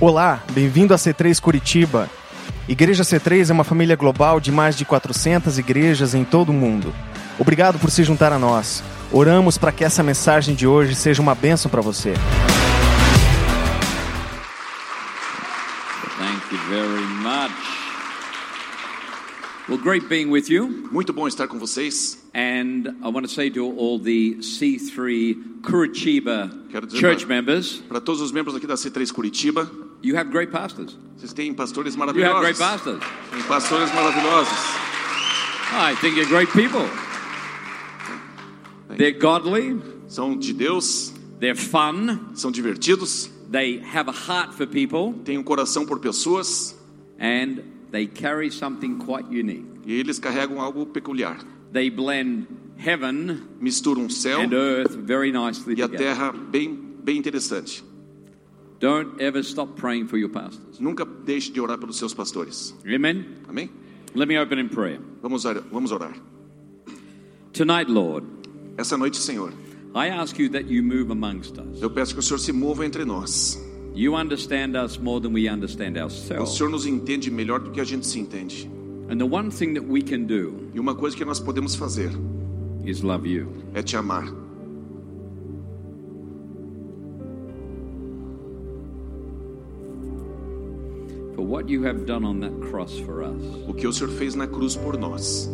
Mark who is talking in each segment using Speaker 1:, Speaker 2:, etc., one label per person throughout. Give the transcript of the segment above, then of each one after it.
Speaker 1: Olá, bem-vindo a C3 Curitiba. Igreja C3 é uma família global de mais de 400 igrejas em todo o mundo. Obrigado por se juntar a nós. Oramos para que essa mensagem de hoje seja uma bênção para você.
Speaker 2: Thank you very much. Well, great being with you.
Speaker 3: Muito bom estar com vocês.
Speaker 2: And I want to say to all the C3
Speaker 3: Quero
Speaker 2: Curitiba
Speaker 3: dizer
Speaker 2: church
Speaker 3: mais-
Speaker 2: members,
Speaker 3: Para todos os membros aqui da C3 Curitiba,
Speaker 2: you have great pastors.
Speaker 3: vocês têm pastores
Speaker 2: You have
Speaker 3: maravilhosos.
Speaker 2: great pastors.
Speaker 3: Tem pastores maravilhosos.
Speaker 2: I think you're great people. They're godly,
Speaker 3: São de Deus,
Speaker 2: they're fun,
Speaker 3: são divertidos,
Speaker 2: they have a heart for people,
Speaker 3: têm um coração por pessoas
Speaker 2: and they carry something quite unique.
Speaker 3: e eles carregam algo peculiar.
Speaker 2: They blend heaven
Speaker 3: Misturam o céu
Speaker 2: and earth very nicely
Speaker 3: e a
Speaker 2: together.
Speaker 3: terra bem, bem interessante.
Speaker 2: Don't ever stop praying for your pastors.
Speaker 3: Nunca deixe de orar pelos seus pastores.
Speaker 2: Amen.
Speaker 3: Amém?
Speaker 2: Let me open in prayer.
Speaker 3: Vamos orar. Vamos orar.
Speaker 2: Tonight, Lord,
Speaker 3: Essa noite, Senhor,
Speaker 2: I ask you that you move amongst us.
Speaker 3: eu peço que o Senhor se mova entre nós.
Speaker 2: You understand us more than we understand
Speaker 3: O
Speaker 2: ourselves.
Speaker 3: Senhor nos entende melhor do que a gente se entende.
Speaker 2: And the one thing that we can do
Speaker 3: E uma coisa que nós podemos fazer
Speaker 2: is love you.
Speaker 3: é te amar.
Speaker 2: For what you have done on that cross for us,
Speaker 3: O que o Senhor fez na cruz por nós.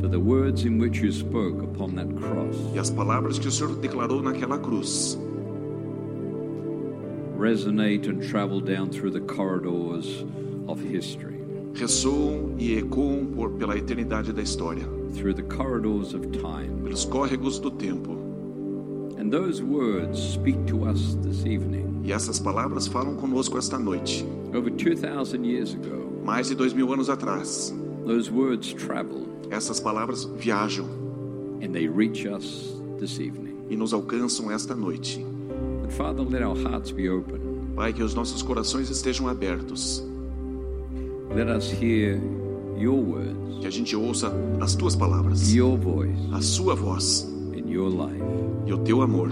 Speaker 2: for the words in which you spoke upon that cross
Speaker 3: E as palavras que o Senhor declarou naquela cruz
Speaker 2: resonate and travel down through the corridors of history,
Speaker 3: ressoam e ecoam por, pela eternidade da história,
Speaker 2: through the corridors of time.
Speaker 3: pelos córregos do tempo.
Speaker 2: And those words speak to us this evening.
Speaker 3: E essas palavras falam conosco esta noite.
Speaker 2: Over 2,000 years ago,
Speaker 3: Mais de dois mil anos atrás,
Speaker 2: those words travel
Speaker 3: essas palavras viajam
Speaker 2: and they reach us this evening.
Speaker 3: e nos alcançam esta noite.
Speaker 2: But Father, let our hearts be open.
Speaker 3: Pai, que os nossos corações estejam abertos,
Speaker 2: Let us hear your words,
Speaker 3: que a gente ouça as tuas palavras,
Speaker 2: your voice,
Speaker 3: a sua voz
Speaker 2: in your life.
Speaker 3: e o teu amor,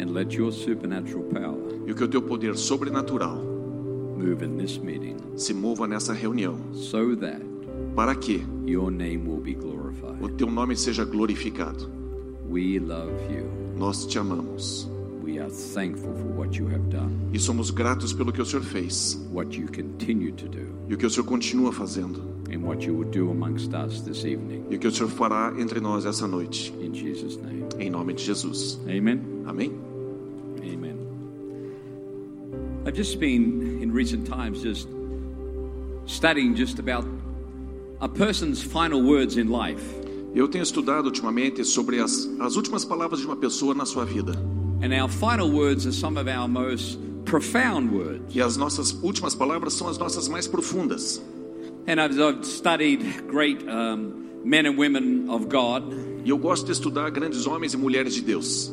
Speaker 2: And let your supernatural power
Speaker 3: e que o teu poder sobrenatural
Speaker 2: move in this meeting
Speaker 3: se mova nessa reunião,
Speaker 2: so that
Speaker 3: para que
Speaker 2: your name will be
Speaker 3: o
Speaker 2: glorified.
Speaker 3: teu nome seja glorificado.
Speaker 2: We love you.
Speaker 3: Nós te amamos
Speaker 2: We are thankful for what you have done,
Speaker 3: e somos gratos pelo que o Senhor fez
Speaker 2: what you continue to do,
Speaker 3: e o que o Senhor continua fazendo
Speaker 2: and what you will do amongst us this evening.
Speaker 3: e o que o Senhor fará entre nós essa noite,
Speaker 2: In Jesus' name.
Speaker 3: em nome de Jesus.
Speaker 2: Amen.
Speaker 3: Amém?
Speaker 2: Amen. I've just been in recent times just studying just about a person's final words in life.
Speaker 3: Eu tenho estudado ultimamente sobre as, as últimas palavras de uma pessoa na sua vida
Speaker 2: And our final words are some of our most profound words.
Speaker 3: e as nossas últimas palavras são as nossas mais profundas.
Speaker 2: And as I've studied great um, men and women of God,
Speaker 3: E eu gosto de estudar grandes homens e mulheres de Deus,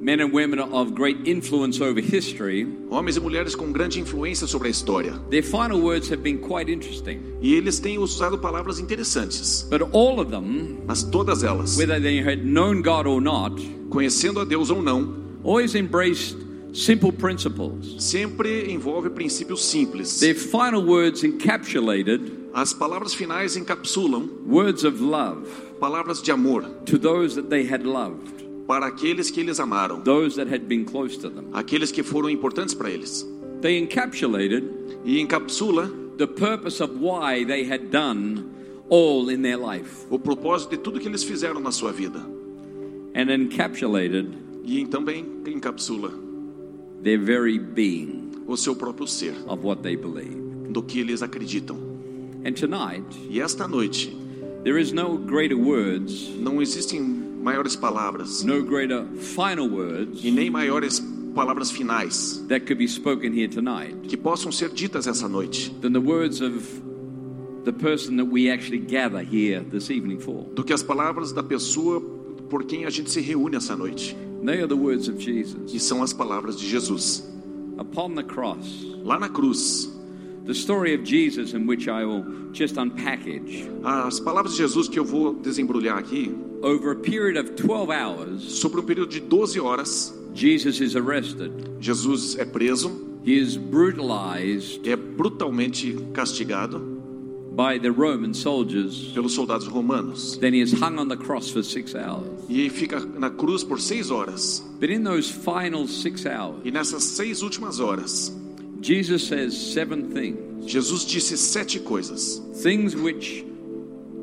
Speaker 2: men and women of great influence over history,
Speaker 3: homens e mulheres com grande influência sobre a história.
Speaker 2: their final words have been quite interesting.
Speaker 3: E eles têm usado palavras interessantes,
Speaker 2: But all of them,
Speaker 3: mas todas elas,
Speaker 2: whether they had known God or not,
Speaker 3: conhecendo a Deus ou não,
Speaker 2: always embraced simple principles.
Speaker 3: sempre envolve princípios simples.
Speaker 2: Their final words encapsulated
Speaker 3: As palavras finais encapsulam
Speaker 2: words of love
Speaker 3: palavras de amor
Speaker 2: to those that they had loved,
Speaker 3: para aqueles que eles amaram,
Speaker 2: those that had been close to them.
Speaker 3: aqueles que foram importantes para eles.
Speaker 2: They encapsulated
Speaker 3: E encapsula
Speaker 2: the purpose of why they had done all in their life
Speaker 3: o propósito de tudo que eles fizeram na sua vida.
Speaker 2: and encapsulated
Speaker 3: E também encapsula
Speaker 2: their very being
Speaker 3: o seu próprio ser,
Speaker 2: of what they believe.
Speaker 3: do que eles acreditam.
Speaker 2: And tonight,
Speaker 3: E esta noite
Speaker 2: there is no greater words,
Speaker 3: não existem maiores palavras
Speaker 2: no greater final words
Speaker 3: e nem maiores palavras finais
Speaker 2: that could be spoken here tonight
Speaker 3: que possam ser ditas essa noite
Speaker 2: than the words of the person that we actually gather here this evening for.
Speaker 3: do que as palavras da pessoa por quem a gente se reúne essa noite.
Speaker 2: They are the words of Jesus.
Speaker 3: E são as palavras de Jesus.
Speaker 2: Upon the cross,
Speaker 3: Lá na cruz,
Speaker 2: the story of Jesus, in which I will just unpackage,
Speaker 3: As palavras de Jesus que eu vou desembrulhar aqui,
Speaker 2: over a period of 12 hours,
Speaker 3: sobre um período de 12 horas,
Speaker 2: Jesus is arrested.
Speaker 3: Jesus é preso,
Speaker 2: He is brutalized
Speaker 3: é brutalmente castigado
Speaker 2: by the Roman soldiers.
Speaker 3: pelos soldados romanos
Speaker 2: Then he is hung on the cross for six hours.
Speaker 3: e fica na cruz por seis horas.
Speaker 2: But in those final six hours,
Speaker 3: E nessas seis últimas horas,
Speaker 2: Jesus says seven things
Speaker 3: Jesus disse sete coisas,
Speaker 2: things which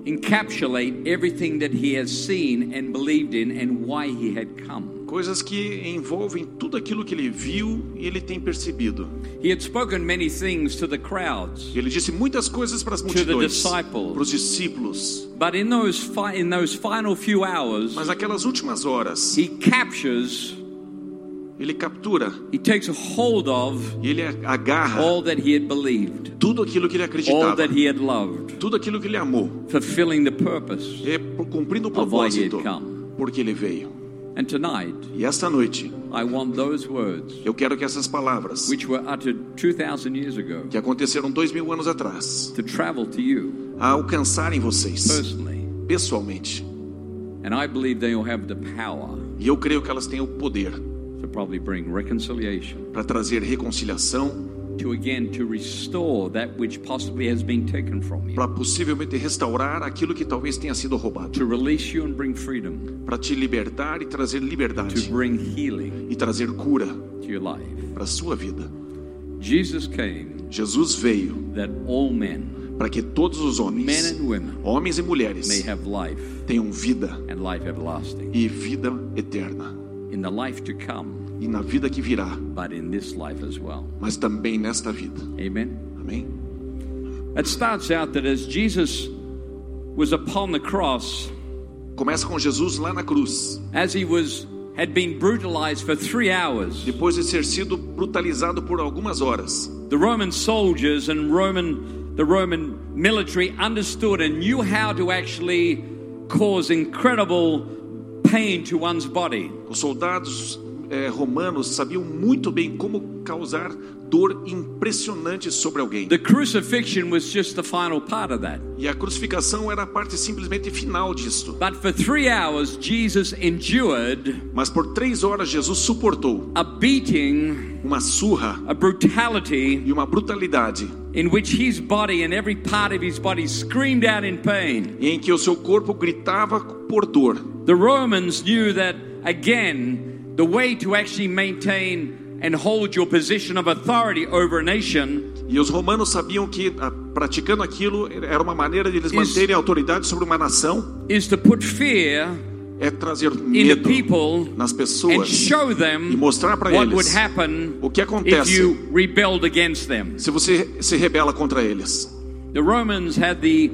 Speaker 2: encapsulate everything that he has seen and believed in and why he had come.
Speaker 3: coisas que envolvem tudo aquilo que ele viu e ele tem percebido.
Speaker 2: He had spoken many things to the crowds,
Speaker 3: Ele disse muitas coisas para as
Speaker 2: the
Speaker 3: multidões,
Speaker 2: disciples.
Speaker 3: para os discípulos,
Speaker 2: but in those, fi- in those final few hours,
Speaker 3: mas naquelas últimas horas,
Speaker 2: he captures,
Speaker 3: ele captura
Speaker 2: he takes a hold of
Speaker 3: e ele agarra
Speaker 2: all that he had believed.
Speaker 3: tudo aquilo que ele
Speaker 2: all
Speaker 3: acreditava,
Speaker 2: that he had loved,
Speaker 3: tudo aquilo que ele amou,
Speaker 2: fulfilling the purpose.
Speaker 3: é por- cumprindo o
Speaker 2: Of why he had
Speaker 3: propósito
Speaker 2: come.
Speaker 3: porque ele veio.
Speaker 2: And tonight,
Speaker 3: E esta noite,
Speaker 2: I want those words
Speaker 3: eu quero que essas palavras
Speaker 2: which were uttered 2,000 years ago
Speaker 3: que aconteceram dois mil anos atrás
Speaker 2: to travel to you
Speaker 3: a alcançarem vocês
Speaker 2: personally.
Speaker 3: pessoalmente.
Speaker 2: And I believe they will have the power
Speaker 3: E eu creio que elas têm o poder
Speaker 2: to probably bring reconciliation,
Speaker 3: para trazer reconciliação,
Speaker 2: to again, to restore that which possibly has been taken from you,
Speaker 3: para possivelmente restaurar aquilo que talvez tenha sido roubado,
Speaker 2: to release you and bring freedom,
Speaker 3: para te libertar e trazer
Speaker 2: to
Speaker 3: liberdade
Speaker 2: bring healing
Speaker 3: e trazer cura
Speaker 2: to your life.
Speaker 3: para a sua vida.
Speaker 2: Jesus came
Speaker 3: Jesus veio
Speaker 2: that all men,
Speaker 3: para que todos os
Speaker 2: men
Speaker 3: homens,
Speaker 2: and women,
Speaker 3: homens e mulheres,
Speaker 2: may have life
Speaker 3: tenham vida
Speaker 2: and life everlasting.
Speaker 3: e vida eterna.
Speaker 2: In the life to come,
Speaker 3: E na vida que virá,
Speaker 2: but in this life as well.
Speaker 3: mas também nesta vida.
Speaker 2: Amen.
Speaker 3: Amém?
Speaker 2: It starts out that as Jesus was upon the cross,
Speaker 3: Começa com Jesus lá na cruz,
Speaker 2: as he was had been brutalized for three hours,
Speaker 3: depois de ter sido brutalizado por algumas horas.
Speaker 2: the Roman soldiers and Roman the Roman military understood and knew how to actually cause incredible pain to one's body.
Speaker 3: Os soldados eh, romanos sabiam muito bem como causar dor impressionante sobre alguém.
Speaker 2: The crucifixion was just the final part of that.
Speaker 3: E a crucificação era a parte simplesmente final disto.
Speaker 2: But for three hours, Jesus endured
Speaker 3: Mas por três horas Jesus suportou
Speaker 2: a beating,
Speaker 3: uma surra
Speaker 2: a brutality
Speaker 3: e uma brutalidade
Speaker 2: in which his body and every part of his body screamed out in pain.
Speaker 3: em que o seu corpo gritava por dor.
Speaker 2: The Romans knew that, again, the way to actually maintain and hold your position of authority over a nation
Speaker 3: E os romanos sabiam que ah, praticando aquilo era uma maneira de eles
Speaker 2: Isso.
Speaker 3: manterem a autoridade sobre uma nação
Speaker 2: is to put fear
Speaker 3: é trazer
Speaker 2: in the
Speaker 3: medo
Speaker 2: people
Speaker 3: nas
Speaker 2: and
Speaker 3: pessoas
Speaker 2: show
Speaker 3: e
Speaker 2: them
Speaker 3: mostrar para
Speaker 2: what would
Speaker 3: eles
Speaker 2: happen
Speaker 3: o que
Speaker 2: if
Speaker 3: acontece
Speaker 2: you rebelled against them.
Speaker 3: se você se rebela contra eles.
Speaker 2: The Romans had the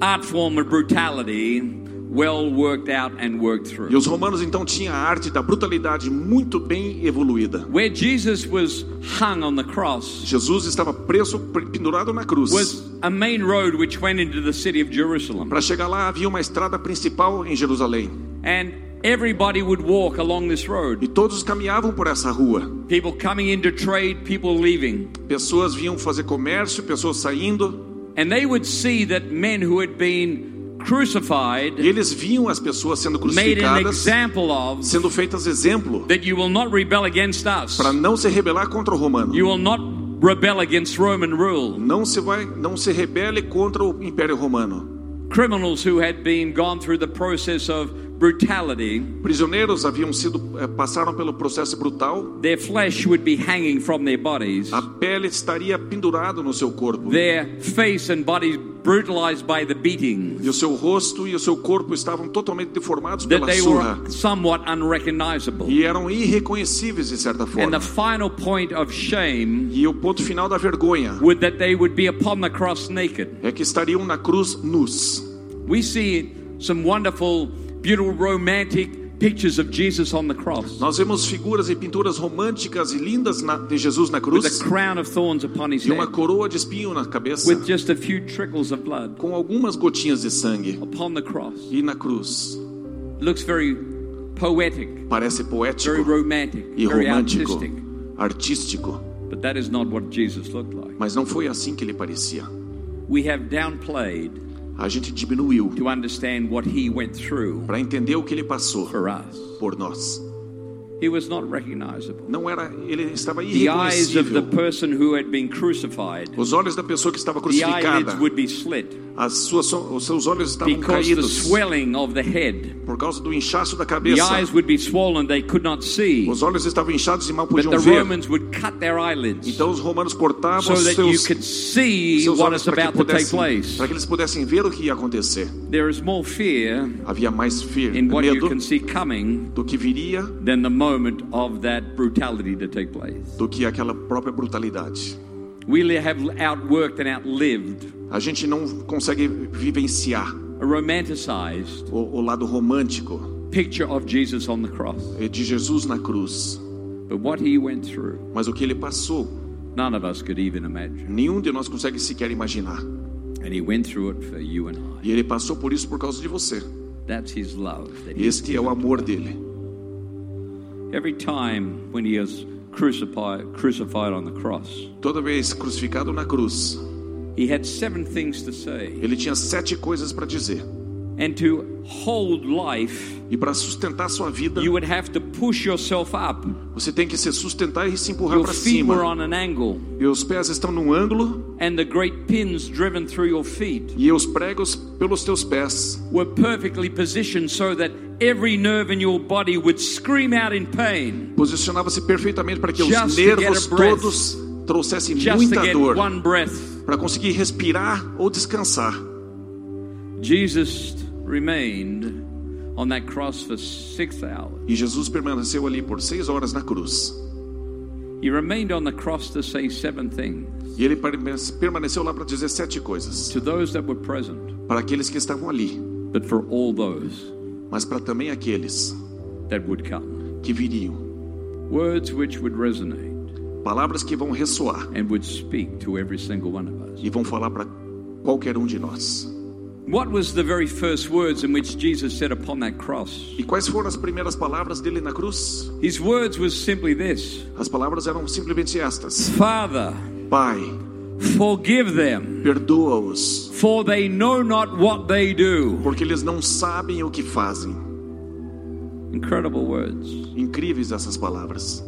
Speaker 2: art form of brutality well worked out and worked
Speaker 3: E
Speaker 2: through.
Speaker 3: os romanos então tinham a arte da brutalidade muito bem evoluída.
Speaker 2: Where Jesus was hung on the cross,
Speaker 3: Jesus estava preso, pre- pendurado na cruz.
Speaker 2: was a main road which went into the city of Jerusalem.
Speaker 3: Para chegar lá havia uma estrada principal em Jerusalém
Speaker 2: And everybody would walk along this
Speaker 3: e
Speaker 2: road.
Speaker 3: todos caminhavam por essa rua.
Speaker 2: People coming into trade, people leaving.
Speaker 3: Pessoas vinham fazer comércio, pessoas saindo
Speaker 2: And they would see that men who had been crucified,
Speaker 3: e eles viam as pessoas sendo
Speaker 2: made an
Speaker 3: crucificadas,
Speaker 2: example of,
Speaker 3: sendo feitas exemplo
Speaker 2: that you will not rebel against us.
Speaker 3: para não se rebelar contra o romano.
Speaker 2: You will not rebel against Roman rule.
Speaker 3: Não se vai, não se rebele contra o Império Romano.
Speaker 2: Criminals who had been gone through the process of brutality,
Speaker 3: Prisioneiros haviam sido eh, passaram pelo processo brutal.
Speaker 2: their flesh would be hanging from their bodies.
Speaker 3: A pele estaria pendurada no seu corpo.
Speaker 2: Their face and bodies brutalized by the beating.
Speaker 3: E o seu rosto e o seu corpo estavam totalmente deformados
Speaker 2: that
Speaker 3: pela
Speaker 2: they
Speaker 3: surra
Speaker 2: were somewhat unrecognizable.
Speaker 3: e eram irreconhecíveis de certa
Speaker 2: And
Speaker 3: forma.
Speaker 2: the final point of shame
Speaker 3: E o ponto final da vergonha
Speaker 2: would that they would be upon the cross naked.
Speaker 3: é que estariam na cruz nus.
Speaker 2: We see some wonderful, beautiful, romantic pictures of Jesus on the cross
Speaker 3: Nós vemos figuras e pinturas românticas e lindas na, de Jesus na
Speaker 2: with a
Speaker 3: cruz
Speaker 2: crown of thorns upon his
Speaker 3: e uma
Speaker 2: head,
Speaker 3: coroa de espinho na cabeça
Speaker 2: with just a few trickles of blood
Speaker 3: com algumas gotinhas de sangue
Speaker 2: upon the cross.
Speaker 3: e na cruz.
Speaker 2: Looks very poetic,
Speaker 3: Parece
Speaker 2: very
Speaker 3: poético
Speaker 2: romantic,
Speaker 3: e
Speaker 2: very
Speaker 3: romântico,
Speaker 2: artistic.
Speaker 3: artístico,
Speaker 2: But that is not what Jesus looked like.
Speaker 3: mas não foi assim que ele parecia.
Speaker 2: We have downplayed
Speaker 3: A gente diminuiu
Speaker 2: to understand what he went through
Speaker 3: para entender o que ele passou
Speaker 2: for us.
Speaker 3: por nós.
Speaker 2: He was not recognizable.
Speaker 3: Não era, ele estava
Speaker 2: The eyes of the
Speaker 3: irreconhecível.
Speaker 2: person who had been crucified,
Speaker 3: Os olhos da pessoa que estava
Speaker 2: the eyelids
Speaker 3: crucificada,
Speaker 2: would be slit
Speaker 3: as suas, os seus olhos estavam
Speaker 2: because the
Speaker 3: caídos
Speaker 2: swelling of the head.
Speaker 3: por causa do inchaço da
Speaker 2: The
Speaker 3: cabeça.
Speaker 2: eyes would be swollen, they could not see.
Speaker 3: Os olhos estavam inchados e mal
Speaker 2: But
Speaker 3: podiam
Speaker 2: the
Speaker 3: ver.
Speaker 2: Romans would cut their eyelids
Speaker 3: Então os romanos cortavam
Speaker 2: so
Speaker 3: os
Speaker 2: that you
Speaker 3: seus,
Speaker 2: could see
Speaker 3: seus
Speaker 2: what
Speaker 3: olhos
Speaker 2: is
Speaker 3: para que,
Speaker 2: about to take
Speaker 3: pudessem,
Speaker 2: place.
Speaker 3: para que eles pudessem ver o que ia acontecer.
Speaker 2: There is more fear
Speaker 3: Havia mais fear,
Speaker 2: in what you
Speaker 3: medo
Speaker 2: can see coming
Speaker 3: do que viria
Speaker 2: than the moment of that brutality to take place.
Speaker 3: do que aquela própria brutalidade.
Speaker 2: We li- have outworked and outlived,
Speaker 3: A gente não consegue vivenciar
Speaker 2: a romanticized
Speaker 3: o, o lado romântico
Speaker 2: picture of Jesus on the cross.
Speaker 3: eh, de Jesus na cruz,
Speaker 2: But what he went through,
Speaker 3: mas o que ele passou,
Speaker 2: none of us could even imagine.
Speaker 3: nenhum de nós consegue sequer imaginar.
Speaker 2: And he went through it for you and I.
Speaker 3: E ele passou por isso por causa de você.
Speaker 2: That's his love. That he,
Speaker 3: Este é o amor dele.
Speaker 2: every time when he was crucified, crucified on the cross,
Speaker 3: Toda vez crucificado na cruz,
Speaker 2: he had seven things to say.
Speaker 3: ele tinha sete coisas para dizer.
Speaker 2: And to hold life,
Speaker 3: E para sustentar sua vida,
Speaker 2: you would have to push yourself up.
Speaker 3: você tem que se sustentar e se empurrar
Speaker 2: Your
Speaker 3: para
Speaker 2: feet were
Speaker 3: cima.
Speaker 2: on an angle,
Speaker 3: E os pés estão num ângulo
Speaker 2: and the great pins driven through your feet
Speaker 3: e os pregos pelos teus pés
Speaker 2: were perfectly positioned so that every nerve in your body would scream out in pain
Speaker 3: posicionava-se perfeitamente para que os
Speaker 2: Just to get a
Speaker 3: nervos
Speaker 2: breath.
Speaker 3: todos trouxessem
Speaker 2: just to
Speaker 3: muita
Speaker 2: get
Speaker 3: dor
Speaker 2: one breath.
Speaker 3: para conseguir respirar ou descansar.
Speaker 2: Jesus remained on that cross for six hours.
Speaker 3: E Jesus permaneceu ali por seis horas na cruz.
Speaker 2: He remained on the cross to say seven things
Speaker 3: E ele permane- permaneceu lá para dizer sete coisas
Speaker 2: to those that were present,
Speaker 3: para aqueles que estavam ali,
Speaker 2: but for all those
Speaker 3: mas para também aqueles
Speaker 2: that would come.
Speaker 3: que viriam.
Speaker 2: Words which would resonate
Speaker 3: Palavras que vão ressoar
Speaker 2: and would speak to every single one of us.
Speaker 3: e vão falar para qualquer um de nós.
Speaker 2: What was the very first words in which Jesus said upon that cross?
Speaker 3: E quais foram as primeiras palavras dele na cruz?
Speaker 2: His words was simply this
Speaker 3: As palavras eram simplesmente estas:
Speaker 2: Father,
Speaker 3: Pai,
Speaker 2: forgive them,
Speaker 3: perdoa-os,
Speaker 2: for they know not what they do.
Speaker 3: porque eles não sabem o que fazem.
Speaker 2: Incredible words.
Speaker 3: Incríveis essas palavras.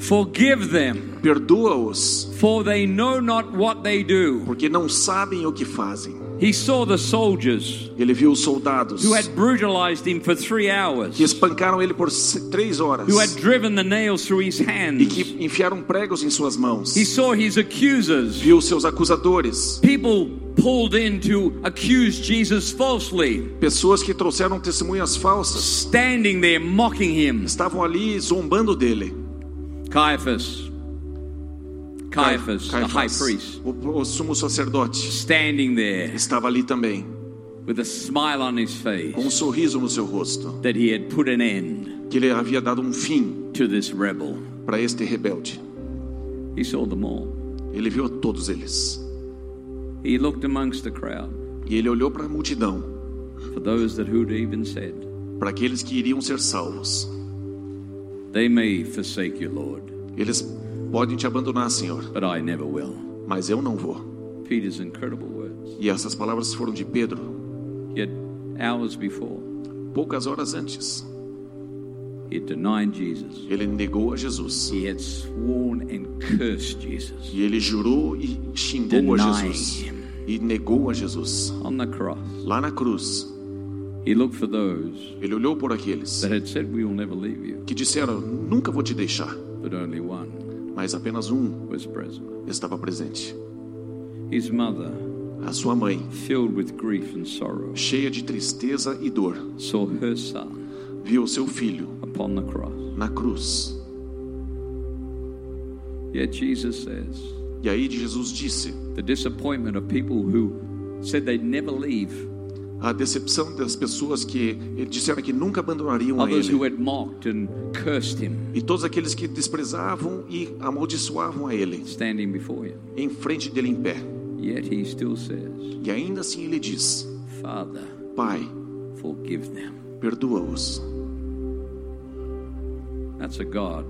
Speaker 2: Forgive them,
Speaker 3: Perdoa-os,
Speaker 2: for they know not what they do.
Speaker 3: porque não sabem o que fazem.
Speaker 2: He saw the soldiers
Speaker 3: Ele viu os soldados
Speaker 2: who had brutalized him for three hours,
Speaker 3: que espancaram ele por se- três horas
Speaker 2: who had driven the nails through his
Speaker 3: e que
Speaker 2: hands.
Speaker 3: enfiaram pregos em suas mãos.
Speaker 2: He saw his accusers.
Speaker 3: Viu os seus acusadores,
Speaker 2: People pulled in to accuse Jesus falsely.
Speaker 3: pessoas que trouxeram testemunhas falsas,
Speaker 2: standing there mocking him.
Speaker 3: estavam ali zombando dele.
Speaker 2: Caiaphas, Caiaphas, the high
Speaker 3: Caifás,
Speaker 2: priest,
Speaker 3: o, o sumo sacerdote,
Speaker 2: standing there
Speaker 3: estava ali também,
Speaker 2: with a smile on his face
Speaker 3: com um sorriso no seu rosto,
Speaker 2: that he had put an end
Speaker 3: que ele havia dado um fim
Speaker 2: to this rebel.
Speaker 3: para este rebelde.
Speaker 2: He saw them all.
Speaker 3: Ele viu a todos eles
Speaker 2: He looked amongst the crowd
Speaker 3: e ele olhou para a multidão,
Speaker 2: for those that who'd even said,
Speaker 3: para aqueles que iriam ser salvos.
Speaker 2: They may forsake you, Lord,
Speaker 3: Eles podem te abandonar, Senhor,
Speaker 2: but I never will.
Speaker 3: mas eu não vou.
Speaker 2: Peter's incredible words.
Speaker 3: E essas palavras foram de Pedro,
Speaker 2: Yet, hours before,
Speaker 3: poucas horas antes.
Speaker 2: he had denied Jesus.
Speaker 3: Ele negou a Jesus.
Speaker 2: He had sworn and cursed Jesus
Speaker 3: E ele jurou e xingou a
Speaker 2: Denying
Speaker 3: Jesus.
Speaker 2: him.
Speaker 3: E negou a Jesus.
Speaker 2: on the cross.
Speaker 3: Lá na cruz,
Speaker 2: He looked for those
Speaker 3: ele olhou por aqueles
Speaker 2: that had said, We will never leave you,
Speaker 3: que disseram: Nunca vou te deixar.
Speaker 2: but only one
Speaker 3: Mas apenas um
Speaker 2: was present.
Speaker 3: estava presente:
Speaker 2: His mother,
Speaker 3: a sua mãe,
Speaker 2: filled with grief and sorrow,
Speaker 3: cheia de tristeza e dor,
Speaker 2: saw her son
Speaker 3: viu seu filho
Speaker 2: upon the cross.
Speaker 3: na cruz.
Speaker 2: Yet Jesus says,
Speaker 3: E aí Jesus disse:
Speaker 2: The disappointment of people who said they'd never leave,
Speaker 3: A decepção das pessoas que disseram que nunca abandonariam a
Speaker 2: others who
Speaker 3: ele,
Speaker 2: had mocked and cursed him,
Speaker 3: e todos aqueles que desprezavam e amaldiçoavam a ele,
Speaker 2: standing before him.
Speaker 3: em frente dele em pé.
Speaker 2: Yet he still says,
Speaker 3: E ainda assim ele diz:
Speaker 2: Father,
Speaker 3: Pai,
Speaker 2: forgive them.
Speaker 3: perdoa-os.
Speaker 2: That's a God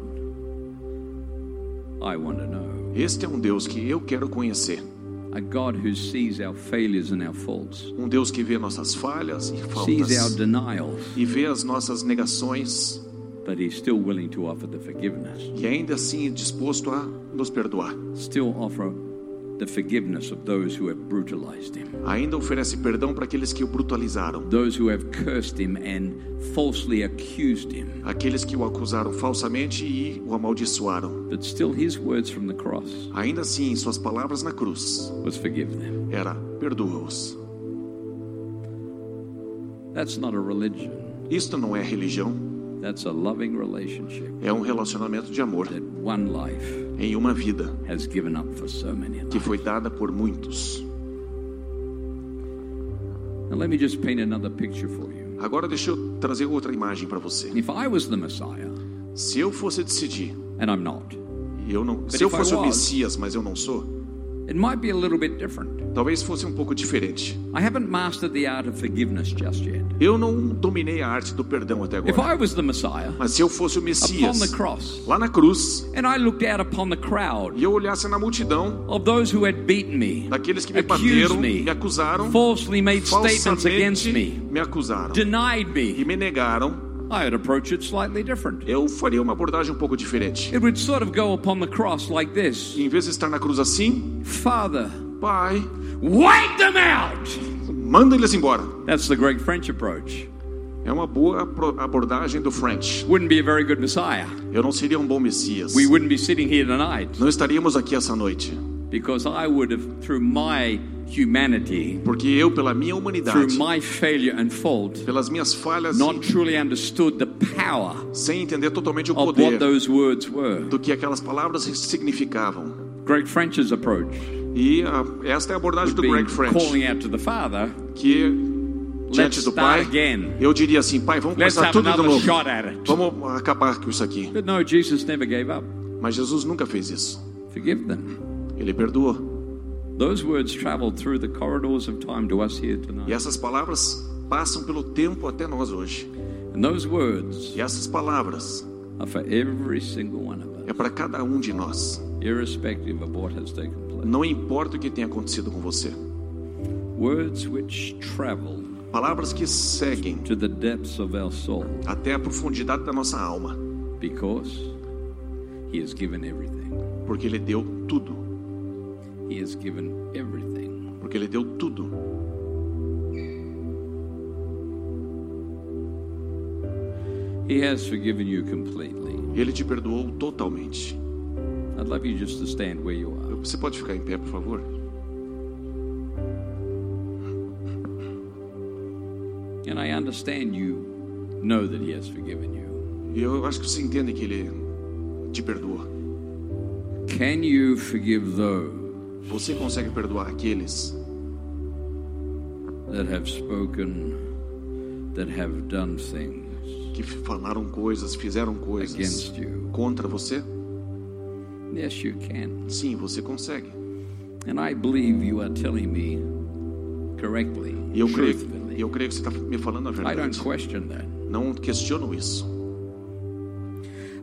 Speaker 2: I want to know.
Speaker 3: Este é um Deus que eu quero conhecer.
Speaker 2: A God who sees our failures and our faults.
Speaker 3: Um Deus que vê nossas falhas e
Speaker 2: sees our
Speaker 3: faltas
Speaker 2: denials,
Speaker 3: e vê as nossas negações,
Speaker 2: but he's still willing to offer the forgiveness,
Speaker 3: e ainda assim é disposto a nos perdoar.
Speaker 2: still offer the forgiveness of those who have brutalized him,
Speaker 3: Ainda oferece perdão para aqueles que o brutalizaram,
Speaker 2: those who have cursed him and falsely accused him.
Speaker 3: aqueles que o acusaram falsamente e o amaldiçoaram.
Speaker 2: But still, his words from the cross
Speaker 3: Ainda assim, em suas palavras na cruz
Speaker 2: was forgive them.
Speaker 3: era: perdoa-os.
Speaker 2: That's not a religion,
Speaker 3: Isto não é religião,
Speaker 2: that's a loving relationship
Speaker 3: é um relacionamento de amor
Speaker 2: that one life
Speaker 3: em uma vida
Speaker 2: has given up for so many.
Speaker 3: que
Speaker 2: lives.
Speaker 3: foi dada por muitos.
Speaker 2: Now, let me just paint another picture for you.
Speaker 3: Agora deixa eu trazer outra imagem para você.
Speaker 2: If I was the Messiah,
Speaker 3: Se eu fosse decidir,
Speaker 2: and I'm not,
Speaker 3: e eu não, se eu
Speaker 2: if I
Speaker 3: fosse o
Speaker 2: was-
Speaker 3: Messias, mas eu não sou,
Speaker 2: it might be a little bit different.
Speaker 3: talvez fosse um pouco diferente.
Speaker 2: I haven't mastered the art of forgiveness just yet.
Speaker 3: Eu não dominei a arte do perdão até
Speaker 2: If
Speaker 3: agora.
Speaker 2: I was the Messiah
Speaker 3: Mas se eu fosse o
Speaker 2: upon the
Speaker 3: Messias,
Speaker 2: cross,
Speaker 3: lá na cruz,
Speaker 2: and I looked out upon the crowd
Speaker 3: e eu olhasse na multidão
Speaker 2: of those who had beaten me,
Speaker 3: daqueles que me
Speaker 2: accused
Speaker 3: bateram,
Speaker 2: me,
Speaker 3: me acusaram,
Speaker 2: falsely made statements against
Speaker 3: falsamente
Speaker 2: me,
Speaker 3: me acusaram
Speaker 2: denied
Speaker 3: e
Speaker 2: me,
Speaker 3: me negaram,
Speaker 2: I would approach it slightly different.
Speaker 3: eu faria uma abordagem um pouco diferente.
Speaker 2: It would sort of go upon the cross like this
Speaker 3: Em vez de estar na cruz assim,
Speaker 2: Father,
Speaker 3: Pai,
Speaker 2: wipe them out!
Speaker 3: manda eles embora.
Speaker 2: That's the great French approach.
Speaker 3: É uma boa apro- abordagem do French.
Speaker 2: Wouldn't be a very good Messiah.
Speaker 3: Eu não seria um bom Messias.
Speaker 2: We wouldn't be sitting here tonight
Speaker 3: Não estaríamos aqui essa noite,
Speaker 2: because I would have, through my humanity,
Speaker 3: porque eu, pela minha
Speaker 2: through
Speaker 3: humanidade,
Speaker 2: my failure and fault,
Speaker 3: pelas minhas falhas,
Speaker 2: not truly understood the power
Speaker 3: sem entender totalmente o
Speaker 2: of what
Speaker 3: poder
Speaker 2: those words were.
Speaker 3: do que aquelas palavras significavam.
Speaker 2: Greg French's approach
Speaker 3: E a, esta é a abordagem do
Speaker 2: being
Speaker 3: Greg French,
Speaker 2: calling out to the Father,
Speaker 3: que diante
Speaker 2: let's
Speaker 3: do
Speaker 2: start
Speaker 3: Pai,
Speaker 2: again.
Speaker 3: eu diria assim, Pai, vamos
Speaker 2: Let's
Speaker 3: começar
Speaker 2: have
Speaker 3: tudo de
Speaker 2: another
Speaker 3: novo.
Speaker 2: shot at it.
Speaker 3: Vamos acabar com isso aqui.
Speaker 2: But no, Jesus never gave up.
Speaker 3: Mas Jesus nunca fez isso.
Speaker 2: Forgive them.
Speaker 3: Ele perdoou.
Speaker 2: Those words traveled through the corridors of time to us here
Speaker 3: E
Speaker 2: tonight.
Speaker 3: essas palavras passam pelo tempo até nós hoje.
Speaker 2: And those words
Speaker 3: E essas palavras
Speaker 2: are for every single one of us.
Speaker 3: é para cada um de nós.
Speaker 2: irrespective of what has taken place.
Speaker 3: Não importa o que tenha acontecido com você.
Speaker 2: Words which travel
Speaker 3: Palavras que seguem
Speaker 2: to the depths of our soul
Speaker 3: até a profundidade da nossa alma,
Speaker 2: because He has given everything.
Speaker 3: porque ele deu tudo,
Speaker 2: He has given everything.
Speaker 3: porque ele deu tudo.
Speaker 2: He has forgiven you completely.
Speaker 3: Ele te perdoou totalmente.
Speaker 2: I'd love you just to stand where you are.
Speaker 3: Você pode ficar em pé, por favor?
Speaker 2: And I understand you know that He has forgiven you.
Speaker 3: E eu acho que você entende que ele te perdoa.
Speaker 2: Can you forgive those
Speaker 3: Você consegue perdoar aqueles
Speaker 2: that have spoken, that have done things?
Speaker 3: que falaram coisas, fizeram coisas
Speaker 2: Against you.
Speaker 3: contra você?
Speaker 2: Yes, you can.
Speaker 3: Sim, você consegue.
Speaker 2: And I believe you are telling me correctly,
Speaker 3: E eu creio,
Speaker 2: truthfully.
Speaker 3: e eu creio que você está me falando a
Speaker 2: I don't
Speaker 3: verdade.
Speaker 2: question that.
Speaker 3: Não questiono isso.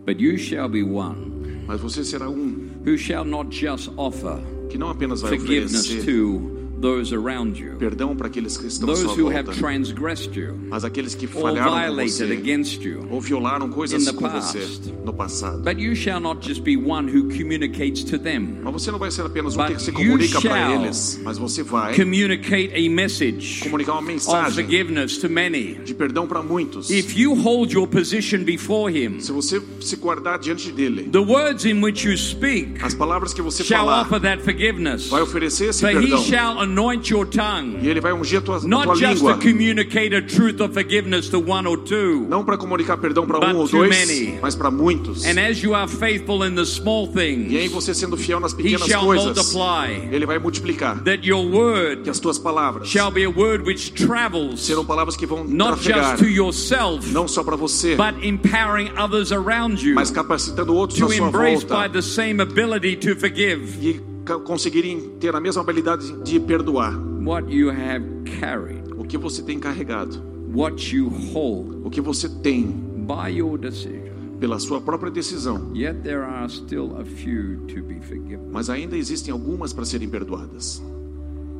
Speaker 2: But you shall be one
Speaker 3: Mas você será um
Speaker 2: who shall not just offer
Speaker 3: que não apenas vai
Speaker 2: forgiveness
Speaker 3: oferecer
Speaker 2: to those around you,
Speaker 3: perdão para aqueles que estão à sua
Speaker 2: those who have
Speaker 3: volta,
Speaker 2: transgressed you
Speaker 3: mas aqueles que
Speaker 2: or
Speaker 3: falharam com
Speaker 2: violated
Speaker 3: você
Speaker 2: against you,
Speaker 3: ou violaram coisas
Speaker 2: in the
Speaker 3: com
Speaker 2: past.
Speaker 3: você no passado.
Speaker 2: but you shall not just be one who communicates to them.
Speaker 3: Mas você não vai ser apenas um
Speaker 2: But
Speaker 3: que se
Speaker 2: you
Speaker 3: comunica para
Speaker 2: shall
Speaker 3: eles, mas você vai
Speaker 2: Communicate a message
Speaker 3: comunicar uma
Speaker 2: of
Speaker 3: mensagem
Speaker 2: forgiveness to many.
Speaker 3: de perdão para muitos.
Speaker 2: If you hold your position before Him,
Speaker 3: Se você se guardar diante dele,
Speaker 2: the words in which you speak
Speaker 3: as palavras que você
Speaker 2: shall
Speaker 3: falar
Speaker 2: offer that forgiveness.
Speaker 3: vai oferecer esse
Speaker 2: For He
Speaker 3: perdão
Speaker 2: shall anoint your tongue.
Speaker 3: e ele vai ungir a tua, a tua
Speaker 2: Not just to
Speaker 3: língua.
Speaker 2: communicate a truth of forgiveness to one or two.
Speaker 3: Não para comunicar perdão para
Speaker 2: But
Speaker 3: um ou
Speaker 2: to
Speaker 3: dois,
Speaker 2: many.
Speaker 3: mas para muitos.
Speaker 2: And as you are faithful in the small
Speaker 3: E aí
Speaker 2: things,
Speaker 3: você sendo fiel nas
Speaker 2: he
Speaker 3: pequenas
Speaker 2: shall
Speaker 3: coisas,
Speaker 2: multiply.
Speaker 3: ele vai multiplicar.
Speaker 2: That your
Speaker 3: Que
Speaker 2: word
Speaker 3: as tuas palavras
Speaker 2: shall be a word which travels
Speaker 3: serão palavras que vão
Speaker 2: not
Speaker 3: trafegar
Speaker 2: just to yourself,
Speaker 3: não só para você,
Speaker 2: but empowering others around you
Speaker 3: mas capacitando outros
Speaker 2: to
Speaker 3: à sua
Speaker 2: embrace by
Speaker 3: volta
Speaker 2: the same ability to forgive
Speaker 3: e ca- conseguirem ter a mesma habilidade de perdoar
Speaker 2: what you have carried,
Speaker 3: o que você tem carregado,
Speaker 2: what you hold
Speaker 3: o que você tem
Speaker 2: by your decision.
Speaker 3: pela sua própria decisão.
Speaker 2: Yet there are still a few to be forgiven.
Speaker 3: Mas ainda existem algumas para serem perdoadas.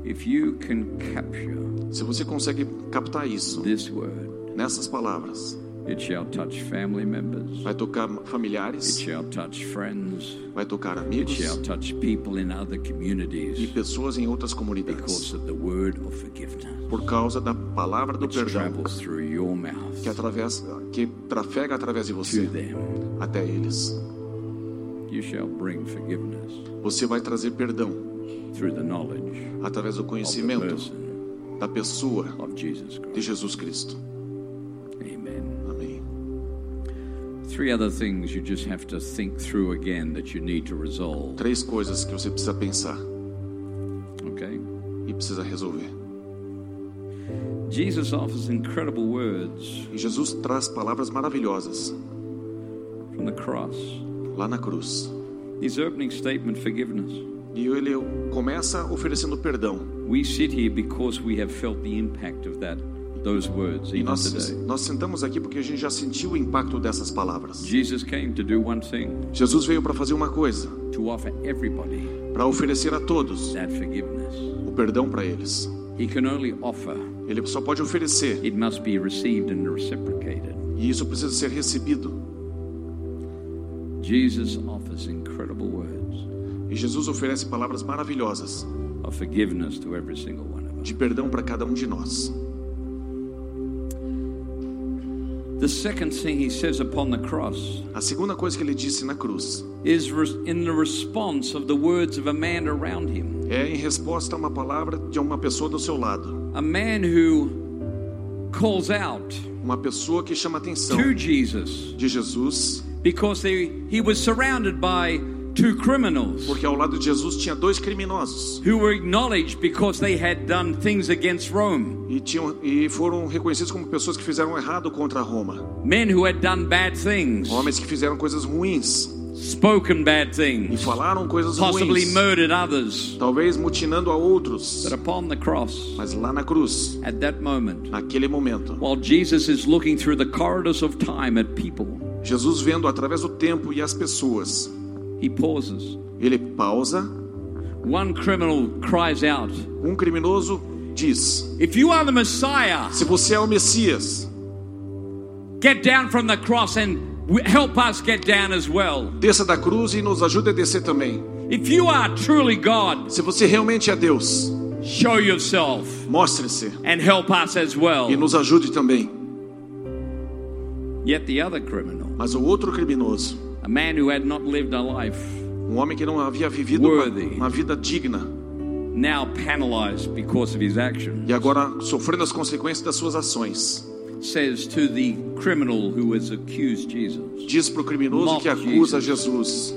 Speaker 2: If you can capture
Speaker 3: Se você consegue captar isso
Speaker 2: this word,
Speaker 3: nessas palavras,
Speaker 2: It shall touch family members.
Speaker 3: Vai tocar
Speaker 2: It
Speaker 3: familiares,
Speaker 2: shall touch friends.
Speaker 3: vai tocar
Speaker 2: It
Speaker 3: amigos
Speaker 2: shall touch people in other
Speaker 3: e
Speaker 2: communities
Speaker 3: pessoas em outras
Speaker 2: because
Speaker 3: comunidades.
Speaker 2: of the word of forgiveness
Speaker 3: Por causa da palavra do
Speaker 2: which
Speaker 3: perdão
Speaker 2: travels through your
Speaker 3: que
Speaker 2: mouth
Speaker 3: atravessa, que trafega através de
Speaker 2: to
Speaker 3: você
Speaker 2: them.
Speaker 3: até eles.
Speaker 2: You shall bring forgiveness
Speaker 3: Você vai trazer perdão
Speaker 2: through the knowledge
Speaker 3: através do
Speaker 2: of the
Speaker 3: conhecimento
Speaker 2: person
Speaker 3: da pessoa
Speaker 2: of Jesus
Speaker 3: de
Speaker 2: Christ.
Speaker 3: Jesus Cristo.
Speaker 2: Amen.
Speaker 3: Amém.
Speaker 2: Three other things you just have to think through again that you need to resolve.
Speaker 3: Três coisas que você precisa pensar
Speaker 2: Okay?
Speaker 3: e precisa resolver.
Speaker 2: Jesus offers incredible words
Speaker 3: E Jesus traz palavras maravilhosas
Speaker 2: from the cross.
Speaker 3: lá na cruz.
Speaker 2: His opening statement, forgiveness.
Speaker 3: E ele começa oferecendo perdão.
Speaker 2: We sit here because we have felt the impact of that, those words,
Speaker 3: E
Speaker 2: even
Speaker 3: nós,
Speaker 2: today.
Speaker 3: nós sentamos aqui porque a gente já sentiu o impacto dessas palavras.
Speaker 2: Jesus came to do one thing
Speaker 3: Jesus veio para fazer uma coisa,
Speaker 2: to offer everybody
Speaker 3: para oferecer a todos
Speaker 2: that forgiveness.
Speaker 3: o perdão para eles.
Speaker 2: He can only offer,
Speaker 3: Ele só pode oferecer,
Speaker 2: it must be received and reciprocated.
Speaker 3: e isso precisa ser recebido.
Speaker 2: Jesus offers incredible words
Speaker 3: E Jesus oferece palavras maravilhosas
Speaker 2: of forgiveness to every single one of us.
Speaker 3: de perdão para cada um de nós.
Speaker 2: The second thing he says upon the cross
Speaker 3: A segunda coisa que ele disse na cruz
Speaker 2: is re- in the response of the words of a man around him.
Speaker 3: é em resposta a uma palavra de uma pessoa do seu lado,
Speaker 2: a man who calls out
Speaker 3: uma pessoa que chama a atenção
Speaker 2: to Jesus
Speaker 3: de Jesus,
Speaker 2: because they, he was surrounded by two criminals
Speaker 3: porque ao lado de Jesus tinha dois criminosos
Speaker 2: who were acknowledged because they had done things against Rome,
Speaker 3: e tinham e foram reconhecidos como pessoas que fizeram errado contra Roma,
Speaker 2: men who had done bad things,
Speaker 3: homens que fizeram coisas ruins
Speaker 2: spoken bad
Speaker 3: e
Speaker 2: things,
Speaker 3: falaram coisas
Speaker 2: possibly
Speaker 3: ruins,
Speaker 2: murdered others.
Speaker 3: talvez mutinando a outros,
Speaker 2: But upon the cross,
Speaker 3: mas lá na cruz,
Speaker 2: at that moment,
Speaker 3: naquele momento,
Speaker 2: while Jesus is looking through the corridors of time at people,
Speaker 3: Jesus vendo através do tempo e as pessoas,
Speaker 2: he pauses.
Speaker 3: ele pausa,
Speaker 2: One criminal cries out,
Speaker 3: um criminoso diz:
Speaker 2: If you are the Messiah,
Speaker 3: "Se você é o Messias,
Speaker 2: Get down from the cross and w- help us get down as well.
Speaker 3: desça da cruz e nos ajude a descer também."
Speaker 2: If you are truly God,
Speaker 3: Se você realmente é Deus,
Speaker 2: show yourself
Speaker 3: mostre-se
Speaker 2: and help us as
Speaker 3: e
Speaker 2: well.
Speaker 3: nos ajude também.
Speaker 2: Yet the other criminal,
Speaker 3: Mas o outro criminoso,
Speaker 2: a man who had not lived a life,
Speaker 3: um homem que não havia vivido uma,
Speaker 2: Worthy.
Speaker 3: uma vida digna
Speaker 2: now penalized because of his action,
Speaker 3: e agora sofrendo as consequências das suas ações,
Speaker 2: says to the criminal who has accused Jesus,
Speaker 3: diz para o criminoso
Speaker 2: Mock
Speaker 3: que acusa Jesus.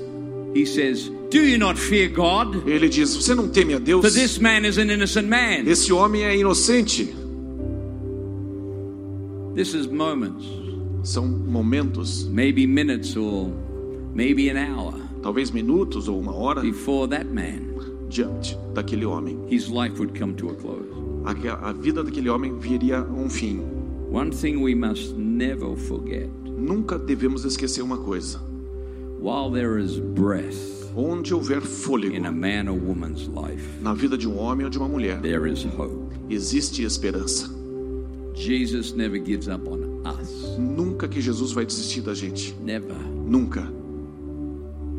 Speaker 2: He says, Do you not fear God?
Speaker 3: Ele diz: Você não teme a Deus?
Speaker 2: For this man is an innocent man.
Speaker 3: Esse homem é inocente.
Speaker 2: This is moments,
Speaker 3: São momentos,
Speaker 2: maybe minutes or maybe an hour
Speaker 3: talvez minutos ou uma hora,
Speaker 2: before that man,
Speaker 3: diante daquele homem.
Speaker 2: his life would come to a close.
Speaker 3: Aque- A vida daquele homem viria a um fim.
Speaker 2: One thing we must never forget
Speaker 3: Nunca devemos esquecer uma coisa:
Speaker 2: while there is breath
Speaker 3: onde houver
Speaker 2: in a
Speaker 3: fôlego
Speaker 2: man or woman's life,
Speaker 3: na vida de um homem ou de uma mulher,
Speaker 2: there is hope.
Speaker 3: existe esperança.
Speaker 2: Jesus never gives up on us.
Speaker 3: Nunca que Jesus vai desistir da gente.
Speaker 2: Never.
Speaker 3: Nunca.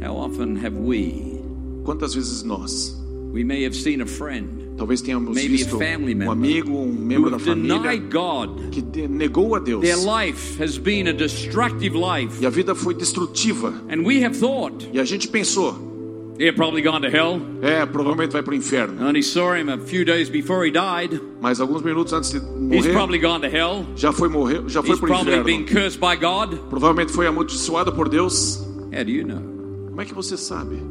Speaker 2: How often have we?
Speaker 3: Quantas vezes nós,
Speaker 2: We may have seen a friend
Speaker 3: talvez tenhamos
Speaker 2: Maybe a
Speaker 3: visto
Speaker 2: family
Speaker 3: um
Speaker 2: member
Speaker 3: amigo ou um membro
Speaker 2: who
Speaker 3: da família
Speaker 2: denied God.
Speaker 3: que de- negou a Deus
Speaker 2: Their life has been a destructive life.
Speaker 3: e a vida foi destrutiva.
Speaker 2: And we have thought,
Speaker 3: E a gente pensou,
Speaker 2: they're probably gone to hell.
Speaker 3: é, provavelmente vai para o inferno.
Speaker 2: I only saw him a few days before he died.
Speaker 3: Mas alguns minutos antes de
Speaker 2: He's
Speaker 3: morrer,
Speaker 2: probably gone to hell.
Speaker 3: já foi morrer, já foi
Speaker 2: He's
Speaker 3: para o
Speaker 2: probably been
Speaker 3: inferno.
Speaker 2: cursed by God.
Speaker 3: Provavelmente foi amaldiçoado por Deus.
Speaker 2: How do you know?
Speaker 3: Como é que você sabe?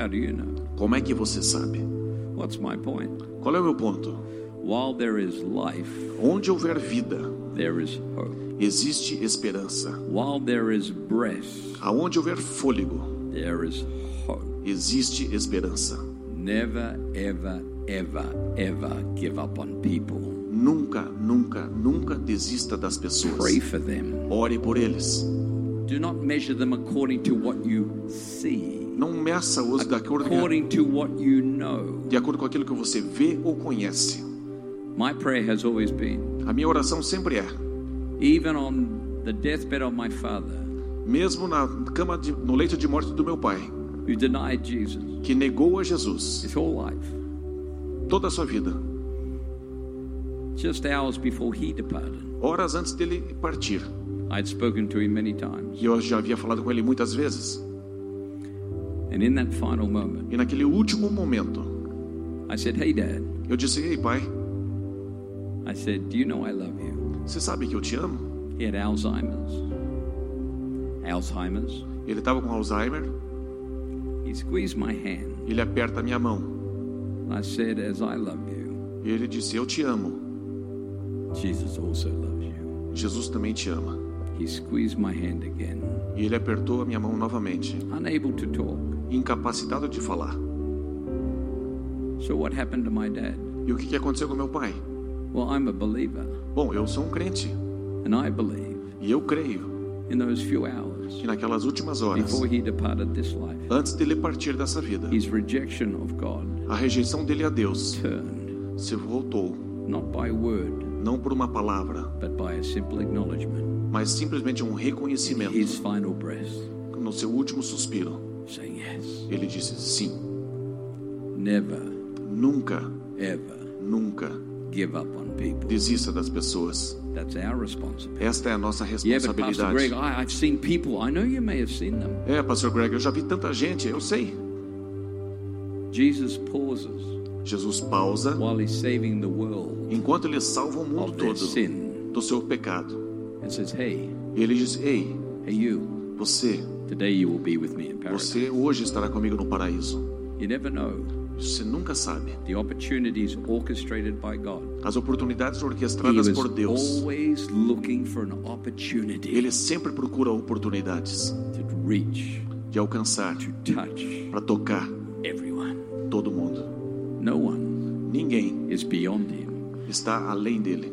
Speaker 2: How do you know?
Speaker 3: Como é que você sabe?
Speaker 2: What's my point?
Speaker 3: Qual é o meu ponto?
Speaker 2: While there is life,
Speaker 3: Onde houver vida,
Speaker 2: there is hope.
Speaker 3: existe esperança.
Speaker 2: While there is breath,
Speaker 3: Aonde houver fôlego,
Speaker 2: there is hope.
Speaker 3: existe esperança.
Speaker 2: Never, ever, ever, ever give up on people.
Speaker 3: Nunca, nunca, nunca desista das pessoas.
Speaker 2: Pray for them.
Speaker 3: Ore por eles.
Speaker 2: Do not measure them according to what you see,
Speaker 3: Não meça-os de acordo,
Speaker 2: according to what you know.
Speaker 3: de acordo com aquilo que você vê ou conhece.
Speaker 2: My prayer has always been
Speaker 3: A minha oração sempre é:
Speaker 2: even on the deathbed of my father,
Speaker 3: mesmo na cama de, no leito de morte do meu pai,
Speaker 2: who denied Jesus
Speaker 3: que negou a Jesus
Speaker 2: his whole life,
Speaker 3: toda a sua vida,
Speaker 2: just hours before he departed.
Speaker 3: horas antes dele partir.
Speaker 2: I had spoken to him many times.
Speaker 3: E eu já havia falado com ele muitas vezes.
Speaker 2: And in that final moment,
Speaker 3: E naquele último momento,
Speaker 2: I said, Hey, Dad.
Speaker 3: eu disse: Ei, pai,
Speaker 2: I said, Do you know I love you?
Speaker 3: você sabe que eu te amo?
Speaker 2: He had Alzheimer's. Alzheimer's.
Speaker 3: Ele estava com Alzheimer,
Speaker 2: He squeezed my hand.
Speaker 3: ele aperta a minha mão.
Speaker 2: I said, As I love you,
Speaker 3: E ele disse: Eu te amo.
Speaker 2: Jesus also loves you.
Speaker 3: Jesus também te ama.
Speaker 2: He squeezed my hand again.
Speaker 3: E ele apertou a minha mão novamente,
Speaker 2: Unable to talk.
Speaker 3: incapacitado de falar.
Speaker 2: So, what happened to my dad?
Speaker 3: E o que que aconteceu com meu pai?
Speaker 2: Well, I'm a believer,
Speaker 3: Bom, eu sou um crente
Speaker 2: and I believe
Speaker 3: e eu creio
Speaker 2: in those few hours
Speaker 3: que naquelas últimas horas,
Speaker 2: before he departed this life,
Speaker 3: antes dele partir dessa vida,
Speaker 2: his rejection of God
Speaker 3: a rejeição dele a Deus
Speaker 2: turned
Speaker 3: se voltou,
Speaker 2: not by word,
Speaker 3: não por uma palavra,
Speaker 2: but by a simple acknowledgement.
Speaker 3: mas simplesmente um reconhecimento.
Speaker 2: His final breath,
Speaker 3: No seu último suspiro,
Speaker 2: saying, Yes,
Speaker 3: ele disse: Sim,
Speaker 2: never
Speaker 3: nunca,
Speaker 2: ever
Speaker 3: nunca
Speaker 2: give up on people.
Speaker 3: desista das pessoas.
Speaker 2: That's our responsibility.
Speaker 3: Esta é a nossa
Speaker 2: Yeah, but Pastor Greg,
Speaker 3: responsabilidade.
Speaker 2: I, I've seen people. I know you may have seen them.
Speaker 3: É, Pastor Greg, eu já vi tanta gente, eu sei.
Speaker 2: Jesus pauses
Speaker 3: Jesus pausa
Speaker 2: while he's saving the world
Speaker 3: enquanto ele salva o mundo
Speaker 2: of their
Speaker 3: todo
Speaker 2: sin
Speaker 3: do seu pecado.
Speaker 2: and says, Hey,
Speaker 3: E ele diz: Ei,
Speaker 2: hey, you,
Speaker 3: você,
Speaker 2: today you will be with me in paradise.
Speaker 3: você hoje estará comigo no paraíso.
Speaker 2: You never know
Speaker 3: Você nunca sabe.
Speaker 2: the opportunities orchestrated by God.
Speaker 3: As oportunidades
Speaker 2: He
Speaker 3: orquestradas
Speaker 2: was
Speaker 3: por Deus,
Speaker 2: always looking for an opportunity
Speaker 3: ele sempre procura oportunidades
Speaker 2: to reach,
Speaker 3: de alcançar,
Speaker 2: to touch
Speaker 3: para tocar
Speaker 2: everyone.
Speaker 3: todo mundo.
Speaker 2: No one
Speaker 3: Ninguém
Speaker 2: is beyond him.
Speaker 3: está além dele.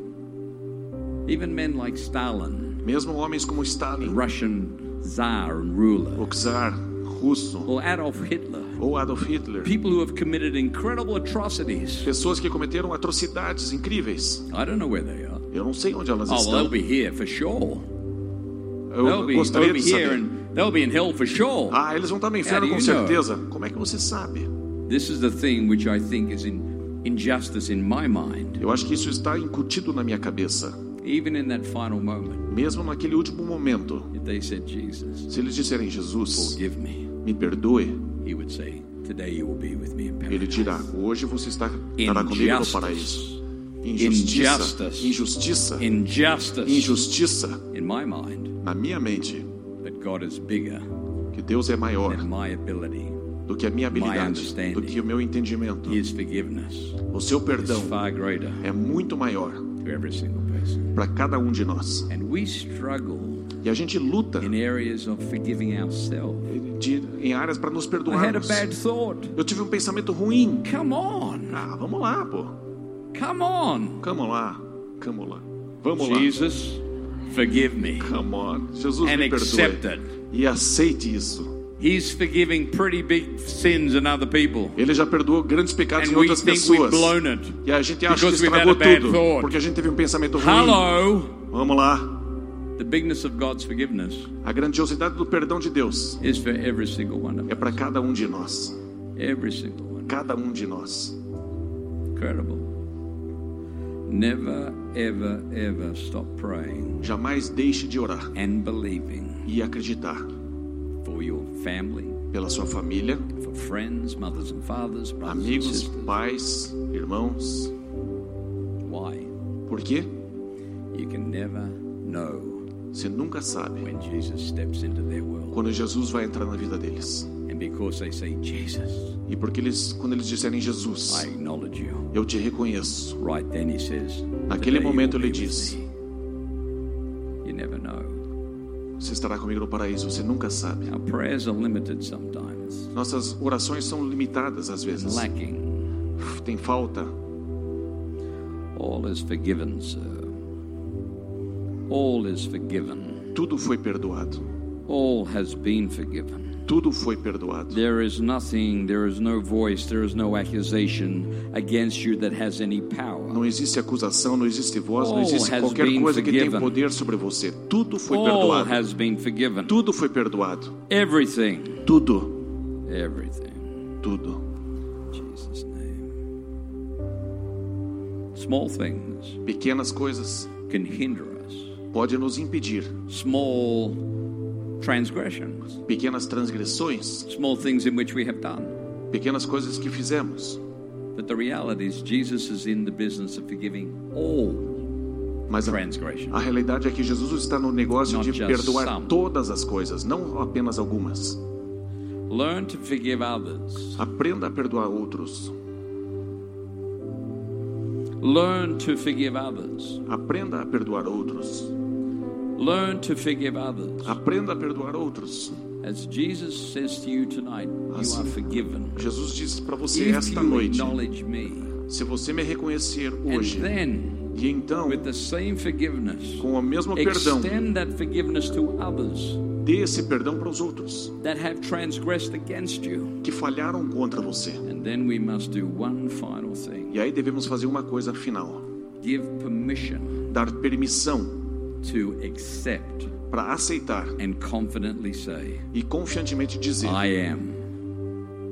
Speaker 2: Even men like Stalin,
Speaker 3: Mesmo homens como Stalin,
Speaker 2: Russian czar and ruler,
Speaker 3: o czar russo
Speaker 2: or Adolf Hitler,
Speaker 3: ou Adolf Hitler,
Speaker 2: people who have committed incredible atrocities.
Speaker 3: pessoas que cometeram atrocidades incríveis.
Speaker 2: I don't know where they are.
Speaker 3: Eu não sei onde elas
Speaker 2: Oh, well, they'll
Speaker 3: estão.
Speaker 2: be here for sure. They'll
Speaker 3: Eu
Speaker 2: be, they'll
Speaker 3: gostaria
Speaker 2: be
Speaker 3: de
Speaker 2: here
Speaker 3: saber.
Speaker 2: and they'll be in hell for sure.
Speaker 3: Ah, eles vão estar no
Speaker 2: How do
Speaker 3: inferno com
Speaker 2: you
Speaker 3: certeza. Como é que você sabe?
Speaker 2: This is the thing which I think is in injustice in my mind.
Speaker 3: Eu acho que isso está incutido na minha cabeça.
Speaker 2: Even in that final moment,
Speaker 3: Mesmo naquele último momento,
Speaker 2: if they said, Jesus,
Speaker 3: se eles disserem Jesus,
Speaker 2: forgive me,
Speaker 3: me perdoe,
Speaker 2: he would say, Today you will be with me in
Speaker 3: ele dirá:
Speaker 2: paradise.
Speaker 3: Hoje você está estará comigo no paraíso.
Speaker 2: Injustice.
Speaker 3: Injustiça,
Speaker 2: Injustice.
Speaker 3: injustiça,
Speaker 2: Injustice
Speaker 3: injustiça
Speaker 2: in my mind.
Speaker 3: na minha mente
Speaker 2: But God is bigger
Speaker 3: que Deus é maior
Speaker 2: than my ability.
Speaker 3: do que a minha habilidade,
Speaker 2: understanding.
Speaker 3: do que o meu entendimento.
Speaker 2: His forgiveness
Speaker 3: O seu
Speaker 2: is
Speaker 3: perdão
Speaker 2: far greater
Speaker 3: é muito maior
Speaker 2: to every single person.
Speaker 3: para cada um de nós.
Speaker 2: And we struggle
Speaker 3: E a gente luta
Speaker 2: in areas of forgiving ourselves.
Speaker 3: de, em áreas para nos
Speaker 2: I had a
Speaker 3: perdoarmos.
Speaker 2: bad thought.
Speaker 3: Eu tive um pensamento ruim.
Speaker 2: Come on.
Speaker 3: Ah, vamos lá, pô.
Speaker 2: Come on.
Speaker 3: Camo lá. Camo lá. Vamos lá.
Speaker 2: Jesus, forgive me.
Speaker 3: Come on. Jesus
Speaker 2: And
Speaker 3: me
Speaker 2: accept
Speaker 3: perdoe.
Speaker 2: it.
Speaker 3: E aceite isso.
Speaker 2: He's forgiving pretty big sins in other people.
Speaker 3: Ele já perdoou grandes pecados
Speaker 2: And
Speaker 3: em
Speaker 2: we
Speaker 3: outras
Speaker 2: think we've
Speaker 3: pessoas.
Speaker 2: blown it.
Speaker 3: E a gente acha que
Speaker 2: Because we've had
Speaker 3: estragou
Speaker 2: a bad
Speaker 3: tudo.
Speaker 2: thought.
Speaker 3: Porque a gente teve um pensamento ruim.
Speaker 2: Hello.
Speaker 3: Vamos lá.
Speaker 2: The bigness of God's forgiveness
Speaker 3: A grandiosidade do perdão de Deus
Speaker 2: is for every single one of
Speaker 3: é
Speaker 2: us.
Speaker 3: para cada um de nós.
Speaker 2: Every single one.
Speaker 3: Cada um de nós.
Speaker 2: Incredible. Never, ever, ever stop praying
Speaker 3: Jamais deixe de orar
Speaker 2: and believing
Speaker 3: e acreditar
Speaker 2: for your family,
Speaker 3: pela sua família,
Speaker 2: for friends, mothers and fathers, brothers and
Speaker 3: amigos,
Speaker 2: sisters.
Speaker 3: pais, irmãos.
Speaker 2: Why?
Speaker 3: Por quê?
Speaker 2: You can never know
Speaker 3: Você nunca sabe
Speaker 2: when Jesus steps into their world.
Speaker 3: quando Jesus vai entrar na vida deles.
Speaker 2: And because they say, Jesus,
Speaker 3: E porque eles, quando eles disserem
Speaker 2: I
Speaker 3: Jesus,
Speaker 2: acknowledge you.
Speaker 3: eu te reconheço.
Speaker 2: Right then he says, "Today
Speaker 3: Naquele
Speaker 2: you
Speaker 3: momento
Speaker 2: will
Speaker 3: ele
Speaker 2: be with
Speaker 3: diz,
Speaker 2: me." You never know.
Speaker 3: Você estará comigo no paraíso. Você nunca sabe.
Speaker 2: Our prayers are limited sometimes,
Speaker 3: Nossas orações são limitadas às vezes.
Speaker 2: lacking.
Speaker 3: Tem falta.
Speaker 2: All is forgiven, sir. All is forgiven.
Speaker 3: Tudo foi perdoado.
Speaker 2: All has been forgiven.
Speaker 3: Tudo foi perdoado.
Speaker 2: There is nothing, there is no voice, there is no accusation against you that has any power.
Speaker 3: Não existe acusação, não existe voz, não
Speaker 2: All
Speaker 3: existe
Speaker 2: Oh, has
Speaker 3: qualquer
Speaker 2: been
Speaker 3: coisa que tenha
Speaker 2: forgiven.
Speaker 3: poder sobre você. Tudo foi
Speaker 2: All
Speaker 3: perdoado.
Speaker 2: has been forgiven.
Speaker 3: Tudo foi perdoado.
Speaker 2: Everything.
Speaker 3: Tudo,
Speaker 2: Everything.
Speaker 3: tudo.
Speaker 2: In Jesus' name. Small things
Speaker 3: Pequenas coisas
Speaker 2: can hinder us.
Speaker 3: podem nos impedir.
Speaker 2: Small transgressions.
Speaker 3: Pequenas transgressões,
Speaker 2: Small things in which we have done.
Speaker 3: pequenas coisas que fizemos.
Speaker 2: But the reality is Jesus is in the business of forgiving all
Speaker 3: Mas a,
Speaker 2: transgressions.
Speaker 3: a realidade é que Jesus está no negócio
Speaker 2: Not
Speaker 3: de
Speaker 2: just
Speaker 3: perdoar
Speaker 2: some.
Speaker 3: todas as coisas, não apenas algumas.
Speaker 2: Learn to forgive others.
Speaker 3: Aprenda a perdoar outros.
Speaker 2: Learn to forgive others.
Speaker 3: Aprenda a perdoar outros.
Speaker 2: Learn to forgive others.
Speaker 3: Aprenda a perdoar outros.
Speaker 2: As Jesus says to you tonight, you are
Speaker 3: Assim.
Speaker 2: forgiven.
Speaker 3: Jesus disse para você
Speaker 2: If
Speaker 3: esta
Speaker 2: you
Speaker 3: noite:
Speaker 2: acknowledge me,
Speaker 3: se você me reconhecer
Speaker 2: and
Speaker 3: hoje,
Speaker 2: then
Speaker 3: e então,
Speaker 2: with the same forgiveness,
Speaker 3: com o mesmo perdão,
Speaker 2: extend that forgiveness to others
Speaker 3: dê esse perdão para os outros
Speaker 2: that have transgressed against you.
Speaker 3: que falharam contra você.
Speaker 2: And then we must do one final thing
Speaker 3: E aí devemos fazer uma coisa final:
Speaker 2: give permission
Speaker 3: dar permissão
Speaker 2: to accept
Speaker 3: para aceitar
Speaker 2: and confidently say,
Speaker 3: e confiantemente dizer:
Speaker 2: I am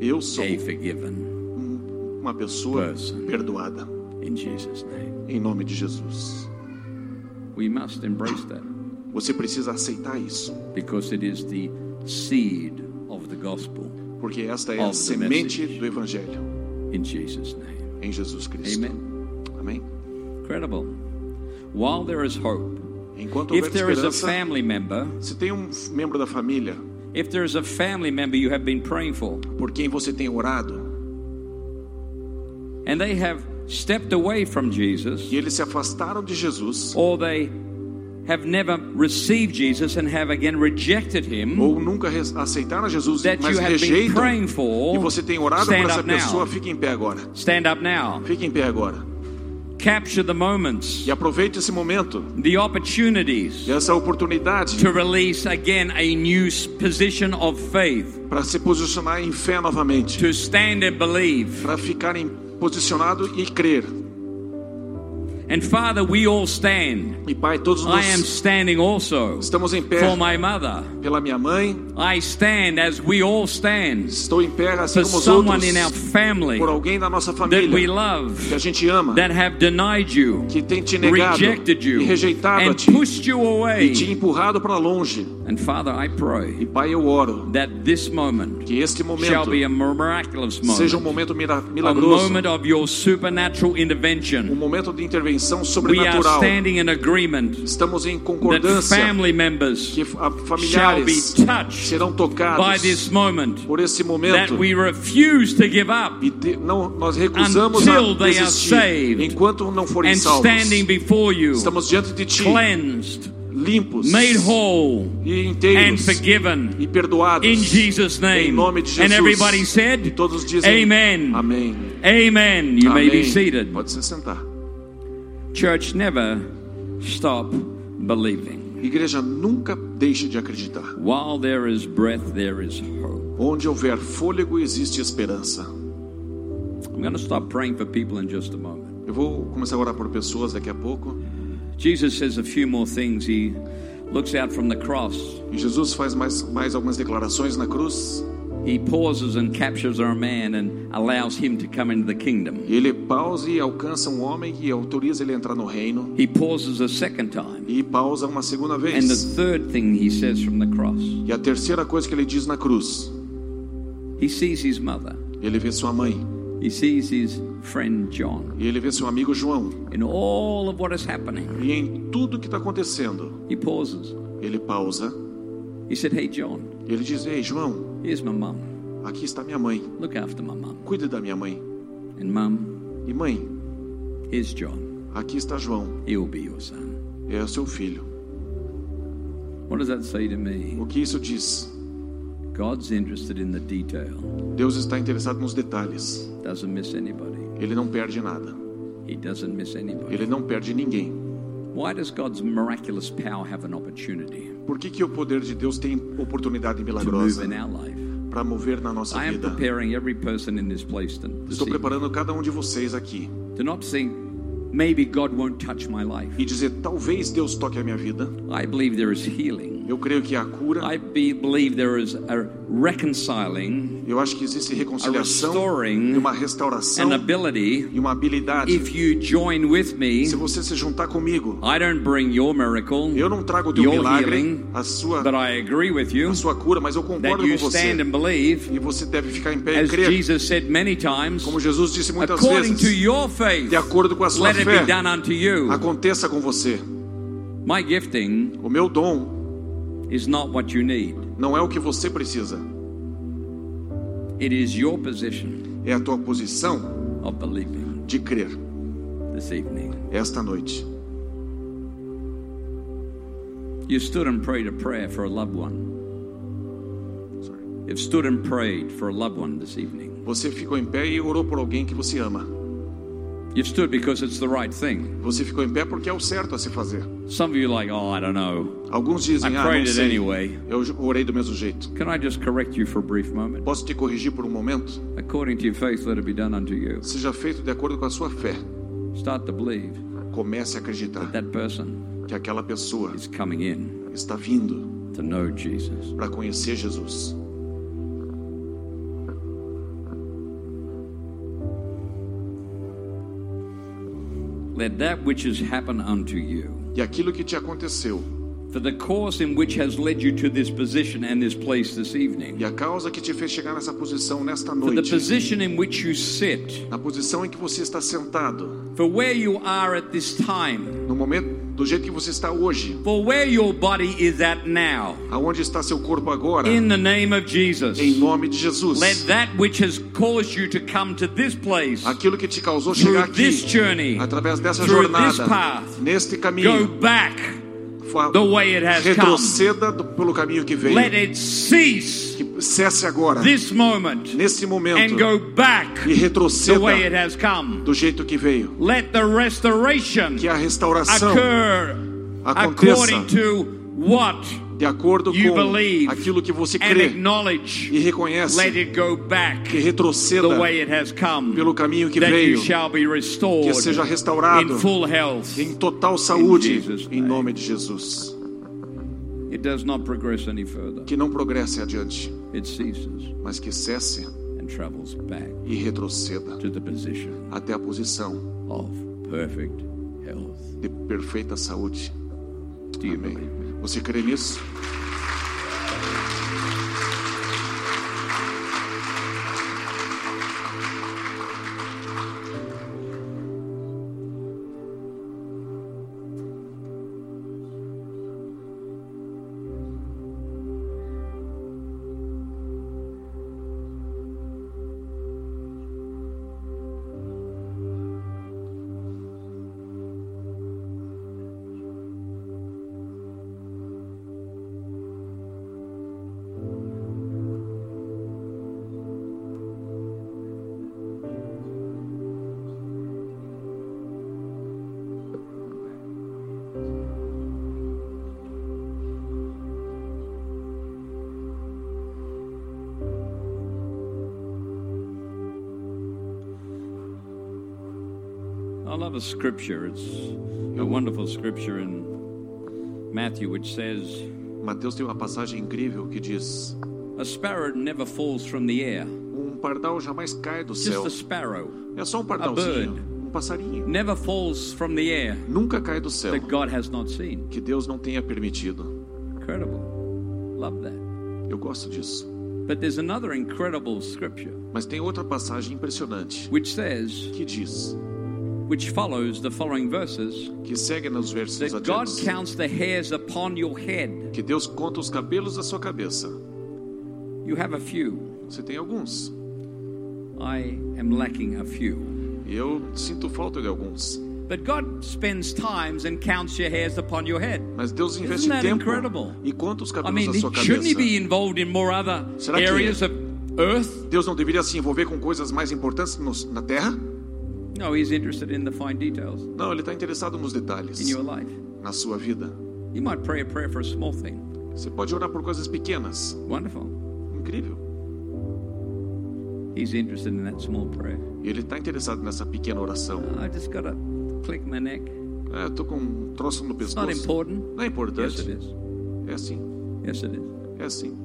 Speaker 3: Eu sou
Speaker 2: a forgiven
Speaker 3: uma pessoa
Speaker 2: person.
Speaker 3: perdoada.
Speaker 2: in Jesus' name.
Speaker 3: Em nome de Jesus.
Speaker 2: We must embrace that.
Speaker 3: Você precisa aceitar isso,
Speaker 2: because it is the seed of the gospel
Speaker 3: porque esta é a
Speaker 2: Of the
Speaker 3: semente
Speaker 2: message.
Speaker 3: do Evangelho
Speaker 2: in Jesus' name.
Speaker 3: em Jesus Cristo.
Speaker 2: Amen.
Speaker 3: Amém.
Speaker 2: Incredible. While there is hope,
Speaker 3: Enquanto houver
Speaker 2: if there is a
Speaker 3: esperança,
Speaker 2: family member,
Speaker 3: se tem um membro da família
Speaker 2: if there is a family member you have been praying for,
Speaker 3: por quem você tem orado
Speaker 2: and they have stepped away from Jesus,
Speaker 3: e eles se afastaram de Jesus
Speaker 2: or they have never received Jesus and have again rejected him,
Speaker 3: ou nunca re- aceitaram a Jesus,
Speaker 2: that
Speaker 3: Oh, mas
Speaker 2: you have been
Speaker 3: rejeitam
Speaker 2: praying
Speaker 3: e
Speaker 2: for,
Speaker 3: você tem orado por
Speaker 2: stand
Speaker 3: essa
Speaker 2: up now.
Speaker 3: pessoa, fique em pé agora.
Speaker 2: Stand up now.
Speaker 3: Fique em pé agora.
Speaker 2: Capture the moments,
Speaker 3: E aproveite esse momento,
Speaker 2: the opportunities
Speaker 3: essa oportunidade
Speaker 2: to release again a new s- position of faith.
Speaker 3: para se posicionar em fé novamente,
Speaker 2: to stand and believe.
Speaker 3: para ficar em, posicionado e crer.
Speaker 2: And Father, we all stand.
Speaker 3: E Pai, todos
Speaker 2: I am
Speaker 3: nós
Speaker 2: standing also
Speaker 3: estamos em pé
Speaker 2: for my mother.
Speaker 3: pela minha mãe,
Speaker 2: I stand as we all stand
Speaker 3: estou em pé assim
Speaker 2: for
Speaker 3: como os
Speaker 2: someone in our
Speaker 3: outros,
Speaker 2: family
Speaker 3: por alguém da nossa
Speaker 2: that we
Speaker 3: família que
Speaker 2: love
Speaker 3: a gente ama,
Speaker 2: that have denied you,
Speaker 3: que tem te negado
Speaker 2: rejected
Speaker 3: e
Speaker 2: you,
Speaker 3: rejeitado a
Speaker 2: and
Speaker 3: ti,
Speaker 2: pushed you
Speaker 3: e
Speaker 2: away.
Speaker 3: te empurrado para longe.
Speaker 2: And Father, I
Speaker 3: E
Speaker 2: pray
Speaker 3: Pai, eu oro
Speaker 2: that this moment
Speaker 3: que este
Speaker 2: shall
Speaker 3: momento
Speaker 2: be a miraculous
Speaker 3: seja um
Speaker 2: moment,
Speaker 3: momento mira-
Speaker 2: a
Speaker 3: milagroso,
Speaker 2: moment of your supernatural
Speaker 3: um
Speaker 2: intervention.
Speaker 3: momento de intervenção
Speaker 2: We are
Speaker 3: sobrenatural.
Speaker 2: standing in agreement
Speaker 3: Estamos em
Speaker 2: that
Speaker 3: concordância
Speaker 2: family members
Speaker 3: que fa-
Speaker 2: shall be
Speaker 3: familiares
Speaker 2: touched
Speaker 3: serão
Speaker 2: by
Speaker 3: tocados
Speaker 2: this moment
Speaker 3: por esse
Speaker 2: that
Speaker 3: momento
Speaker 2: we refuse to give up
Speaker 3: e de- não, nós recusamos
Speaker 2: Until
Speaker 3: a
Speaker 2: they are
Speaker 3: desistir
Speaker 2: saved
Speaker 3: enquanto não forem
Speaker 2: and standing
Speaker 3: salvos.
Speaker 2: before you
Speaker 3: Estamos diante de Ti,
Speaker 2: cleansed
Speaker 3: limpos
Speaker 2: made whole
Speaker 3: e
Speaker 2: and
Speaker 3: inteiros
Speaker 2: forgiven
Speaker 3: e perdoados
Speaker 2: in Jesus
Speaker 3: em
Speaker 2: name
Speaker 3: nome de Jesus.
Speaker 2: and everybody
Speaker 3: e
Speaker 2: said
Speaker 3: todos dizem
Speaker 2: amen
Speaker 3: Amém.
Speaker 2: amen you may be
Speaker 3: Amém.
Speaker 2: seated
Speaker 3: Pode se sentar.
Speaker 2: church never stop believing
Speaker 3: Igreja, nunca deixe de acreditar.
Speaker 2: while there is breath there is hope
Speaker 3: Onde houver fôlego, existe esperança.
Speaker 2: I'm going to stop praying for people in just a moment
Speaker 3: Eu vou começar a orar por pessoas daqui a pouco.
Speaker 2: Jesus says a few more things he looks out from the cross
Speaker 3: E Jesus faz mais, mais algumas declarações na cruz.
Speaker 2: He pauses and captures our man and allows him to come into the kingdom.
Speaker 3: E ele pausa e alcança um homem e autoriza ele a entrar no reino.
Speaker 2: He pauses a second time.
Speaker 3: E pausa uma segunda
Speaker 2: And the
Speaker 3: vez.
Speaker 2: third thing he says from the cross,
Speaker 3: E a terceira coisa que ele diz na cruz:
Speaker 2: he sees his mother,
Speaker 3: ele vê sua mãe.
Speaker 2: he sees his friend John.
Speaker 3: E ele vê seu amigo João.
Speaker 2: In all of what is happening,
Speaker 3: E em tudo que está acontecendo,
Speaker 2: he pauses.
Speaker 3: ele pausa.
Speaker 2: He said, Hey, John,
Speaker 3: E ele diz: Ei, João,
Speaker 2: here's my mum.
Speaker 3: aqui está minha mãe.
Speaker 2: Look after my mum.
Speaker 3: Cuide da minha mãe.
Speaker 2: And mum,
Speaker 3: E mãe,
Speaker 2: here's John.
Speaker 3: aqui está João.
Speaker 2: He will be your son.
Speaker 3: É o seu filho.
Speaker 2: What does that say to me?
Speaker 3: O que isso diz?
Speaker 2: God's interested in the detail,
Speaker 3: Deus está interessado nos detalhes.
Speaker 2: doesn't miss anybody.
Speaker 3: Ele não perde nada.
Speaker 2: He doesn't miss anybody.
Speaker 3: Ele não perde ninguém.
Speaker 2: Why does God's miraculous power have an opportunity
Speaker 3: Por que, que o poder de Deus tem oportunidade
Speaker 2: to move
Speaker 3: milagrosa
Speaker 2: in our life?
Speaker 3: para mover na nossa
Speaker 2: né? I am
Speaker 3: vida.
Speaker 2: preparing every person in this place to, this
Speaker 3: Estou
Speaker 2: evening
Speaker 3: preparando cada um de vocês aqui
Speaker 2: to not think maybe God won't touch my life.
Speaker 3: e dizer: talvez Deus toque a minha vida.
Speaker 2: I believe there is healing.
Speaker 3: Eu creio que há cura.
Speaker 2: I be, believe there is a reconciling,
Speaker 3: Eu acho que existe
Speaker 2: a
Speaker 3: reconciliação, e
Speaker 2: restoring,
Speaker 3: uma restauração
Speaker 2: an ability.
Speaker 3: e uma habilidade.
Speaker 2: If you join with me,
Speaker 3: Se você se juntar comigo,
Speaker 2: I don't bring your miracle,
Speaker 3: eu não trago o teu
Speaker 2: Your
Speaker 3: milagre,
Speaker 2: healing,
Speaker 3: a sua,
Speaker 2: but I agree with you
Speaker 3: a sua cura, mas eu
Speaker 2: that
Speaker 3: concordo com
Speaker 2: you
Speaker 3: você.
Speaker 2: stand and believe,
Speaker 3: E você deve ficar em pé e
Speaker 2: as
Speaker 3: crer,
Speaker 2: Jesus said many times,
Speaker 3: como Jesus disse muitas
Speaker 2: according to
Speaker 3: vezes,
Speaker 2: your faith,
Speaker 3: de acordo com a sua
Speaker 2: let it be
Speaker 3: fé,
Speaker 2: done unto you.
Speaker 3: aconteça com você.
Speaker 2: My gifting
Speaker 3: O meu dom
Speaker 2: is not what you need,
Speaker 3: não é o que você precisa,
Speaker 2: it is your position
Speaker 3: é a tua posição
Speaker 2: of believing
Speaker 3: de crer
Speaker 2: this evening.
Speaker 3: esta noite.
Speaker 2: You stood and prayed a prayer for a loved one.
Speaker 3: Sorry.
Speaker 2: You've stood and prayed for a loved one this evening.
Speaker 3: Você ficou em pé e orou por alguém que você ama.
Speaker 2: You've stood because it's the right thing.
Speaker 3: Você ficou em pé porque é o certo a se fazer.
Speaker 2: Some of you are like, oh, I don't know.
Speaker 3: Alguns
Speaker 2: I
Speaker 3: dizem, ah, não
Speaker 2: prayed it
Speaker 3: sei.
Speaker 2: anyway.
Speaker 3: Eu orei do mesmo jeito.
Speaker 2: Can I just correct you for a brief moment?
Speaker 3: Posso te corrigir por um momento?
Speaker 2: According to your faith, let it be done unto you.
Speaker 3: Seja feito de acordo com a sua fé.
Speaker 2: Start to believe
Speaker 3: Comece a acreditar
Speaker 2: that person
Speaker 3: que aquela pessoa
Speaker 2: is coming in
Speaker 3: está vindo
Speaker 2: to know Jesus.
Speaker 3: para conhecer Jesus.
Speaker 2: Let that which has happened unto you,
Speaker 3: E aquilo que te aconteceu
Speaker 2: for the course in which has led you to this position and this place this evening,
Speaker 3: e a causa que te fez chegar nessa posição nesta
Speaker 2: for the
Speaker 3: noite,
Speaker 2: position in which you sit,
Speaker 3: na posição em que você está sentado,
Speaker 2: for where you are at this time,
Speaker 3: no momento, do jeito que você está hoje,
Speaker 2: for where your body is at now,
Speaker 3: aonde está seu corpo agora,
Speaker 2: in the name of
Speaker 3: em
Speaker 2: Jesus,
Speaker 3: nome de Jesus.
Speaker 2: let that which has caused you to come to this place
Speaker 3: Aquilo que te causou chegar
Speaker 2: through
Speaker 3: aqui,
Speaker 2: this journey
Speaker 3: através dessa
Speaker 2: through
Speaker 3: jornada,
Speaker 2: this path,
Speaker 3: neste
Speaker 2: go
Speaker 3: caminho,
Speaker 2: back
Speaker 3: fa-
Speaker 2: the way it has come.
Speaker 3: retroceda do- pelo caminho que veio.
Speaker 2: Let it cease
Speaker 3: Que cesse agora,
Speaker 2: this moment
Speaker 3: nesse momento,
Speaker 2: and go back
Speaker 3: e
Speaker 2: the way it
Speaker 3: retroceda
Speaker 2: has come.
Speaker 3: do jeito que veio.
Speaker 2: Let the restoration
Speaker 3: Que a restauração
Speaker 2: occur
Speaker 3: aconteça
Speaker 2: according to what
Speaker 3: de acordo
Speaker 2: you
Speaker 3: com
Speaker 2: believe
Speaker 3: aquilo que você
Speaker 2: and
Speaker 3: crê
Speaker 2: acknowledge.
Speaker 3: e reconhece.
Speaker 2: Let it go back
Speaker 3: que retroceda
Speaker 2: the way it has come.
Speaker 3: pelo caminho que
Speaker 2: That you
Speaker 3: veio,
Speaker 2: shall be restored
Speaker 3: que seja restaurado
Speaker 2: in full health.
Speaker 3: em total saúde,
Speaker 2: In Jesus'
Speaker 3: em
Speaker 2: name.
Speaker 3: nome de Jesus.
Speaker 2: It does not progress any further.
Speaker 3: Que não progresse adiante,
Speaker 2: It ceases
Speaker 3: mas que cesse
Speaker 2: and travels back
Speaker 3: e retroceda
Speaker 2: to the position
Speaker 3: até a posição
Speaker 2: of perfect health.
Speaker 3: de perfeita saúde.
Speaker 2: Do you
Speaker 3: Amém.
Speaker 2: believe me?
Speaker 3: Você crê nisso?
Speaker 2: I love a scripture. It's a wonderful scripture in Matthew, which says,
Speaker 3: Mateus tem uma passagem incrível que diz:
Speaker 2: A sparrow never falls from the air.
Speaker 3: Um pardal jamais cai do
Speaker 2: Just
Speaker 3: céu.
Speaker 2: a sparrow
Speaker 3: É só um pardalzinho, um passarinho.
Speaker 2: never falls from the air
Speaker 3: Nunca cai do céu
Speaker 2: that God has not seen.
Speaker 3: que Deus não tenha permitido.
Speaker 2: Incredible. Love that.
Speaker 3: Eu gosto disso.
Speaker 2: But there's another incredible scripture
Speaker 3: Mas tem outra passagem impressionante
Speaker 2: which says,
Speaker 3: que diz
Speaker 2: which follows the following verses,
Speaker 3: que segue nos
Speaker 2: that
Speaker 3: versos
Speaker 2: God
Speaker 3: adiantes
Speaker 2: counts the hairs upon your head.
Speaker 3: que Deus conta os cabelos da sua cabeça.
Speaker 2: You have a few.
Speaker 3: Você tem alguns.
Speaker 2: I am lacking a few.
Speaker 3: E eu sinto falta de alguns.
Speaker 2: But God spends times and counts your hairs upon your head.
Speaker 3: Mas Deus investe
Speaker 2: Isn't that
Speaker 3: tempo
Speaker 2: incredible?
Speaker 3: e conta os
Speaker 2: I
Speaker 3: cabelos
Speaker 2: mean,
Speaker 3: da sua
Speaker 2: shouldn't he be
Speaker 3: cabeça.
Speaker 2: involved in more other
Speaker 3: Será que-
Speaker 2: areas of earth?
Speaker 3: Deus não deveria se envolver com coisas mais importantes nos- na terra?
Speaker 2: No, he's interested in the fine details
Speaker 3: Não, ele está interessado nos detalhes,
Speaker 2: in your life.
Speaker 3: na sua vida.
Speaker 2: You might pray a prayer for a small thing.
Speaker 3: Você pode orar por coisas pequenas.
Speaker 2: Wonderful.
Speaker 3: Incrível.
Speaker 2: He's interested in that small prayer.
Speaker 3: Ele está interessado nessa pequena oração.
Speaker 2: I just got to click my neck.
Speaker 3: Ah, eu tô com um troço no
Speaker 2: It's not
Speaker 3: pescoço.
Speaker 2: important.
Speaker 3: Não é
Speaker 2: Yes, it
Speaker 3: importante.
Speaker 2: is.
Speaker 3: É assim,
Speaker 2: Yes, it is.
Speaker 3: é assim.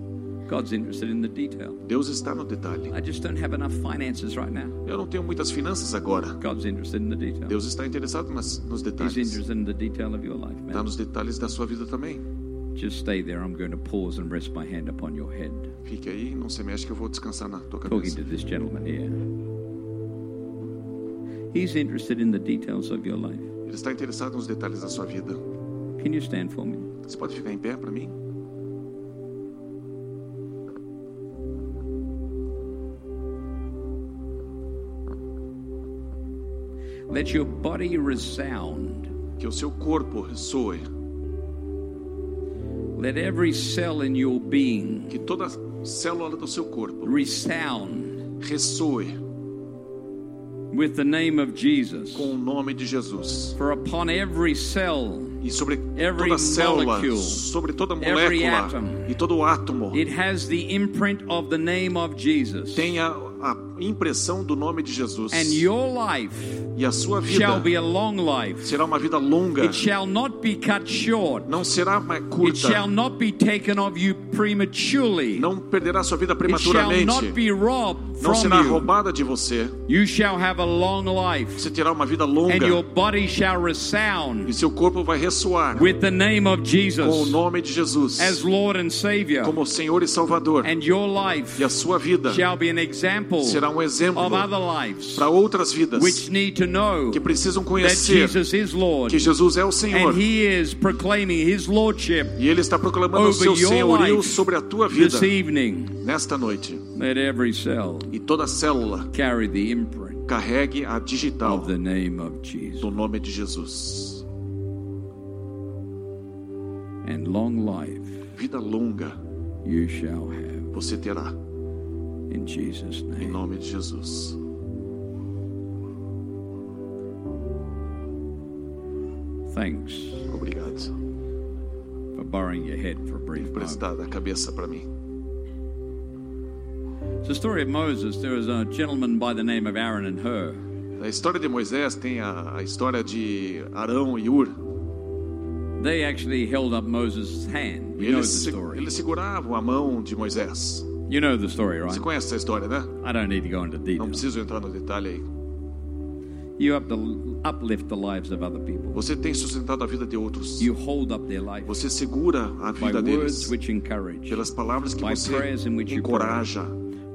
Speaker 2: God's interested in the detail.
Speaker 3: Deus está no detalhe.
Speaker 2: I just don't have enough finances right now.
Speaker 3: Eu não tenho muitas finanças agora.
Speaker 2: God's interested in the detail.
Speaker 3: Deus está interessado nas,
Speaker 2: He's
Speaker 3: nos detalhes.
Speaker 2: interested in the detail of your life,
Speaker 3: Está
Speaker 2: man.
Speaker 3: nos detalhes da sua vida também.
Speaker 2: Just stay there. I'm going to pause and rest my hand upon your head.
Speaker 3: Fique aí, não se mexe que eu vou descansar na tua
Speaker 2: Talking
Speaker 3: cabeça.
Speaker 2: to this gentleman here. He's interested in the details of your life.
Speaker 3: Ele está interessado nos detalhes da sua vida.
Speaker 2: Can you stand for me?
Speaker 3: Você pode ficar em pé para mim?
Speaker 2: Let your body resound.
Speaker 3: Que o seu corpo ressoe.
Speaker 2: Let every cell in your being
Speaker 3: Que toda célula do seu corpo
Speaker 2: resound
Speaker 3: ressoe
Speaker 2: with the name of Jesus.
Speaker 3: com o nome de Jesus.
Speaker 2: For upon every cell
Speaker 3: E sobre
Speaker 2: Every
Speaker 3: toda célula,
Speaker 2: molecule,
Speaker 3: sobre toda
Speaker 2: every
Speaker 3: molécula
Speaker 2: atom,
Speaker 3: e todo átomo,
Speaker 2: it has the imprint of the name of Jesus.
Speaker 3: tenha a impressão do nome de Jesus.
Speaker 2: And your life
Speaker 3: E a sua vida
Speaker 2: shall be a long life.
Speaker 3: será uma vida longa.
Speaker 2: It shall not be cut short.
Speaker 3: Não será mais
Speaker 2: It
Speaker 3: curta.
Speaker 2: shall not be taken of you prematurely.
Speaker 3: Não perderá sua vida
Speaker 2: It shall
Speaker 3: prematuramente.
Speaker 2: not be robbed
Speaker 3: Não será
Speaker 2: from
Speaker 3: roubada de você.
Speaker 2: you. You shall have a long life,
Speaker 3: Você terá uma vida
Speaker 2: and your
Speaker 3: longa
Speaker 2: body shall resound
Speaker 3: e seu corpo vai ressoar
Speaker 2: with the name of
Speaker 3: com o
Speaker 2: Jesus
Speaker 3: nome de Jesus
Speaker 2: as Lord and Savior.
Speaker 3: como Senhor e Salvador.
Speaker 2: And your life
Speaker 3: E a sua vida
Speaker 2: shall be an example
Speaker 3: será um exemplo
Speaker 2: of other lives
Speaker 3: para outras vidas
Speaker 2: which need to know
Speaker 3: que precisam
Speaker 2: that
Speaker 3: conhecer
Speaker 2: Jesus is Lord
Speaker 3: que Jesus é o Senhor
Speaker 2: and He is proclaiming His Lordship
Speaker 3: e Ele está proclamando o
Speaker 2: over
Speaker 3: seu
Speaker 2: your
Speaker 3: senhorio
Speaker 2: life
Speaker 3: sobre a tua vida
Speaker 2: this evening.
Speaker 3: nesta noite.
Speaker 2: Let every cell
Speaker 3: E toda célula
Speaker 2: carry the imprint
Speaker 3: carregue a digital
Speaker 2: of the name of Jesus.
Speaker 3: do nome de Jesus.
Speaker 2: And long life
Speaker 3: Vida longa
Speaker 2: you shall have
Speaker 3: você terá
Speaker 2: in Jesus'
Speaker 3: em
Speaker 2: name.
Speaker 3: nome de Jesus.
Speaker 2: Thanks
Speaker 3: Obrigado.
Speaker 2: for borrowing your head for a brief moment.
Speaker 3: emprestar a cabeça para mim.
Speaker 2: It's the story of Moses. There was a gentleman by the name of Aaron and Hur.
Speaker 3: Na história de Moisés tem a, a história de Arão e Ur.
Speaker 2: They actually held up Moses' hand. You know the
Speaker 3: Eles, se-
Speaker 2: story.
Speaker 3: eles seguravam a mão de Moisés.
Speaker 2: You know the story, right?
Speaker 3: Você conhece essa história, né?
Speaker 2: I don't need to go into
Speaker 3: Não
Speaker 2: detail.
Speaker 3: preciso entrar no detalhe aí.
Speaker 2: You up to uplift the lives of other people.
Speaker 3: Você tem sustentado a vida de outros.
Speaker 2: You hold up their life
Speaker 3: Você segura a
Speaker 2: by
Speaker 3: vida
Speaker 2: words
Speaker 3: deles
Speaker 2: which encourage,
Speaker 3: pelas palavras que
Speaker 2: by
Speaker 3: você
Speaker 2: prayers in which you
Speaker 3: encoraja,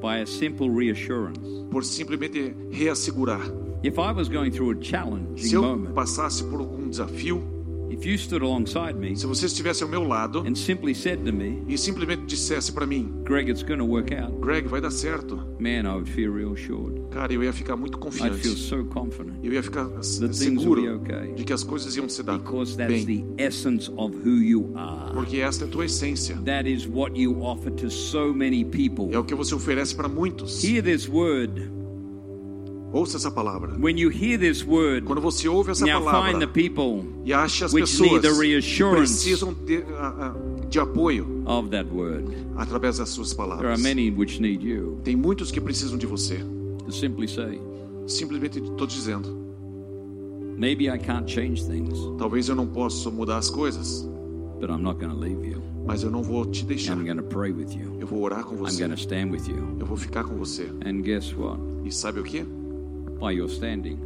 Speaker 2: by a simple reassurance.
Speaker 3: por simplesmente reassegurar.
Speaker 2: If I was going through a challenging
Speaker 3: Se eu
Speaker 2: moment,
Speaker 3: passasse por algum desafio,
Speaker 2: if you stood alongside me
Speaker 3: se você estivesse ao meu lado
Speaker 2: and simply said to me,
Speaker 3: e simplesmente dissesse para mim,
Speaker 2: Greg, it's going to work out,
Speaker 3: Greg, vai dar certo.
Speaker 2: man, I would feel reassured.
Speaker 3: Cara, eu ia ficar muito
Speaker 2: I'd feel
Speaker 3: confiante.
Speaker 2: so confident
Speaker 3: eu ia ficar
Speaker 2: things
Speaker 3: seguro
Speaker 2: will be okay.
Speaker 3: de que as coisas iam se dar
Speaker 2: because that's
Speaker 3: bem,
Speaker 2: the essence of who you are.
Speaker 3: porque esta é a tua essência.
Speaker 2: That is what you offer to so many
Speaker 3: É
Speaker 2: people.
Speaker 3: o que você oferece para muitos.
Speaker 2: Hear this word.
Speaker 3: Ouça essa palavra.
Speaker 2: When you hear this word,
Speaker 3: Quando você ouve essa
Speaker 2: now find the
Speaker 3: palavra
Speaker 2: people
Speaker 3: e acha as
Speaker 2: which
Speaker 3: pessoas
Speaker 2: need the
Speaker 3: que
Speaker 2: reassurance.
Speaker 3: precisam de, a- a- de apoio
Speaker 2: of that word.
Speaker 3: através das suas
Speaker 2: There are
Speaker 3: palavras.
Speaker 2: many which need you
Speaker 3: Tem muitos que precisam de você.
Speaker 2: to simply say,
Speaker 3: Simplesmente estou dizendo,
Speaker 2: maybe I can't change things,
Speaker 3: talvez eu não possa mudar as coisas,
Speaker 2: but I'm not going to leave you.
Speaker 3: mas eu não vou te deixar.
Speaker 2: I'm going to pray with you.
Speaker 3: Eu vou orar com
Speaker 2: I'm
Speaker 3: você.
Speaker 2: going to stand with you.
Speaker 3: Eu vou ficar com você.
Speaker 2: And guess what?
Speaker 3: E sabe o que?
Speaker 2: By your standing,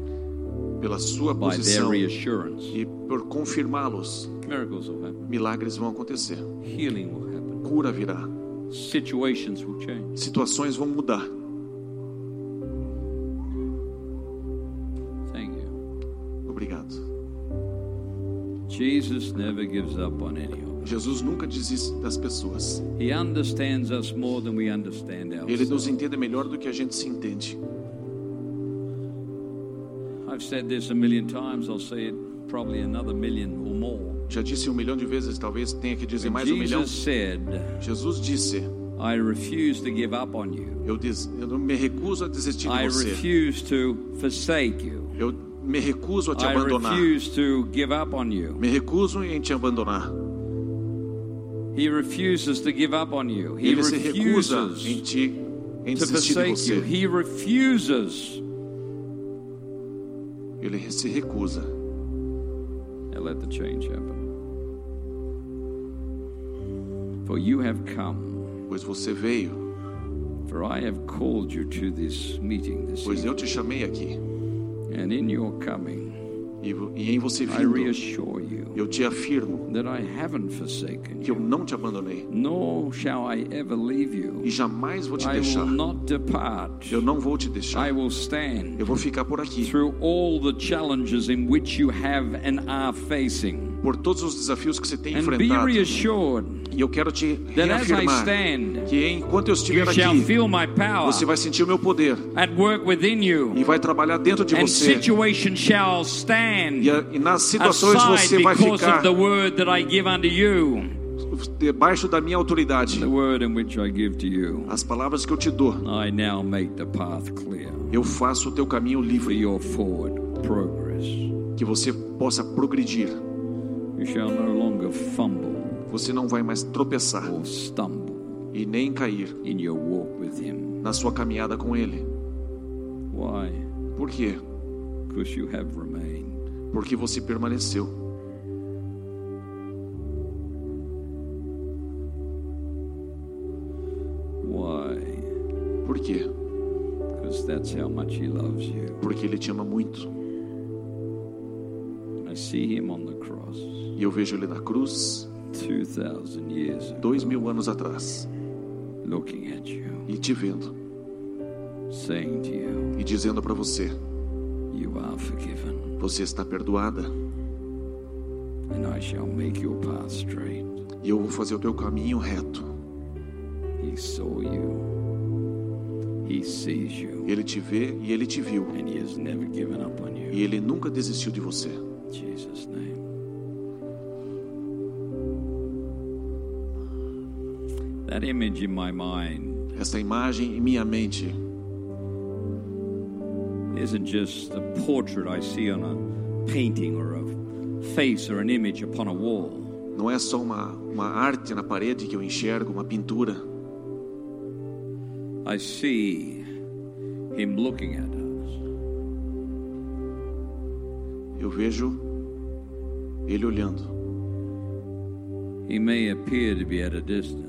Speaker 3: Pela sua
Speaker 2: by their
Speaker 3: posição
Speaker 2: reassurance,
Speaker 3: e por confirmá-los,
Speaker 2: miracles will happen,
Speaker 3: milagres vão acontecer.
Speaker 2: healing will happen,
Speaker 3: Cura virá.
Speaker 2: situations will change.
Speaker 3: Situações vão mudar.
Speaker 2: Thank you.
Speaker 3: Obrigado.
Speaker 2: Jesus never gives up on any of us.
Speaker 3: Jesus nunca desiste das pessoas.
Speaker 2: He understands us more than we understand
Speaker 3: Ele nos
Speaker 2: ourselves.
Speaker 3: entende melhor do que a gente se entende.
Speaker 2: I've said this a million times, I'll say it probably another million or more.
Speaker 3: Já disse um milhão de vezes, talvez tenha que dizer mais um milhão.
Speaker 2: Jesus said,
Speaker 3: Jesus disse:
Speaker 2: I refuse to give up on you.
Speaker 3: Eu, des... eu não me recuso a desistir
Speaker 2: I
Speaker 3: de você.
Speaker 2: refuse to forsake you.
Speaker 3: Eu me recuso a te
Speaker 2: I
Speaker 3: abandonar.
Speaker 2: refuse to give up on you.
Speaker 3: Me recuso em te abandonar.
Speaker 2: He refuses to give up on you. He
Speaker 3: Ele se recusa em
Speaker 2: refuses
Speaker 3: te em
Speaker 2: to
Speaker 3: desistir de
Speaker 2: forsake you.
Speaker 3: você.
Speaker 2: He refuses.
Speaker 3: Ele se recusa.
Speaker 2: Now let the change happen. For you have come,
Speaker 3: Pois você veio,
Speaker 2: for I have called you to this meeting this
Speaker 3: pois
Speaker 2: evening.
Speaker 3: eu te chamei aqui.
Speaker 2: And in your coming,
Speaker 3: E, vo- e em você
Speaker 2: I
Speaker 3: vindo,
Speaker 2: reassure you
Speaker 3: eu te afirmo
Speaker 2: that I haven't forsaken
Speaker 3: que eu
Speaker 2: you,
Speaker 3: não te abandonei
Speaker 2: nor shall I ever leave you.
Speaker 3: e jamais vou te
Speaker 2: I will
Speaker 3: deixar.
Speaker 2: not depart.
Speaker 3: Eu não vou te deixar.
Speaker 2: I will stand
Speaker 3: Eu vou ficar por aqui.
Speaker 2: through all the challenges in which you have and are facing.
Speaker 3: Por todos os desafios que você tem
Speaker 2: And be
Speaker 3: enfrentado.
Speaker 2: reassured
Speaker 3: E eu quero te
Speaker 2: that as I
Speaker 3: reafirmar
Speaker 2: stand,
Speaker 3: que enquanto eu estiver
Speaker 2: you shall
Speaker 3: aqui,
Speaker 2: feel my power
Speaker 3: você vai sentir o meu poder
Speaker 2: at work within you,
Speaker 3: e vai trabalhar dentro de
Speaker 2: and
Speaker 3: você.
Speaker 2: situation shall
Speaker 3: E,
Speaker 2: stand
Speaker 3: a- e nas situações
Speaker 2: aside
Speaker 3: você vai
Speaker 2: because
Speaker 3: ficar
Speaker 2: of the word that I give unto you,
Speaker 3: debaixo da minha autoridade.
Speaker 2: the word in which I give to you.
Speaker 3: As palavras que eu te dou,
Speaker 2: I now make the path clear
Speaker 3: eu faço o teu caminho
Speaker 2: for
Speaker 3: livre,
Speaker 2: your forward progress. You
Speaker 3: que você possa progredir.
Speaker 2: shall no longer fumble
Speaker 3: Você não vai mais tropeçar
Speaker 2: or stumble
Speaker 3: e nem cair
Speaker 2: in your walk with Him.
Speaker 3: na sua caminhada com Ele.
Speaker 2: Why?
Speaker 3: Por quê?
Speaker 2: Because you have remained.
Speaker 3: Porque você permaneceu.
Speaker 2: Why?
Speaker 3: Por quê?
Speaker 2: Because that's how much He loves you.
Speaker 3: Porque Ele te ama muito.
Speaker 2: I see Him on the cross
Speaker 3: E eu vejo Ele na cruz,
Speaker 2: 2,000 years ago,
Speaker 3: dois mil anos atrás,
Speaker 2: looking at you,
Speaker 3: e te vendo,
Speaker 2: saying to you,
Speaker 3: e dizendo para você:
Speaker 2: You are forgiven,
Speaker 3: Você está perdoada,
Speaker 2: and I shall make your path straight.
Speaker 3: e eu vou fazer o teu caminho reto.
Speaker 2: He saw you, He sees you.
Speaker 3: Ele te vê e Ele te viu,
Speaker 2: And he has never given up on you.
Speaker 3: e Ele nunca desistiu de você.
Speaker 2: In Jesus' name. That image in my mind
Speaker 3: Esta imagem em minha mente
Speaker 2: isn't just a portrait I see on a painting or a face or an image upon a wall.
Speaker 3: não é só uma, uma arte na parede que eu enxergo, uma pintura.
Speaker 2: I see him looking at us.
Speaker 3: Eu vejo Ele olhando.
Speaker 2: He may appear to be at a distance,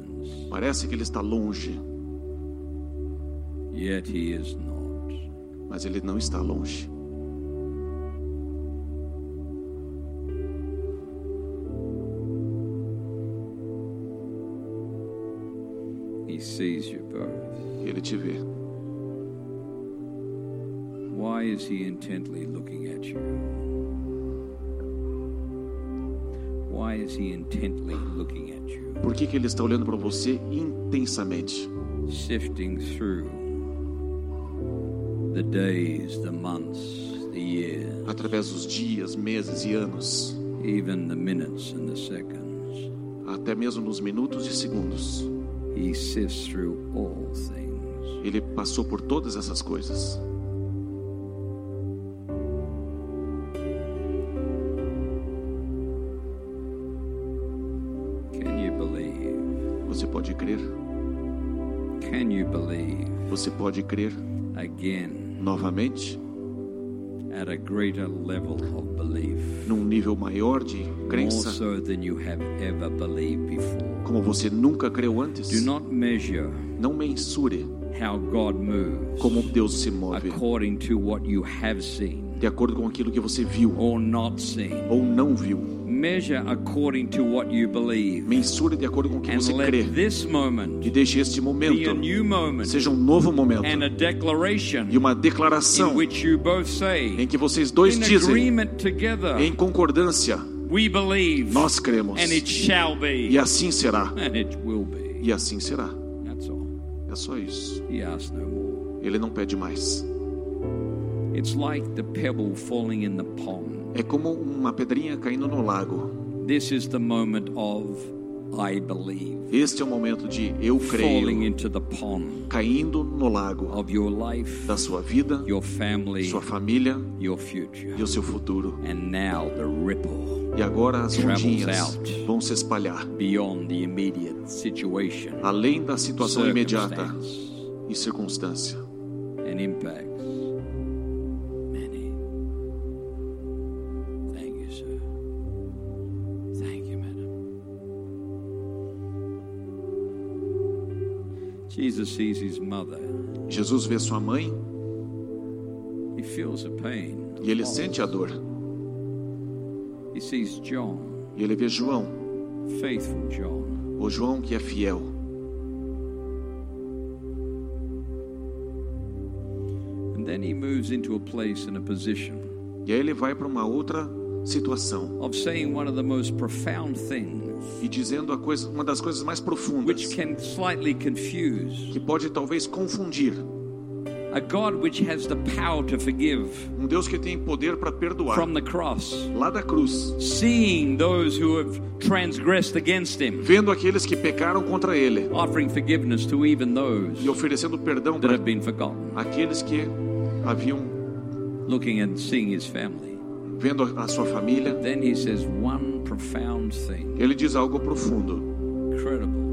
Speaker 3: Parece que Ele está longe,
Speaker 2: yet he is not.
Speaker 3: mas Ele não está longe.
Speaker 2: He sees you both.
Speaker 3: Ele te vê.
Speaker 2: Why is he intently looking at you? Why is he intently looking at you?
Speaker 3: Por que, que Ele está olhando para você intensamente?
Speaker 2: Sifting through the days, the months, the years,
Speaker 3: Através dos dias, meses e anos,
Speaker 2: even the minutes and the seconds.
Speaker 3: até mesmo nos minutos e segundos.
Speaker 2: He sifts through all things.
Speaker 3: Ele passou por todas essas coisas.
Speaker 2: Can you believe?
Speaker 3: Você pode crer,
Speaker 2: Can you believe
Speaker 3: você pode crer
Speaker 2: again
Speaker 3: novamente,
Speaker 2: at a greater level of belief?
Speaker 3: num nível maior de
Speaker 2: More
Speaker 3: crença,
Speaker 2: so than you have ever believed before.
Speaker 3: como você nunca creu antes.
Speaker 2: Do not measure
Speaker 3: Não mensure
Speaker 2: how God moves
Speaker 3: como Deus se move,
Speaker 2: according to what you have seen
Speaker 3: de acordo com aquilo que você viu
Speaker 2: or not seen.
Speaker 3: ou não viu.
Speaker 2: Measure according to what you believe.
Speaker 3: Mensure de acordo com o que
Speaker 2: And
Speaker 3: você
Speaker 2: let
Speaker 3: crê.
Speaker 2: this moment
Speaker 3: E deixe este
Speaker 2: be
Speaker 3: momento
Speaker 2: a new moment
Speaker 3: seja um novo momento
Speaker 2: and a
Speaker 3: e
Speaker 2: declaration
Speaker 3: uma
Speaker 2: in
Speaker 3: declaração
Speaker 2: which you both
Speaker 3: em
Speaker 2: say,
Speaker 3: que vocês dois
Speaker 2: in
Speaker 3: dizem,
Speaker 2: agreement together,
Speaker 3: em concordância,
Speaker 2: we believe,
Speaker 3: nós cremos.
Speaker 2: and it shall
Speaker 3: E
Speaker 2: be,
Speaker 3: assim será.
Speaker 2: and it will be.
Speaker 3: E assim será.
Speaker 2: That's all.
Speaker 3: É só isso.
Speaker 2: He asks no more.
Speaker 3: Ele não pede mais.
Speaker 2: It's like the pebble falling in the pond.
Speaker 3: É como uma pedrinha caindo no lago.
Speaker 2: This is the moment of I believe.
Speaker 3: Este é o momento de eu
Speaker 2: Falling
Speaker 3: creio,
Speaker 2: into the pond
Speaker 3: caindo no lago
Speaker 2: of your life,
Speaker 3: da sua vida,
Speaker 2: your family,
Speaker 3: sua família
Speaker 2: your future.
Speaker 3: e o seu futuro.
Speaker 2: And now the ripple
Speaker 3: E agora as
Speaker 2: Travels
Speaker 3: ondinhas
Speaker 2: out.
Speaker 3: vão se espalhar
Speaker 2: beyond the immediate situation,
Speaker 3: além da situação imediata,
Speaker 2: circumstance,
Speaker 3: e circunstância
Speaker 2: and impacts many. Thank you, sir. Thank you, madam. Jesus sees his mother.
Speaker 3: Jesus vê sua mãe
Speaker 2: He feels the pain.
Speaker 3: e ele sente a dor
Speaker 2: He sees John,
Speaker 3: e ele vê João
Speaker 2: faithful John.
Speaker 3: o João que é fiel
Speaker 2: And then he moves into a place and a position
Speaker 3: e aí ele vai para uma outra situação
Speaker 2: of saying one of the most profound things,
Speaker 3: e dizendo a coisa uma das coisas mais profundas
Speaker 2: which can slightly confuse
Speaker 3: que pode talvez confundir
Speaker 2: a God which has the power to forgive
Speaker 3: um Deus que tem poder para perdoar
Speaker 2: from the cross.
Speaker 3: lá da cruz
Speaker 2: seeing those who have transgressed against him,
Speaker 3: vendo aqueles que pecaram contra ele
Speaker 2: offering forgiveness to even those
Speaker 3: e oferecendo perdão
Speaker 2: that
Speaker 3: para
Speaker 2: have been forgotten,
Speaker 3: aqueles que haviam
Speaker 2: looking and seeing his family.
Speaker 3: vendo a- a sua família
Speaker 2: Then he says one profound thing,
Speaker 3: ele diz algo profundo
Speaker 2: incredible.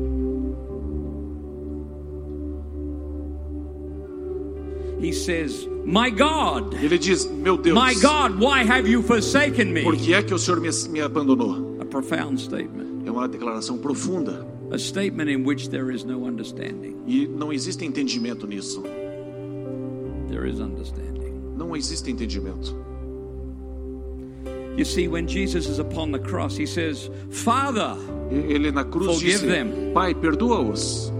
Speaker 2: He says, My God,
Speaker 3: ele diz meu Deus
Speaker 2: my God, why have you forsaken
Speaker 3: por
Speaker 2: me?
Speaker 3: que é que o Senhor me, me abandonou
Speaker 2: A profound statement.
Speaker 3: é uma declaração profunda
Speaker 2: A statement in which there is no understanding.
Speaker 3: e não existe entendimento nisso
Speaker 2: There is understanding.
Speaker 3: não existe entendimento
Speaker 2: You see, when Jesus is upon the cross, he says, Father,
Speaker 3: E- ele na cruz
Speaker 2: Forgive
Speaker 3: disse
Speaker 2: them.
Speaker 3: pai perdoa-os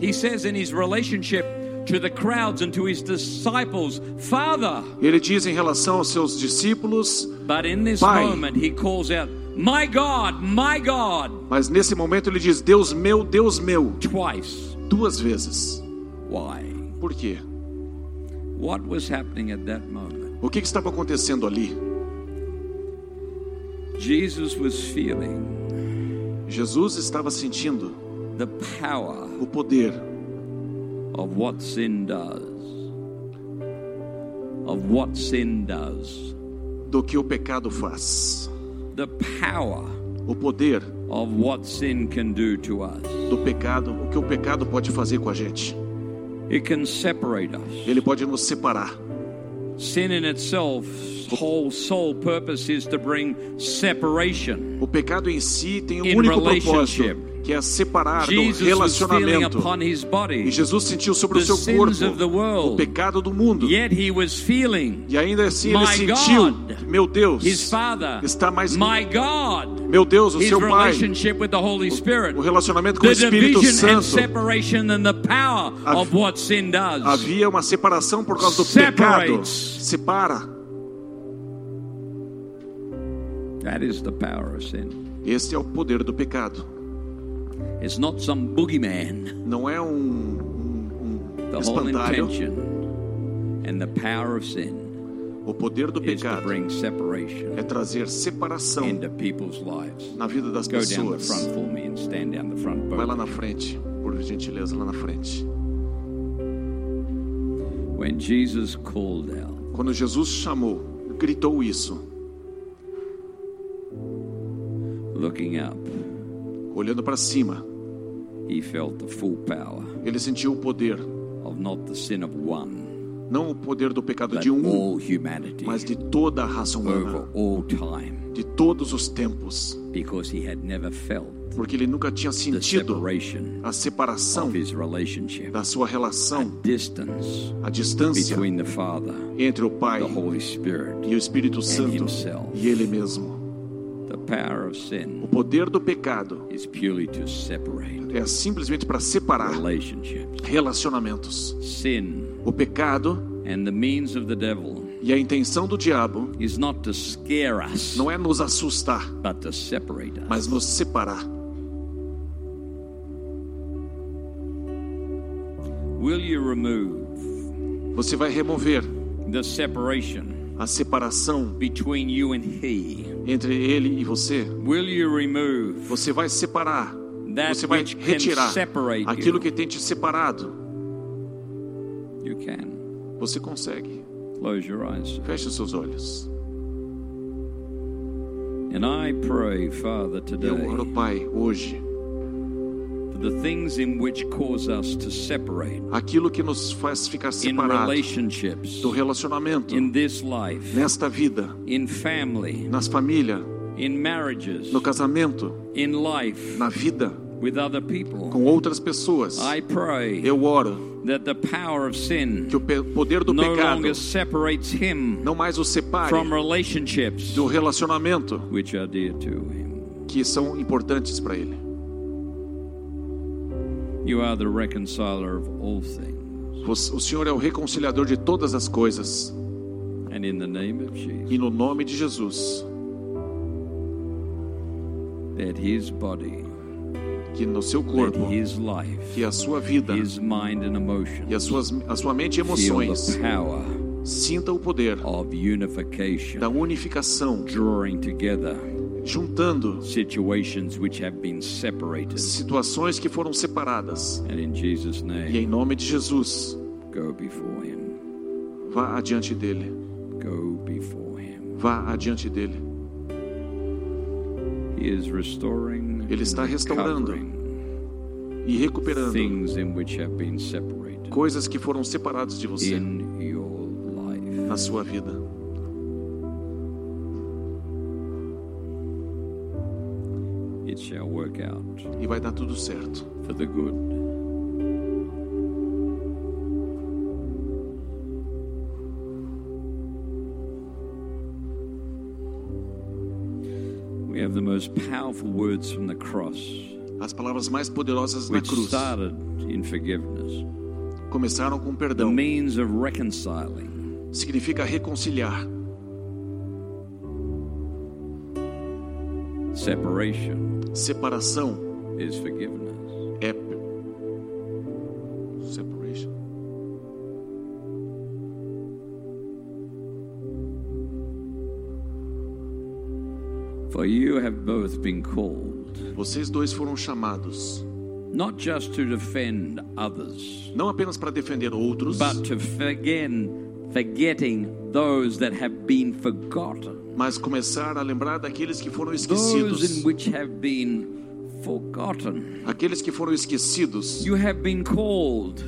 Speaker 2: he says in his relationship to the crowds and to his disciples, Father.
Speaker 3: ele diz em relação aos seus discípulos
Speaker 2: But in this
Speaker 3: Pai.
Speaker 2: moment, he calls out, My God, my God,
Speaker 3: mas nesse momento ele diz Deus meu Deus meu
Speaker 2: twice.
Speaker 3: duas vezes
Speaker 2: Why?
Speaker 3: por quê
Speaker 2: What was happening at that moment?
Speaker 3: o que, que estava acontecendo ali
Speaker 2: Jesus was feeling
Speaker 3: Jesus estava sentindo
Speaker 2: the power
Speaker 3: o poder
Speaker 2: of what sin does, of what sin does,
Speaker 3: do que o pecado faz
Speaker 2: the power
Speaker 3: o poder
Speaker 2: of what sin can do to us.
Speaker 3: do pecado, o que o pecado pode fazer com a gente.
Speaker 2: It can separate us.
Speaker 3: Ele pode nos separar.
Speaker 2: Sin in itself, whole sole purpose is to bring separation.
Speaker 3: O pecado em si tem um
Speaker 2: In
Speaker 3: único propósito,
Speaker 2: relationship.
Speaker 3: que é separar do
Speaker 2: Jesus was feeling
Speaker 3: relacionamento.
Speaker 2: upon his
Speaker 3: E
Speaker 2: body
Speaker 3: Jesus sentiu sobre o
Speaker 2: the
Speaker 3: seu
Speaker 2: sins of the
Speaker 3: corpo
Speaker 2: world.
Speaker 3: o pecado do mundo.
Speaker 2: Yet he was feeling
Speaker 3: E ainda assim ele
Speaker 2: My
Speaker 3: sentiu,
Speaker 2: God.
Speaker 3: meu Deus,
Speaker 2: his father,
Speaker 3: está mais
Speaker 2: my God,
Speaker 3: meu Deus, o
Speaker 2: his
Speaker 3: seu Pai,
Speaker 2: relationship with the Holy Spirit,
Speaker 3: o relacionamento com o
Speaker 2: the
Speaker 3: Espírito
Speaker 2: division and
Speaker 3: Santo.
Speaker 2: separation and the power
Speaker 3: Hav-
Speaker 2: of what sin does.
Speaker 3: Havia uma separação por causa do pecado.
Speaker 2: Separates.
Speaker 3: Separa.
Speaker 2: That is the power of sin.
Speaker 3: Esse é o poder do pecado.
Speaker 2: It's not some boogeyman.
Speaker 3: Não é um, um, um
Speaker 2: The whole
Speaker 3: espantalho.
Speaker 2: intention and the power of sin
Speaker 3: O poder do
Speaker 2: is to
Speaker 3: pecado
Speaker 2: bring separation.
Speaker 3: é trazer separação
Speaker 2: into people's lives.
Speaker 3: na vida das
Speaker 2: Go down the
Speaker 3: pessoas.
Speaker 2: front for me and stand down the front
Speaker 3: Vai
Speaker 2: both.
Speaker 3: lá na frente, por gentileza, lá na frente.
Speaker 2: When Jesus called out,
Speaker 3: Quando Jesus chamou, gritou isso,
Speaker 2: looking up,
Speaker 3: olhando para cima,
Speaker 2: he felt the full power
Speaker 3: ele sentiu o poder,
Speaker 2: of not the sin of one,
Speaker 3: não o poder do pecado
Speaker 2: but
Speaker 3: de um,
Speaker 2: all humanity
Speaker 3: mas de toda a raça
Speaker 2: over
Speaker 3: humana,
Speaker 2: all time,
Speaker 3: de todos os tempos,
Speaker 2: because he had never felt
Speaker 3: porque ele nunca tinha
Speaker 2: the
Speaker 3: sentido
Speaker 2: separation
Speaker 3: a separação
Speaker 2: of his relationship,
Speaker 3: da sua relação,
Speaker 2: distance
Speaker 3: a distância
Speaker 2: between the Father,
Speaker 3: entre o Pai
Speaker 2: the Holy Spirit,
Speaker 3: e o Espírito Santo
Speaker 2: himself.
Speaker 3: e ele mesmo.
Speaker 2: the power of
Speaker 3: O
Speaker 2: sin
Speaker 3: poder do pecado
Speaker 2: is purely to separate
Speaker 3: é simplesmente para separar
Speaker 2: relationships.
Speaker 3: relacionamentos.
Speaker 2: Sin
Speaker 3: O pecado
Speaker 2: and the means of the devil
Speaker 3: e a intenção do diabo
Speaker 2: is not to scare us,
Speaker 3: não é nos assustar,
Speaker 2: but to separate us.
Speaker 3: mas nos separar.
Speaker 2: Will you remove
Speaker 3: Você vai remover
Speaker 2: the separation
Speaker 3: a separação
Speaker 2: between you and He?
Speaker 3: entre ele e você.
Speaker 2: Will you remove
Speaker 3: Você vai separar.
Speaker 2: that
Speaker 3: Você vai
Speaker 2: which can
Speaker 3: retirar
Speaker 2: separate
Speaker 3: aquilo
Speaker 2: you?
Speaker 3: que tem te separado.
Speaker 2: You can.
Speaker 3: Você consegue.
Speaker 2: Close your eyes.
Speaker 3: Feche seus olhos.
Speaker 2: And I pray, Father,
Speaker 3: Eu
Speaker 2: today
Speaker 3: oro, Pai, hoje,
Speaker 2: the things in which cause us to separate
Speaker 3: aquilo que nos faz ficar
Speaker 2: in
Speaker 3: separado
Speaker 2: relationships,
Speaker 3: do relacionamento,
Speaker 2: in this life,
Speaker 3: nesta vida,
Speaker 2: in family,
Speaker 3: nas família,
Speaker 2: in marriages,
Speaker 3: no casamento,
Speaker 2: in life,
Speaker 3: na vida,
Speaker 2: with other people.
Speaker 3: com outras pessoas.
Speaker 2: I pray
Speaker 3: Eu oro
Speaker 2: that the power of sin
Speaker 3: que o pe- poder do
Speaker 2: no
Speaker 3: pecado
Speaker 2: longer separates him
Speaker 3: não mais os separe
Speaker 2: from relationships
Speaker 3: do relacionamento
Speaker 2: which are dear to him.
Speaker 3: que são importantes para ele.
Speaker 2: You are the reconciler of all things.
Speaker 3: O, o Senhor é o reconciliador de todas as coisas.
Speaker 2: And in the name of Jesus,
Speaker 3: E no nome de Jesus,
Speaker 2: that his body,
Speaker 3: que no seu
Speaker 2: that
Speaker 3: corpo,
Speaker 2: his life,
Speaker 3: que a sua vida
Speaker 2: his mind and emotion
Speaker 3: e a, suas, a sua mente e
Speaker 2: feel
Speaker 3: emoções
Speaker 2: the power
Speaker 3: sinta o poder
Speaker 2: of
Speaker 3: da
Speaker 2: unification,
Speaker 3: unificação,
Speaker 2: drawing together
Speaker 3: juntando
Speaker 2: situations which have been separated.
Speaker 3: situações que foram separadas.
Speaker 2: And in Jesus'
Speaker 3: E
Speaker 2: name,
Speaker 3: em nome de Jesus,
Speaker 2: go before him.
Speaker 3: vá adiante dele,
Speaker 2: Go before him.
Speaker 3: vá adiante dele.
Speaker 2: He is restoring
Speaker 3: Ele está
Speaker 2: and
Speaker 3: restaurando,
Speaker 2: recovering
Speaker 3: E recuperando
Speaker 2: things in which have been separated
Speaker 3: coisas que foram separadas de você
Speaker 2: in your life.
Speaker 3: na sua vida.
Speaker 2: It shall work out
Speaker 3: E vai dar tudo certo
Speaker 2: for the good. We have the most powerful words from the cross,
Speaker 3: as palavras mais poderosas na
Speaker 2: which
Speaker 3: cruz
Speaker 2: started in forgiveness,
Speaker 3: começaram com
Speaker 2: the
Speaker 3: perdão.
Speaker 2: means of reconciling.
Speaker 3: Significa reconciliar.
Speaker 2: Separation
Speaker 3: Separação
Speaker 2: is forgiveness.
Speaker 3: é separation.
Speaker 2: For you have both been called,
Speaker 3: Vocês dois foram chamados
Speaker 2: not just to defend others,
Speaker 3: não apenas para defender outros,
Speaker 2: but to forget, forgetting those that have been forgotten,
Speaker 3: mas começar a lembrar daqueles que foram
Speaker 2: those in
Speaker 3: esquecidos.
Speaker 2: which have been forgotten.
Speaker 3: Aqueles que foram esquecidos,
Speaker 2: You have been called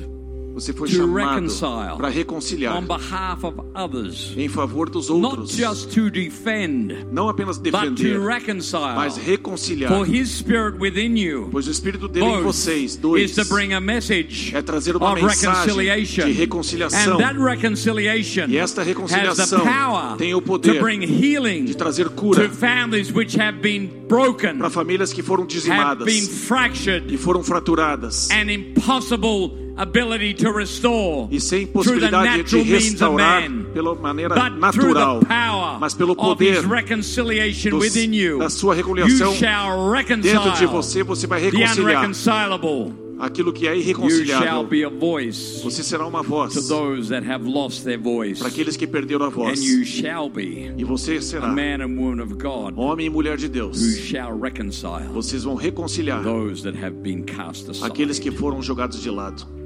Speaker 3: você foi
Speaker 2: to
Speaker 3: chamado
Speaker 2: reconcile
Speaker 3: para reconciliar
Speaker 2: on behalf of others,
Speaker 3: em favor dos
Speaker 2: not
Speaker 3: outros.
Speaker 2: just to defend,
Speaker 3: Não apenas
Speaker 2: but to
Speaker 3: defender,
Speaker 2: reconcile.
Speaker 3: mas reconciliar.
Speaker 2: For His Spirit within you
Speaker 3: Pois o Espírito dele em
Speaker 2: both
Speaker 3: vocês,
Speaker 2: is
Speaker 3: dois,
Speaker 2: to bring a message
Speaker 3: é trazer uma
Speaker 2: of
Speaker 3: mensagem
Speaker 2: reconciliation.
Speaker 3: de reconciliação,
Speaker 2: And that reconciliation
Speaker 3: E esta
Speaker 2: has the
Speaker 3: reconciliação
Speaker 2: power
Speaker 3: tem o poder
Speaker 2: to bring healing
Speaker 3: de trazer
Speaker 2: to
Speaker 3: cura
Speaker 2: families which have been broken,
Speaker 3: para famílias que foram
Speaker 2: have been
Speaker 3: dizimadas
Speaker 2: fractured,
Speaker 3: e foram fraturadas
Speaker 2: and impossible ability to restore
Speaker 3: e sem
Speaker 2: through the
Speaker 3: possibilidade de
Speaker 2: natural means of
Speaker 3: restaurar
Speaker 2: man,
Speaker 3: pela maneira
Speaker 2: but through
Speaker 3: natural,
Speaker 2: the power
Speaker 3: mas pelo
Speaker 2: of His
Speaker 3: poder
Speaker 2: reconciliation
Speaker 3: dos-
Speaker 2: within you,
Speaker 3: da sua
Speaker 2: you
Speaker 3: reconciliação
Speaker 2: shall
Speaker 3: dentro de
Speaker 2: reconcile
Speaker 3: você, você vai
Speaker 2: the
Speaker 3: reconciliar
Speaker 2: unreconcilable.
Speaker 3: aquilo que é
Speaker 2: You shall
Speaker 3: irreconciliável.
Speaker 2: be a voice
Speaker 3: Você será uma voz
Speaker 2: to those that have lost their voice,
Speaker 3: para aqueles que perderam a
Speaker 2: and
Speaker 3: voz.
Speaker 2: you shall be
Speaker 3: E você
Speaker 2: a
Speaker 3: será
Speaker 2: man and woman of God
Speaker 3: homem e mulher de Deus.
Speaker 2: who shall reconcile
Speaker 3: Vocês vão reconciliar
Speaker 2: those that have been cast aside.
Speaker 3: aqueles que foram jogados de lado.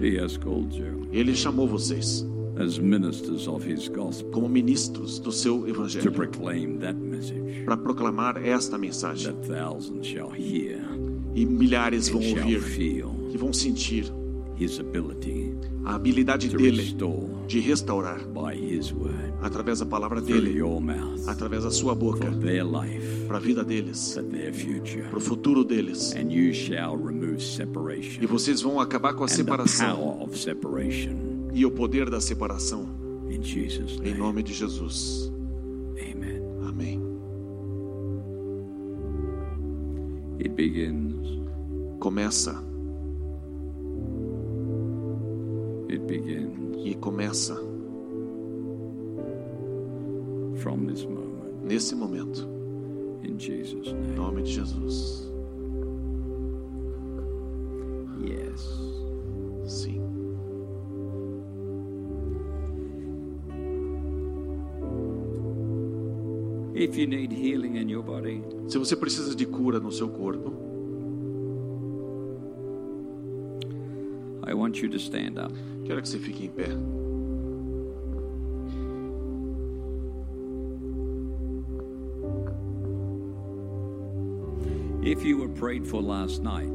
Speaker 2: He has called you
Speaker 3: Ele chamou vocês
Speaker 2: as ministers of His gospel
Speaker 3: como ministros do seu
Speaker 2: to
Speaker 3: evangelho
Speaker 2: proclaim that message
Speaker 3: para proclamar esta mensagem.
Speaker 2: that thousands shall hear
Speaker 3: E milhares vão
Speaker 2: and shall
Speaker 3: ouvir
Speaker 2: feel
Speaker 3: e vão sentir
Speaker 2: His ability
Speaker 3: a habilidade
Speaker 2: to
Speaker 3: dele
Speaker 2: restore
Speaker 3: de restaurar
Speaker 2: by His word
Speaker 3: através da palavra
Speaker 2: through
Speaker 3: dele,
Speaker 2: your mouth
Speaker 3: através da sua boca,
Speaker 2: for their life,
Speaker 3: para a vida deles,
Speaker 2: for their future,
Speaker 3: para o futuro deles.
Speaker 2: and you shall remove separation.
Speaker 3: E vocês vão acabar com a
Speaker 2: and the
Speaker 3: separação
Speaker 2: power of separation
Speaker 3: e o poder da separação,
Speaker 2: in Jesus
Speaker 3: em
Speaker 2: name.
Speaker 3: nome de Jesus.
Speaker 2: Amen.
Speaker 3: Amém.
Speaker 2: It begins.
Speaker 3: Começa
Speaker 2: It begins
Speaker 3: e começa
Speaker 2: from this moment
Speaker 3: nesse momento,
Speaker 2: in Jesus
Speaker 3: em
Speaker 2: name.
Speaker 3: nome de Jesus.
Speaker 2: Yes.
Speaker 3: Sim.
Speaker 2: If you need healing in your body,
Speaker 3: Se você precisa de cura no seu corpo,
Speaker 2: I want you to stand up.
Speaker 3: quero que você fique em pé.
Speaker 2: If you were prayed for last night,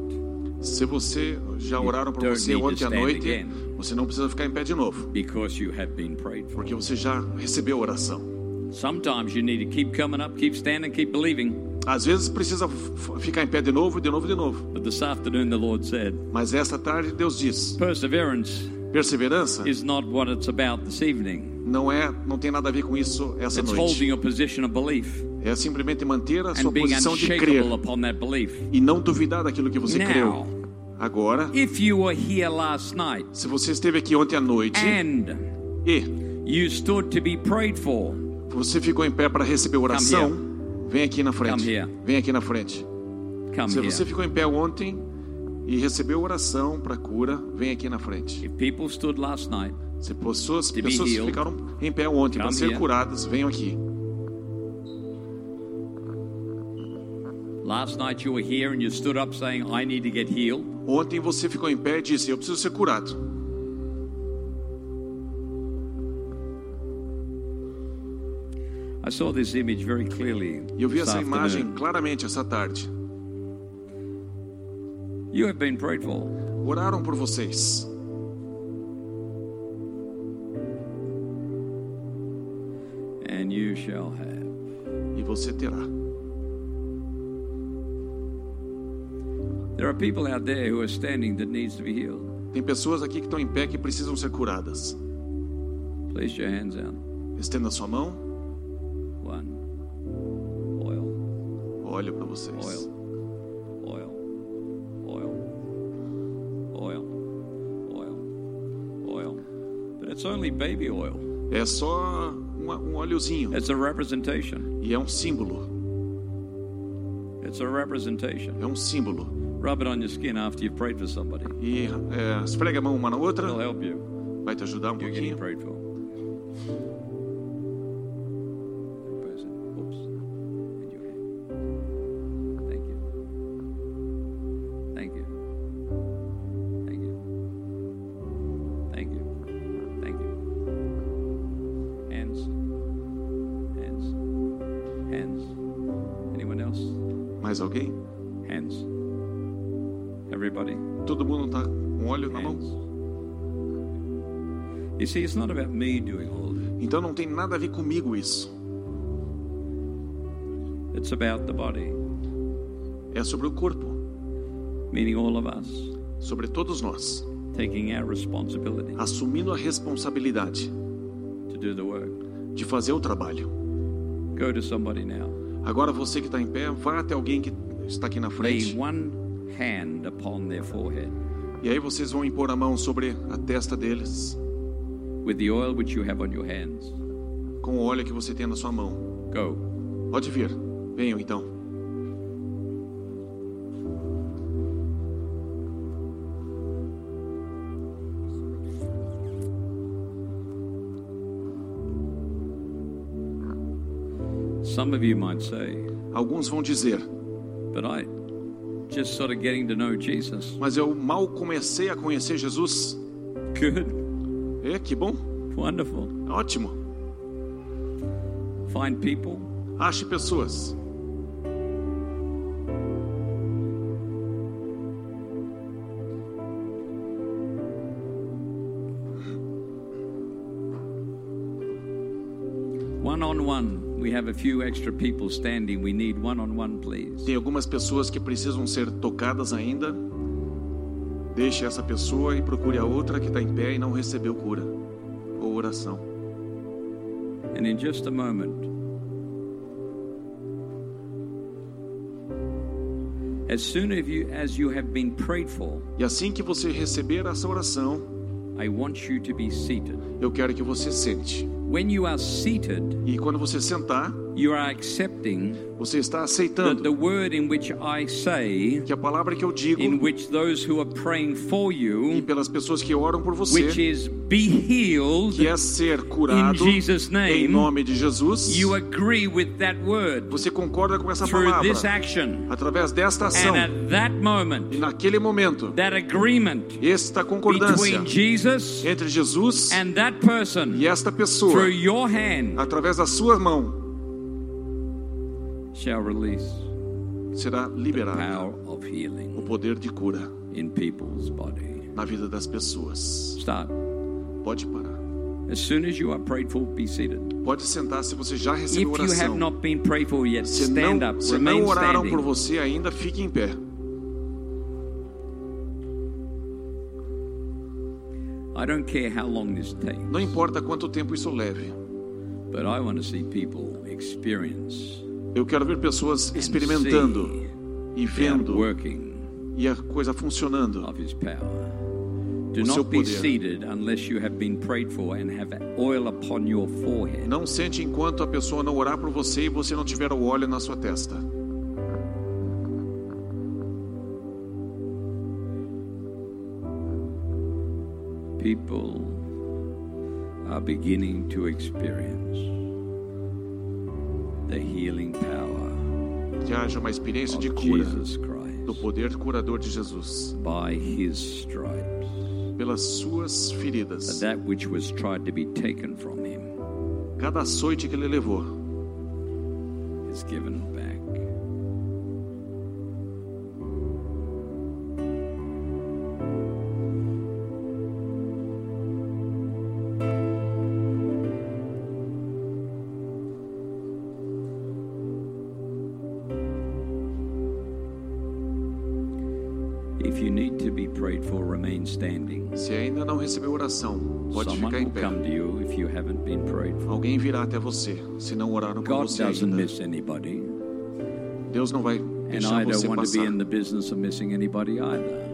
Speaker 3: Se você já
Speaker 2: You
Speaker 3: oraram por
Speaker 2: don't
Speaker 3: você
Speaker 2: need to
Speaker 3: ontem à
Speaker 2: stand
Speaker 3: noite,
Speaker 2: again.
Speaker 3: você não precisa ficar em pé de novo,
Speaker 2: because you have been prayed for.
Speaker 3: porque você já recebeu a oração.
Speaker 2: Sometimes you need to keep coming up, keep standing, keep believing.
Speaker 3: Às vezes precisa f- ficar em pé de novo, de novo, de novo.
Speaker 2: But this afternoon, the Lord said,
Speaker 3: Mas esta tarde Deus diz:
Speaker 2: Perseverance
Speaker 3: perseverança
Speaker 2: is not what it's about this evening.
Speaker 3: não é, não tem nada a ver com isso essa
Speaker 2: It's
Speaker 3: noite.
Speaker 2: holding your position of belief
Speaker 3: É simplesmente manter a sua
Speaker 2: and being
Speaker 3: posição de crer
Speaker 2: unshakable upon that belief.
Speaker 3: e não duvidar daquilo que você creu.
Speaker 2: Now,
Speaker 3: Agora,
Speaker 2: if you were here last night
Speaker 3: se você esteve aqui ontem à noite
Speaker 2: É. and
Speaker 3: e
Speaker 2: you stood to be prayed for,
Speaker 3: você ficou em pé para receber oração, vem aqui na frente.
Speaker 2: Come here.
Speaker 3: Vem aqui na frente.
Speaker 2: come
Speaker 3: Se
Speaker 2: here.
Speaker 3: você ficou em pé ontem e recebeu oração para cura, vem aqui na frente.
Speaker 2: If people stood last night,
Speaker 3: Se pessoas,
Speaker 2: To be
Speaker 3: pessoas
Speaker 2: healed.
Speaker 3: ficaram em pé ontem para
Speaker 2: Come
Speaker 3: ser
Speaker 2: here.
Speaker 3: curadas, venham aqui.
Speaker 2: last night you were here and you stood up saying, I need to get healed,
Speaker 3: Ontem você ficou em pé e disse: Eu preciso ser curado.
Speaker 2: I saw this image very clearly.
Speaker 3: E eu vi
Speaker 2: this
Speaker 3: essa imagem
Speaker 2: afternoon.
Speaker 3: claramente essa tarde.
Speaker 2: You have been prayed for.
Speaker 3: Oraram por vocês.
Speaker 2: And you shall have.
Speaker 3: e você terá.
Speaker 2: There are people out there who are standing that needs to be healed.
Speaker 3: Tem pessoas aqui que estão em pé que precisam ser curadas.
Speaker 2: Place your hands out.
Speaker 3: Estenda sua mão,
Speaker 2: One. Oil.
Speaker 3: olha para vocês.
Speaker 2: Oil. Oil. Oil. Oil. Oil. Oil. But it's only baby oil.
Speaker 3: É só um, um óleozinho
Speaker 2: It's a representation.
Speaker 3: e é um símbolo.
Speaker 2: It's a representation.
Speaker 3: É um símbolo.
Speaker 2: Rub it on your skin after you've prayed for somebody.
Speaker 3: E é, esfrega a mão uma na outra,
Speaker 2: It'll help you.
Speaker 3: vai te ajudar é um
Speaker 2: You're getting
Speaker 3: pouquinho.
Speaker 2: prayed for. Oops. And your hand. Thank you. Thank you. Thank you. Thank you. Thank you. Hands. Hands. Hands. Anyone else?
Speaker 3: Mais alguém?
Speaker 2: Hands. Everybody.
Speaker 3: Todo mundo tá com óleo na mão?
Speaker 2: Hands. You see, it's not about me doing all this.
Speaker 3: Então não tem nada a ver comigo isso.
Speaker 2: It's about the body,
Speaker 3: É sobre o corpo,
Speaker 2: meaning all of us
Speaker 3: sobre todos nós,
Speaker 2: taking our responsibility
Speaker 3: assumindo a responsabilidade
Speaker 2: to do the work.
Speaker 3: de fazer o trabalho.
Speaker 2: Go to somebody now.
Speaker 3: Agora você que está em pé, vá até alguém que está aqui na
Speaker 2: Lay
Speaker 3: frente.
Speaker 2: one hand upon their forehead
Speaker 3: E aí vocês vão impor a mão sobre a testa deles,
Speaker 2: with the oil which you have on your hands.
Speaker 3: com o óleo que você tem na sua mão.
Speaker 2: Go.
Speaker 3: Pode vir. Venham então.
Speaker 2: Some of you might say,
Speaker 3: Alguns vão dizer,
Speaker 2: but I just sort of getting to know Jesus.
Speaker 3: mas eu mal comecei a conhecer Jesus.
Speaker 2: Good.
Speaker 3: É, que bom,
Speaker 2: Wonderful.
Speaker 3: ótimo.
Speaker 2: Find people
Speaker 3: Ache pessoas
Speaker 2: one on one. We have a few extra people standing. We need one on one, please.
Speaker 3: Tem algumas pessoas que precisam ser tocadas ainda. Deixe essa pessoa e procure a outra que está em pé e não recebeu cura ou oração.
Speaker 2: And in just a moment, as soon as you, as you have been prayed for,
Speaker 3: E assim que você receber essa oração,
Speaker 2: I want you to be seated.
Speaker 3: eu quero que você sente.
Speaker 2: When you are seated,
Speaker 3: E quando você sentar,
Speaker 2: you are accepting
Speaker 3: você está
Speaker 2: that
Speaker 3: aceitando
Speaker 2: the word in which I say,
Speaker 3: que a palavra que eu digo
Speaker 2: in which those who are praying for
Speaker 3: e
Speaker 2: you,
Speaker 3: pelas pessoas que oram por
Speaker 2: which
Speaker 3: você,
Speaker 2: is be healed,
Speaker 3: que é ser curado
Speaker 2: In Jesus' name,
Speaker 3: em nome de Jesus,
Speaker 2: you agree with that word
Speaker 3: você concorda com essa
Speaker 2: through this
Speaker 3: palavra
Speaker 2: action.
Speaker 3: através desta ação
Speaker 2: And at that
Speaker 3: e
Speaker 2: moment,
Speaker 3: naquele momento,
Speaker 2: that agreement
Speaker 3: esta concordância
Speaker 2: between Jesus
Speaker 3: entre Jesus
Speaker 2: and that person
Speaker 3: e esta pessoa,
Speaker 2: through your
Speaker 3: Uh,
Speaker 2: hand
Speaker 3: através da sua mão,
Speaker 2: shall release
Speaker 3: será
Speaker 2: the
Speaker 3: liberado
Speaker 2: power of
Speaker 3: o
Speaker 2: healing
Speaker 3: poder de cura
Speaker 2: in people's body.
Speaker 3: na vida das pessoas.
Speaker 2: Start.
Speaker 3: Pode parar.
Speaker 2: As soon as you are prayed for, be seated.
Speaker 3: Pode sentar se você já
Speaker 2: If
Speaker 3: recebeu
Speaker 2: you have
Speaker 3: oração.
Speaker 2: not been prayed for yet,
Speaker 3: Se
Speaker 2: stand
Speaker 3: não,
Speaker 2: up,
Speaker 3: se não
Speaker 2: remain
Speaker 3: oraram por
Speaker 2: standing.
Speaker 3: você ainda, fique em pé.
Speaker 2: I don't care how long this takes,
Speaker 3: Não importa quanto tempo isso leve.
Speaker 2: but I want to see people experience
Speaker 3: Eu quero ver pessoas
Speaker 2: and
Speaker 3: experimentando
Speaker 2: see
Speaker 3: e
Speaker 2: the
Speaker 3: vendo
Speaker 2: working
Speaker 3: e a coisa funcionando.
Speaker 2: of His power. Do
Speaker 3: O seu
Speaker 2: not be
Speaker 3: poder.
Speaker 2: seated unless you have been prayed for and have oil upon your forehead.
Speaker 3: Não sente enquanto a pessoa não orar por você e você não tiver o óleo na sua testa.
Speaker 2: People are beginning to experience the healing power
Speaker 3: Que haja uma experiência de
Speaker 2: of
Speaker 3: cura
Speaker 2: Jesus
Speaker 3: do
Speaker 2: Christ
Speaker 3: poder curador de Jesus
Speaker 2: by His stripes.
Speaker 3: pelas suas feridas.
Speaker 2: That which was tried to be taken from Him
Speaker 3: Cada açoite que ele levou
Speaker 2: is given back. If you need to be prayed for, remain standing.
Speaker 3: Se ainda não recebeu oração, pode
Speaker 2: Someone
Speaker 3: ficar em
Speaker 2: will
Speaker 3: pé.
Speaker 2: come to you if you haven't been prayed for.
Speaker 3: Alguém virá até você, se não oraram por
Speaker 2: God
Speaker 3: você
Speaker 2: doesn't
Speaker 3: ainda.
Speaker 2: miss anybody,
Speaker 3: Deus não vai
Speaker 2: and
Speaker 3: deixar
Speaker 2: I
Speaker 3: você
Speaker 2: don't want to be
Speaker 3: passar.
Speaker 2: in the business of missing anybody either.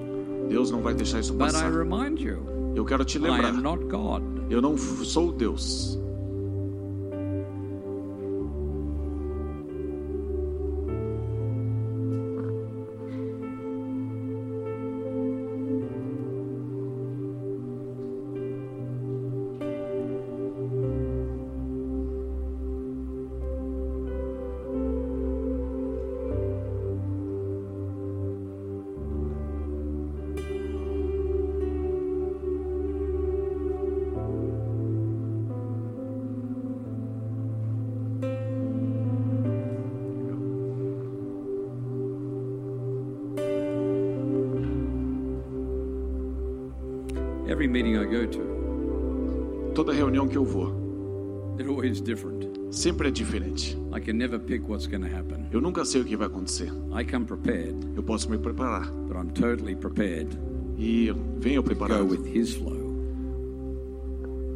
Speaker 3: Deus não vai deixar isso
Speaker 2: But I
Speaker 3: passar.
Speaker 2: remind you,
Speaker 3: Eu quero te
Speaker 2: I
Speaker 3: lembrar,
Speaker 2: am not God.
Speaker 3: eu não f- sou Deus.
Speaker 2: Every meeting I go to,
Speaker 3: Toda reunião que eu vou,
Speaker 2: they're always different.
Speaker 3: sempre é diferente.
Speaker 2: I can never pick what's going to happen.
Speaker 3: Eu nunca sei o que vai acontecer.
Speaker 2: I come prepared,
Speaker 3: Eu posso me preparar.
Speaker 2: but I'm totally prepared to
Speaker 3: E venho
Speaker 2: go
Speaker 3: preparado
Speaker 2: with His flow.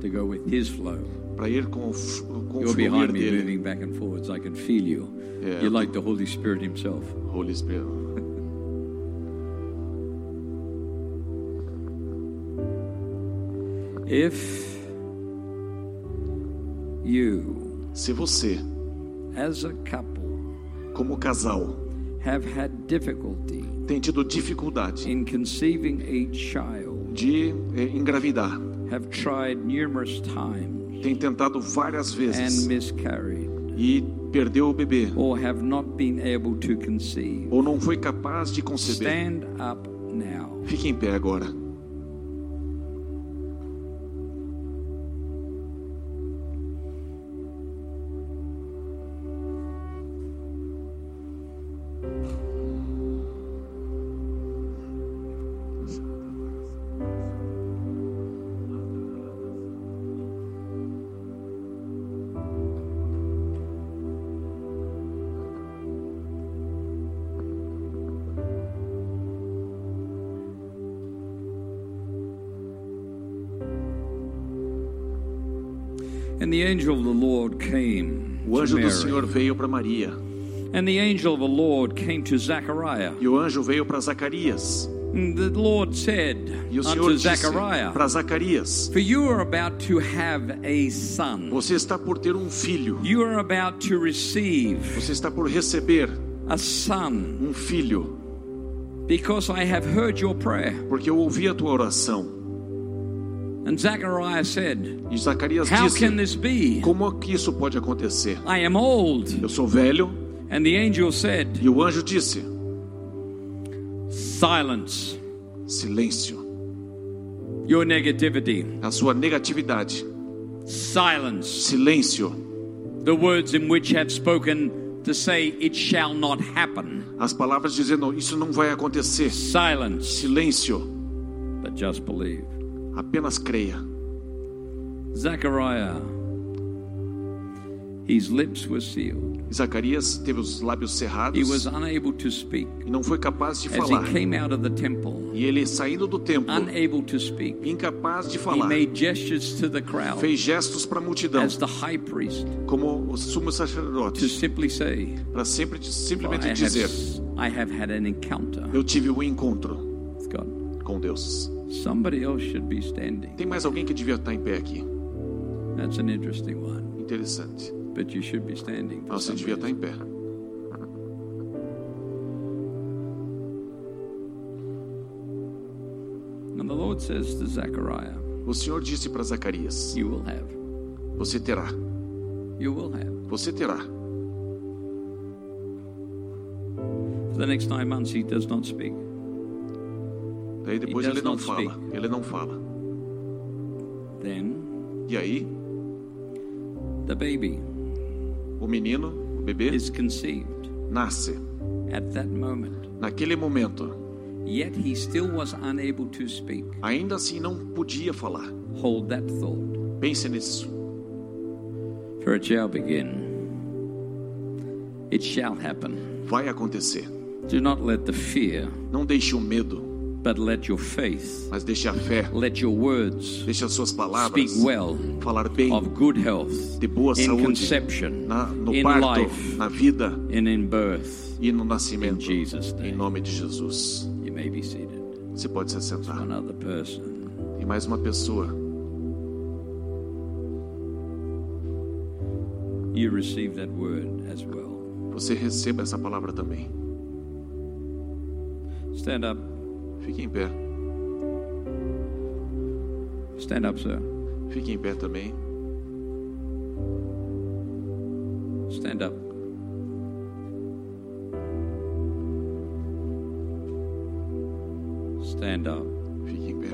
Speaker 2: To go with His flow.
Speaker 3: para ir com o, f- com o
Speaker 2: You're
Speaker 3: fluir
Speaker 2: behind me,
Speaker 3: dele.
Speaker 2: moving back and forwards. I can feel you.
Speaker 3: Yeah.
Speaker 2: You're like the Holy Spirit Himself.
Speaker 3: Holy Spirit.
Speaker 2: If you,
Speaker 3: Se você,
Speaker 2: as a couple,
Speaker 3: como casal,
Speaker 2: have had difficulty
Speaker 3: tem tido dificuldade
Speaker 2: in conceiving a child,
Speaker 3: de eh, engravidar,
Speaker 2: have tried numerous times
Speaker 3: tem tentado várias
Speaker 2: and
Speaker 3: vezes
Speaker 2: miscarried,
Speaker 3: e perdeu o bebê,
Speaker 2: or have not been able to conceive,
Speaker 3: ou não foi capaz de conceber,
Speaker 2: stand up now.
Speaker 3: fique em pé agora.
Speaker 2: And the angel of the Lord came
Speaker 3: O
Speaker 2: to
Speaker 3: anjo do
Speaker 2: Mary.
Speaker 3: Senhor veio para Maria,
Speaker 2: And the angel of the Lord came to Zachariah.
Speaker 3: e o anjo veio para Zacarias,
Speaker 2: And the Lord said
Speaker 3: e o Senhor
Speaker 2: unto
Speaker 3: disse
Speaker 2: Zachariah,
Speaker 3: para Zacarias:
Speaker 2: For you are about to have a son.
Speaker 3: Você está por ter um filho,
Speaker 2: You are about to receive
Speaker 3: você está por receber
Speaker 2: a son,
Speaker 3: um filho,
Speaker 2: because I have heard your prayer.
Speaker 3: porque eu ouvi a tua oração.
Speaker 2: And Zachariah said,
Speaker 3: E Zacarias
Speaker 2: How
Speaker 3: disse:
Speaker 2: can this be?
Speaker 3: Como é que isso pode acontecer?
Speaker 2: I am old.
Speaker 3: Eu sou velho,
Speaker 2: And the angel said,
Speaker 3: e o anjo disse:
Speaker 2: Silence
Speaker 3: Silêncio,
Speaker 2: your negativity.
Speaker 3: a sua negatividade,
Speaker 2: Silence
Speaker 3: silêncio,
Speaker 2: the words in which have spoken to say, It shall not happen.
Speaker 3: As palavras dizendo isso não vai acontecer.
Speaker 2: Silence,
Speaker 3: Silêncio.
Speaker 2: but just believe.
Speaker 3: Apenas creia.
Speaker 2: Zechariah, his lips were sealed.
Speaker 3: Zacarias teve os lábios cerrados
Speaker 2: He was unable to speak
Speaker 3: e não foi capaz de
Speaker 2: as
Speaker 3: falar.
Speaker 2: he came out of the temple.
Speaker 3: E ele saindo do templo,
Speaker 2: Unable to speak,
Speaker 3: incapaz de
Speaker 2: he
Speaker 3: falar,
Speaker 2: made gestures to the crowd
Speaker 3: fez gestos para a multidão,
Speaker 2: as the high priest
Speaker 3: como o sumo
Speaker 2: to
Speaker 3: sacerdote,
Speaker 2: simply say,
Speaker 3: para sempre
Speaker 2: I
Speaker 3: simplesmente
Speaker 2: have,
Speaker 3: dizer:
Speaker 2: I have had an encounter
Speaker 3: Eu tive um encontro
Speaker 2: with God.
Speaker 3: com Deus.
Speaker 2: Somebody else should be standing.
Speaker 3: Tem mais alguém que devia estar em pé aqui?
Speaker 2: That's an interesting one,
Speaker 3: Interessante.
Speaker 2: but you should be standing. for
Speaker 3: Ah, Você
Speaker 2: some
Speaker 3: devia estar
Speaker 2: reason.
Speaker 3: em pé.
Speaker 2: And the Lord says to Zechariah,
Speaker 3: O Senhor disse para Zacarias:
Speaker 2: You will have,
Speaker 3: Você terá,
Speaker 2: you will have.
Speaker 3: você terá.
Speaker 2: For the next nine months, he does not speak.
Speaker 3: Daí depois
Speaker 2: does
Speaker 3: ele não
Speaker 2: not
Speaker 3: fala,
Speaker 2: speak.
Speaker 3: ele não fala.
Speaker 2: Then
Speaker 3: E aí,
Speaker 2: the baby
Speaker 3: o menino, o bebê,
Speaker 2: is conceived
Speaker 3: nasce.
Speaker 2: at that moment.
Speaker 3: Naquele momento,
Speaker 2: Yet he still was unable to speak.
Speaker 3: ainda assim não podia falar.
Speaker 2: Hold that thought,
Speaker 3: Pense nisso.
Speaker 2: for it shall begin. It shall happen.
Speaker 3: Vai acontecer.
Speaker 2: Do not let the fear,
Speaker 3: Não deixe o medo,
Speaker 2: but let your faith,
Speaker 3: mas deixe a fé.
Speaker 2: let your words
Speaker 3: Deixe as suas
Speaker 2: speak
Speaker 3: palavras
Speaker 2: well
Speaker 3: falar bem
Speaker 2: of good health
Speaker 3: de boa
Speaker 2: in
Speaker 3: saúde
Speaker 2: conception,
Speaker 3: na, no
Speaker 2: in
Speaker 3: parto,
Speaker 2: life,
Speaker 3: na vida
Speaker 2: and in birth.
Speaker 3: e no
Speaker 2: In
Speaker 3: nascimento.
Speaker 2: Jesus'
Speaker 3: Em
Speaker 2: name,
Speaker 3: nome de Jesus.
Speaker 2: you may be seated.
Speaker 3: Você pode se sentar.
Speaker 2: Another person.
Speaker 3: E mais uma pessoa.
Speaker 2: You receive that word as well.
Speaker 3: Você receba essa palavra também.
Speaker 2: Stand up.
Speaker 3: Fique em pé.
Speaker 2: Stand up, sir.
Speaker 3: Fique em pé também.
Speaker 2: Stand up. Stand up.
Speaker 3: Fique em pé.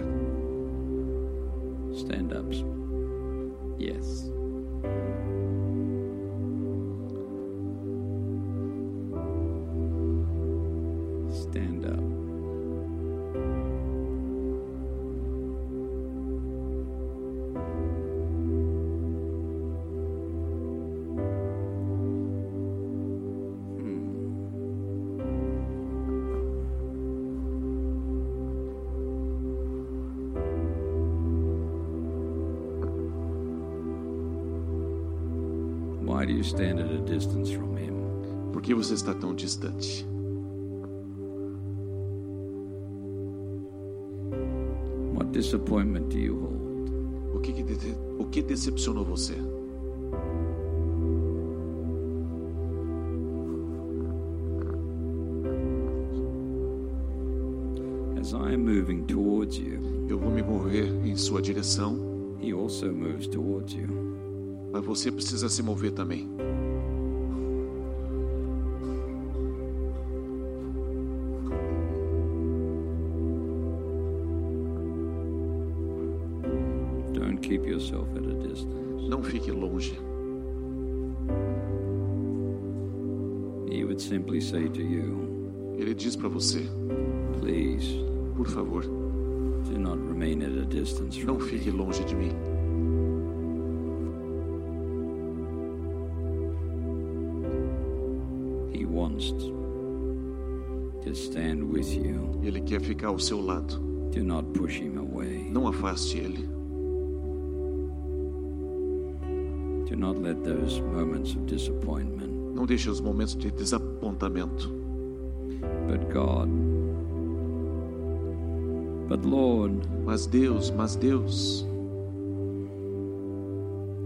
Speaker 2: Stand up. Yes. Stand up. Why do you stand at a distance from him?
Speaker 3: Por que você está tão distante?
Speaker 2: What disappointment do you hold?
Speaker 3: O que, que dece- o que decepcionou você?
Speaker 2: As I am moving towards you,
Speaker 3: Eu vou me mover em sua direção,
Speaker 2: he also moves towards you.
Speaker 3: mas você precisa se mover também.
Speaker 2: Don't keep yourself at a distance.
Speaker 3: Não fique longe.
Speaker 2: He would simply say to you,
Speaker 3: Ele diz para você:
Speaker 2: please
Speaker 3: Por favor,
Speaker 2: do not remain at a distance
Speaker 3: não
Speaker 2: from
Speaker 3: fique
Speaker 2: me.
Speaker 3: longe de mim.
Speaker 2: He wants to stand with you.
Speaker 3: Ele quer ficar ao seu lado.
Speaker 2: Do not push him away.
Speaker 3: Não afaste ele.
Speaker 2: Do not let those moments of disappointment.
Speaker 3: Não deixe os momentos de desapontamento.
Speaker 2: But God, but Lord,
Speaker 3: Mas Deus, mas Deus,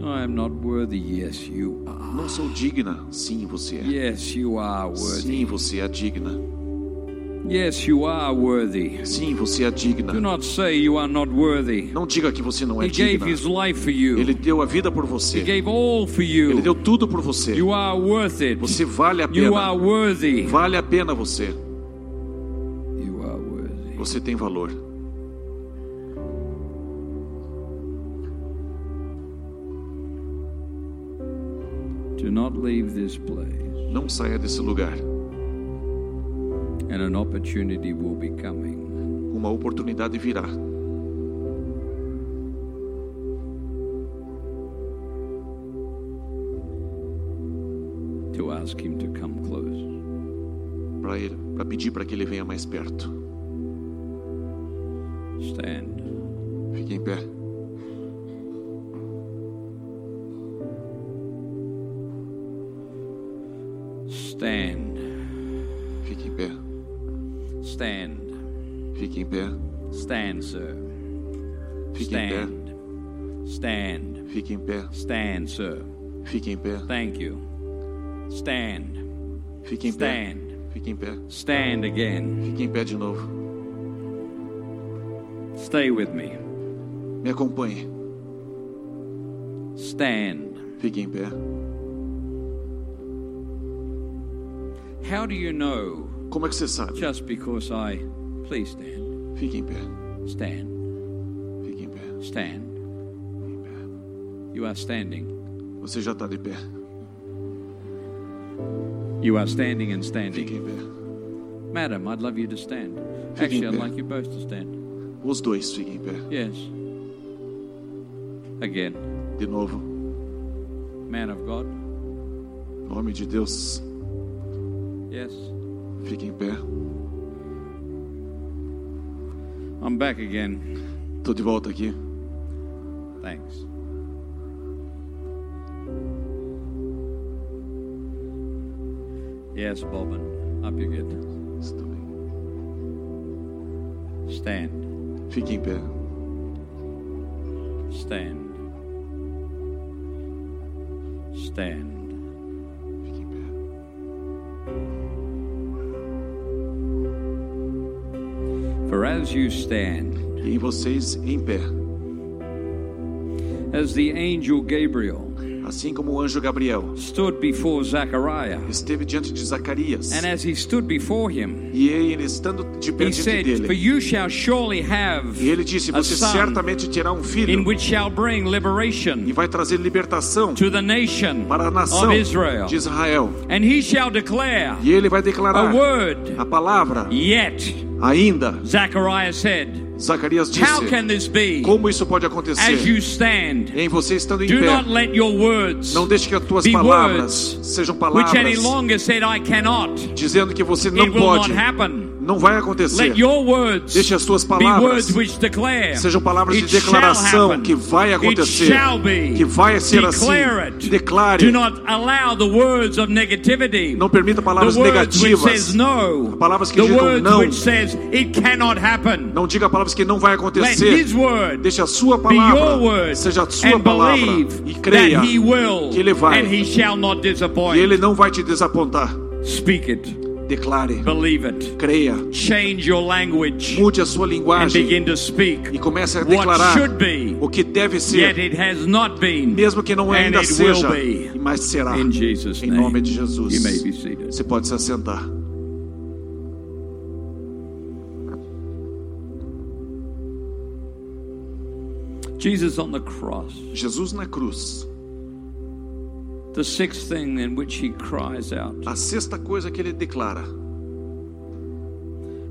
Speaker 2: I am not worthy. Yes, you are.
Speaker 3: não sou digna. Sim, você é.
Speaker 2: Yes, you are worthy.
Speaker 3: Sim, você é digna.
Speaker 2: Yes, you are worthy.
Speaker 3: Sim, você é digna.
Speaker 2: Do not say you are not worthy.
Speaker 3: Não diga que você não é
Speaker 2: He gave
Speaker 3: digna.
Speaker 2: his life for you.
Speaker 3: Ele deu a vida por
Speaker 2: He
Speaker 3: você.
Speaker 2: gave all for
Speaker 3: Ele
Speaker 2: you.
Speaker 3: deu tudo por você.
Speaker 2: You are worth it.
Speaker 3: Você vale a
Speaker 2: You are
Speaker 3: pena.
Speaker 2: worthy.
Speaker 3: Vale a pena você.
Speaker 2: You are worthy.
Speaker 3: Você tem valor.
Speaker 2: Do not leave this place
Speaker 3: Não saia desse lugar.
Speaker 2: and an opportunity will be coming.
Speaker 3: Uma oportunidade virá.
Speaker 2: to ask him to come close.
Speaker 3: para ele, para pedir para que ele venha mais perto.
Speaker 2: Stand.
Speaker 3: Fique em pé.
Speaker 2: Stand.
Speaker 3: Fique em pé.
Speaker 2: Stand.
Speaker 3: Fique em pé.
Speaker 2: Stand, sir.
Speaker 3: Fique em pé.
Speaker 2: Stand. Stand.
Speaker 3: Fique em pé.
Speaker 2: Stand, sir.
Speaker 3: Fique em pé.
Speaker 2: Thank you. Stand.
Speaker 3: Fique em pé.
Speaker 2: Stand.
Speaker 3: Fique em pé.
Speaker 2: Stand again.
Speaker 3: Fique em pé de novo.
Speaker 2: Stay with me.
Speaker 3: Me acompanhe.
Speaker 2: Stand.
Speaker 3: Fique em pé.
Speaker 2: How do you know?
Speaker 3: Como é que você sabe?
Speaker 2: Just because I. Please stand.
Speaker 3: Fique em pé.
Speaker 2: Stand.
Speaker 3: Fique em pé.
Speaker 2: Stand.
Speaker 3: Fique em pé.
Speaker 2: You are standing.
Speaker 3: Você já está de pé.
Speaker 2: You are standing and
Speaker 3: Fique
Speaker 2: standing.
Speaker 3: em pé.
Speaker 2: Madam, I'd love you to stand.
Speaker 3: Fique em
Speaker 2: Actually, I'd
Speaker 3: pé.
Speaker 2: like you both to stand.
Speaker 3: Os dois fiquem em pé.
Speaker 2: Yes. Again.
Speaker 3: De novo.
Speaker 2: Man of God.
Speaker 3: Em nome de Deus.
Speaker 2: Yes.
Speaker 3: Fique em pé.
Speaker 2: I'm back again.
Speaker 3: Tô de volta aqui.
Speaker 2: Thanks. Yes, Bobbin. Up you get.
Speaker 3: Você também.
Speaker 2: Stand.
Speaker 3: Fique em pé.
Speaker 2: Stand. Stand.
Speaker 3: Fique em pé.
Speaker 2: For as you stand,
Speaker 3: E vocês em pé.
Speaker 2: as the angel Gabriel
Speaker 3: Assim como o anjo Gabriel
Speaker 2: stood before Zachariah,
Speaker 3: esteve diante de Zacarias.
Speaker 2: and as he stood before him,
Speaker 3: E ele, estando de pé
Speaker 2: he
Speaker 3: diante
Speaker 2: said, For
Speaker 3: dele,
Speaker 2: you shall surely have
Speaker 3: e ele disse:
Speaker 2: a
Speaker 3: Você
Speaker 2: son
Speaker 3: certamente terá um
Speaker 2: in
Speaker 3: filho
Speaker 2: which shall bring
Speaker 3: e
Speaker 2: liberation
Speaker 3: vai trazer libertação
Speaker 2: to the nation
Speaker 3: para a nação
Speaker 2: of Israel.
Speaker 3: de Israel.
Speaker 2: And he shall declare
Speaker 3: E ele vai
Speaker 2: a
Speaker 3: declarar
Speaker 2: word.
Speaker 3: a palavra.
Speaker 2: Yet,
Speaker 3: Ainda,
Speaker 2: Zechariah said,
Speaker 3: Zacarias
Speaker 2: How
Speaker 3: disse:
Speaker 2: can this be?
Speaker 3: Como isso pode
Speaker 2: As
Speaker 3: acontecer?
Speaker 2: you stand,
Speaker 3: Em você estando em
Speaker 2: do not
Speaker 3: pé,
Speaker 2: let your words,
Speaker 3: não deixe que as tuas
Speaker 2: be
Speaker 3: palavras
Speaker 2: words
Speaker 3: sejam
Speaker 2: which any
Speaker 3: palavras
Speaker 2: longer said, I cannot,
Speaker 3: dizendo que você não
Speaker 2: it will not
Speaker 3: pode,
Speaker 2: happen.
Speaker 3: não vai acontecer.
Speaker 2: Let your words
Speaker 3: Deixe as tuas
Speaker 2: be
Speaker 3: palavras
Speaker 2: words which declare.
Speaker 3: sejam palavras de
Speaker 2: It shall
Speaker 3: declaração
Speaker 2: happen.
Speaker 3: que vai
Speaker 2: It
Speaker 3: acontecer,
Speaker 2: shall be.
Speaker 3: que vai ser assim.
Speaker 2: Declare it.
Speaker 3: Declare.
Speaker 2: Do not allow the words of negativity.
Speaker 3: Não permita palavras
Speaker 2: the words which
Speaker 3: negativas.
Speaker 2: says no.
Speaker 3: Palavras que
Speaker 2: the
Speaker 3: digam
Speaker 2: words
Speaker 3: não.
Speaker 2: which says it cannot happen.
Speaker 3: Não diga palavras que não vai
Speaker 2: Let
Speaker 3: acontecer.
Speaker 2: his word
Speaker 3: Deixe a sua
Speaker 2: be your
Speaker 3: palavra
Speaker 2: word
Speaker 3: seja a sua
Speaker 2: and
Speaker 3: palavra
Speaker 2: believe
Speaker 3: e creia.
Speaker 2: that he will
Speaker 3: que ele vai.
Speaker 2: and he shall not disappoint.
Speaker 3: E ele não vai te desapontar.
Speaker 2: Speak it,
Speaker 3: Declare,
Speaker 2: believe it,
Speaker 3: creia,
Speaker 2: change your language
Speaker 3: mude a sua
Speaker 2: and
Speaker 3: linguagem
Speaker 2: begin to speak
Speaker 3: e comece a
Speaker 2: what
Speaker 3: declarar
Speaker 2: should be,
Speaker 3: o que deve
Speaker 2: yet
Speaker 3: ser,
Speaker 2: it has not been.
Speaker 3: mesmo que não
Speaker 2: and
Speaker 3: ainda
Speaker 2: it will
Speaker 3: seja,
Speaker 2: be.
Speaker 3: mas será.
Speaker 2: In Jesus'
Speaker 3: Em
Speaker 2: name.
Speaker 3: nome de Jesus.
Speaker 2: You may be seated.
Speaker 3: Você pode se assentar.
Speaker 2: Jesus on the cross,
Speaker 3: Jesus na cruz.
Speaker 2: the sixth thing in which he cries out.
Speaker 3: A sexta coisa que ele declara.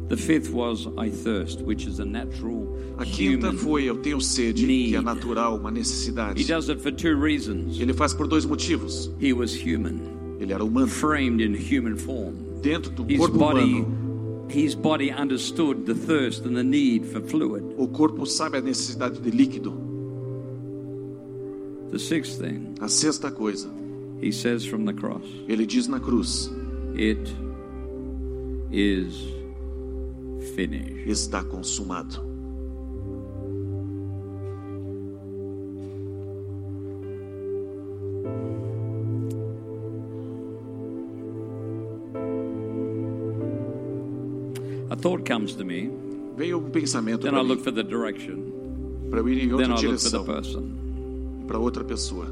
Speaker 2: The fifth was I thirst, which is a natural
Speaker 3: A quinta
Speaker 2: human.
Speaker 3: foi eu tenho sede, que é
Speaker 2: need.
Speaker 3: natural, uma
Speaker 2: He
Speaker 3: necessidade.
Speaker 2: does it for two reasons.
Speaker 3: Ele faz por dois motivos.
Speaker 2: He was human,
Speaker 3: Ele era humano,
Speaker 2: framed in human form.
Speaker 3: dentro do
Speaker 2: His
Speaker 3: corpo
Speaker 2: body,
Speaker 3: humano.
Speaker 2: his body understood the thirst and the need for fluid.
Speaker 3: O corpo sabe a necessidade de líquido.
Speaker 2: The sixth thing
Speaker 3: A sexta coisa,
Speaker 2: he says from the cross,
Speaker 3: ele diz na cruz:
Speaker 2: it is finished.
Speaker 3: está consumado.
Speaker 2: A thought comes to me,
Speaker 3: Veio um pensamento
Speaker 2: then I
Speaker 3: para
Speaker 2: look
Speaker 3: mim,
Speaker 2: for the direction,
Speaker 3: para eu ir em
Speaker 2: then
Speaker 3: outra
Speaker 2: I look for the
Speaker 3: direção,
Speaker 2: person.
Speaker 3: para outra pessoa.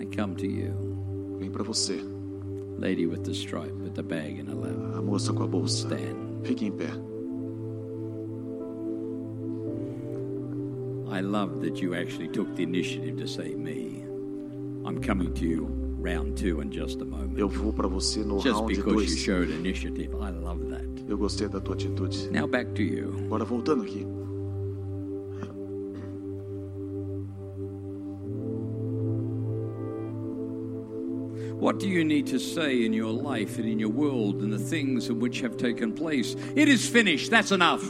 Speaker 2: I come to you,
Speaker 3: Vem para você,
Speaker 2: lady with the stripe, with the bag in her lap.
Speaker 3: a moça com a bolsa.
Speaker 2: Stand.
Speaker 3: Fique em pé.
Speaker 2: I love that you actually took the initiative to say, Me, I'm coming to you round two in just a moment.
Speaker 3: Eu vou para você no
Speaker 2: Just
Speaker 3: round
Speaker 2: because you
Speaker 3: 2.
Speaker 2: showed initiative, I love that.
Speaker 3: Eu gostei da tua atitude.
Speaker 2: Now back to you.
Speaker 3: Agora voltando aqui.
Speaker 2: What do you need to say in your life and in your world and the things which have taken place? It is finished. That's enough.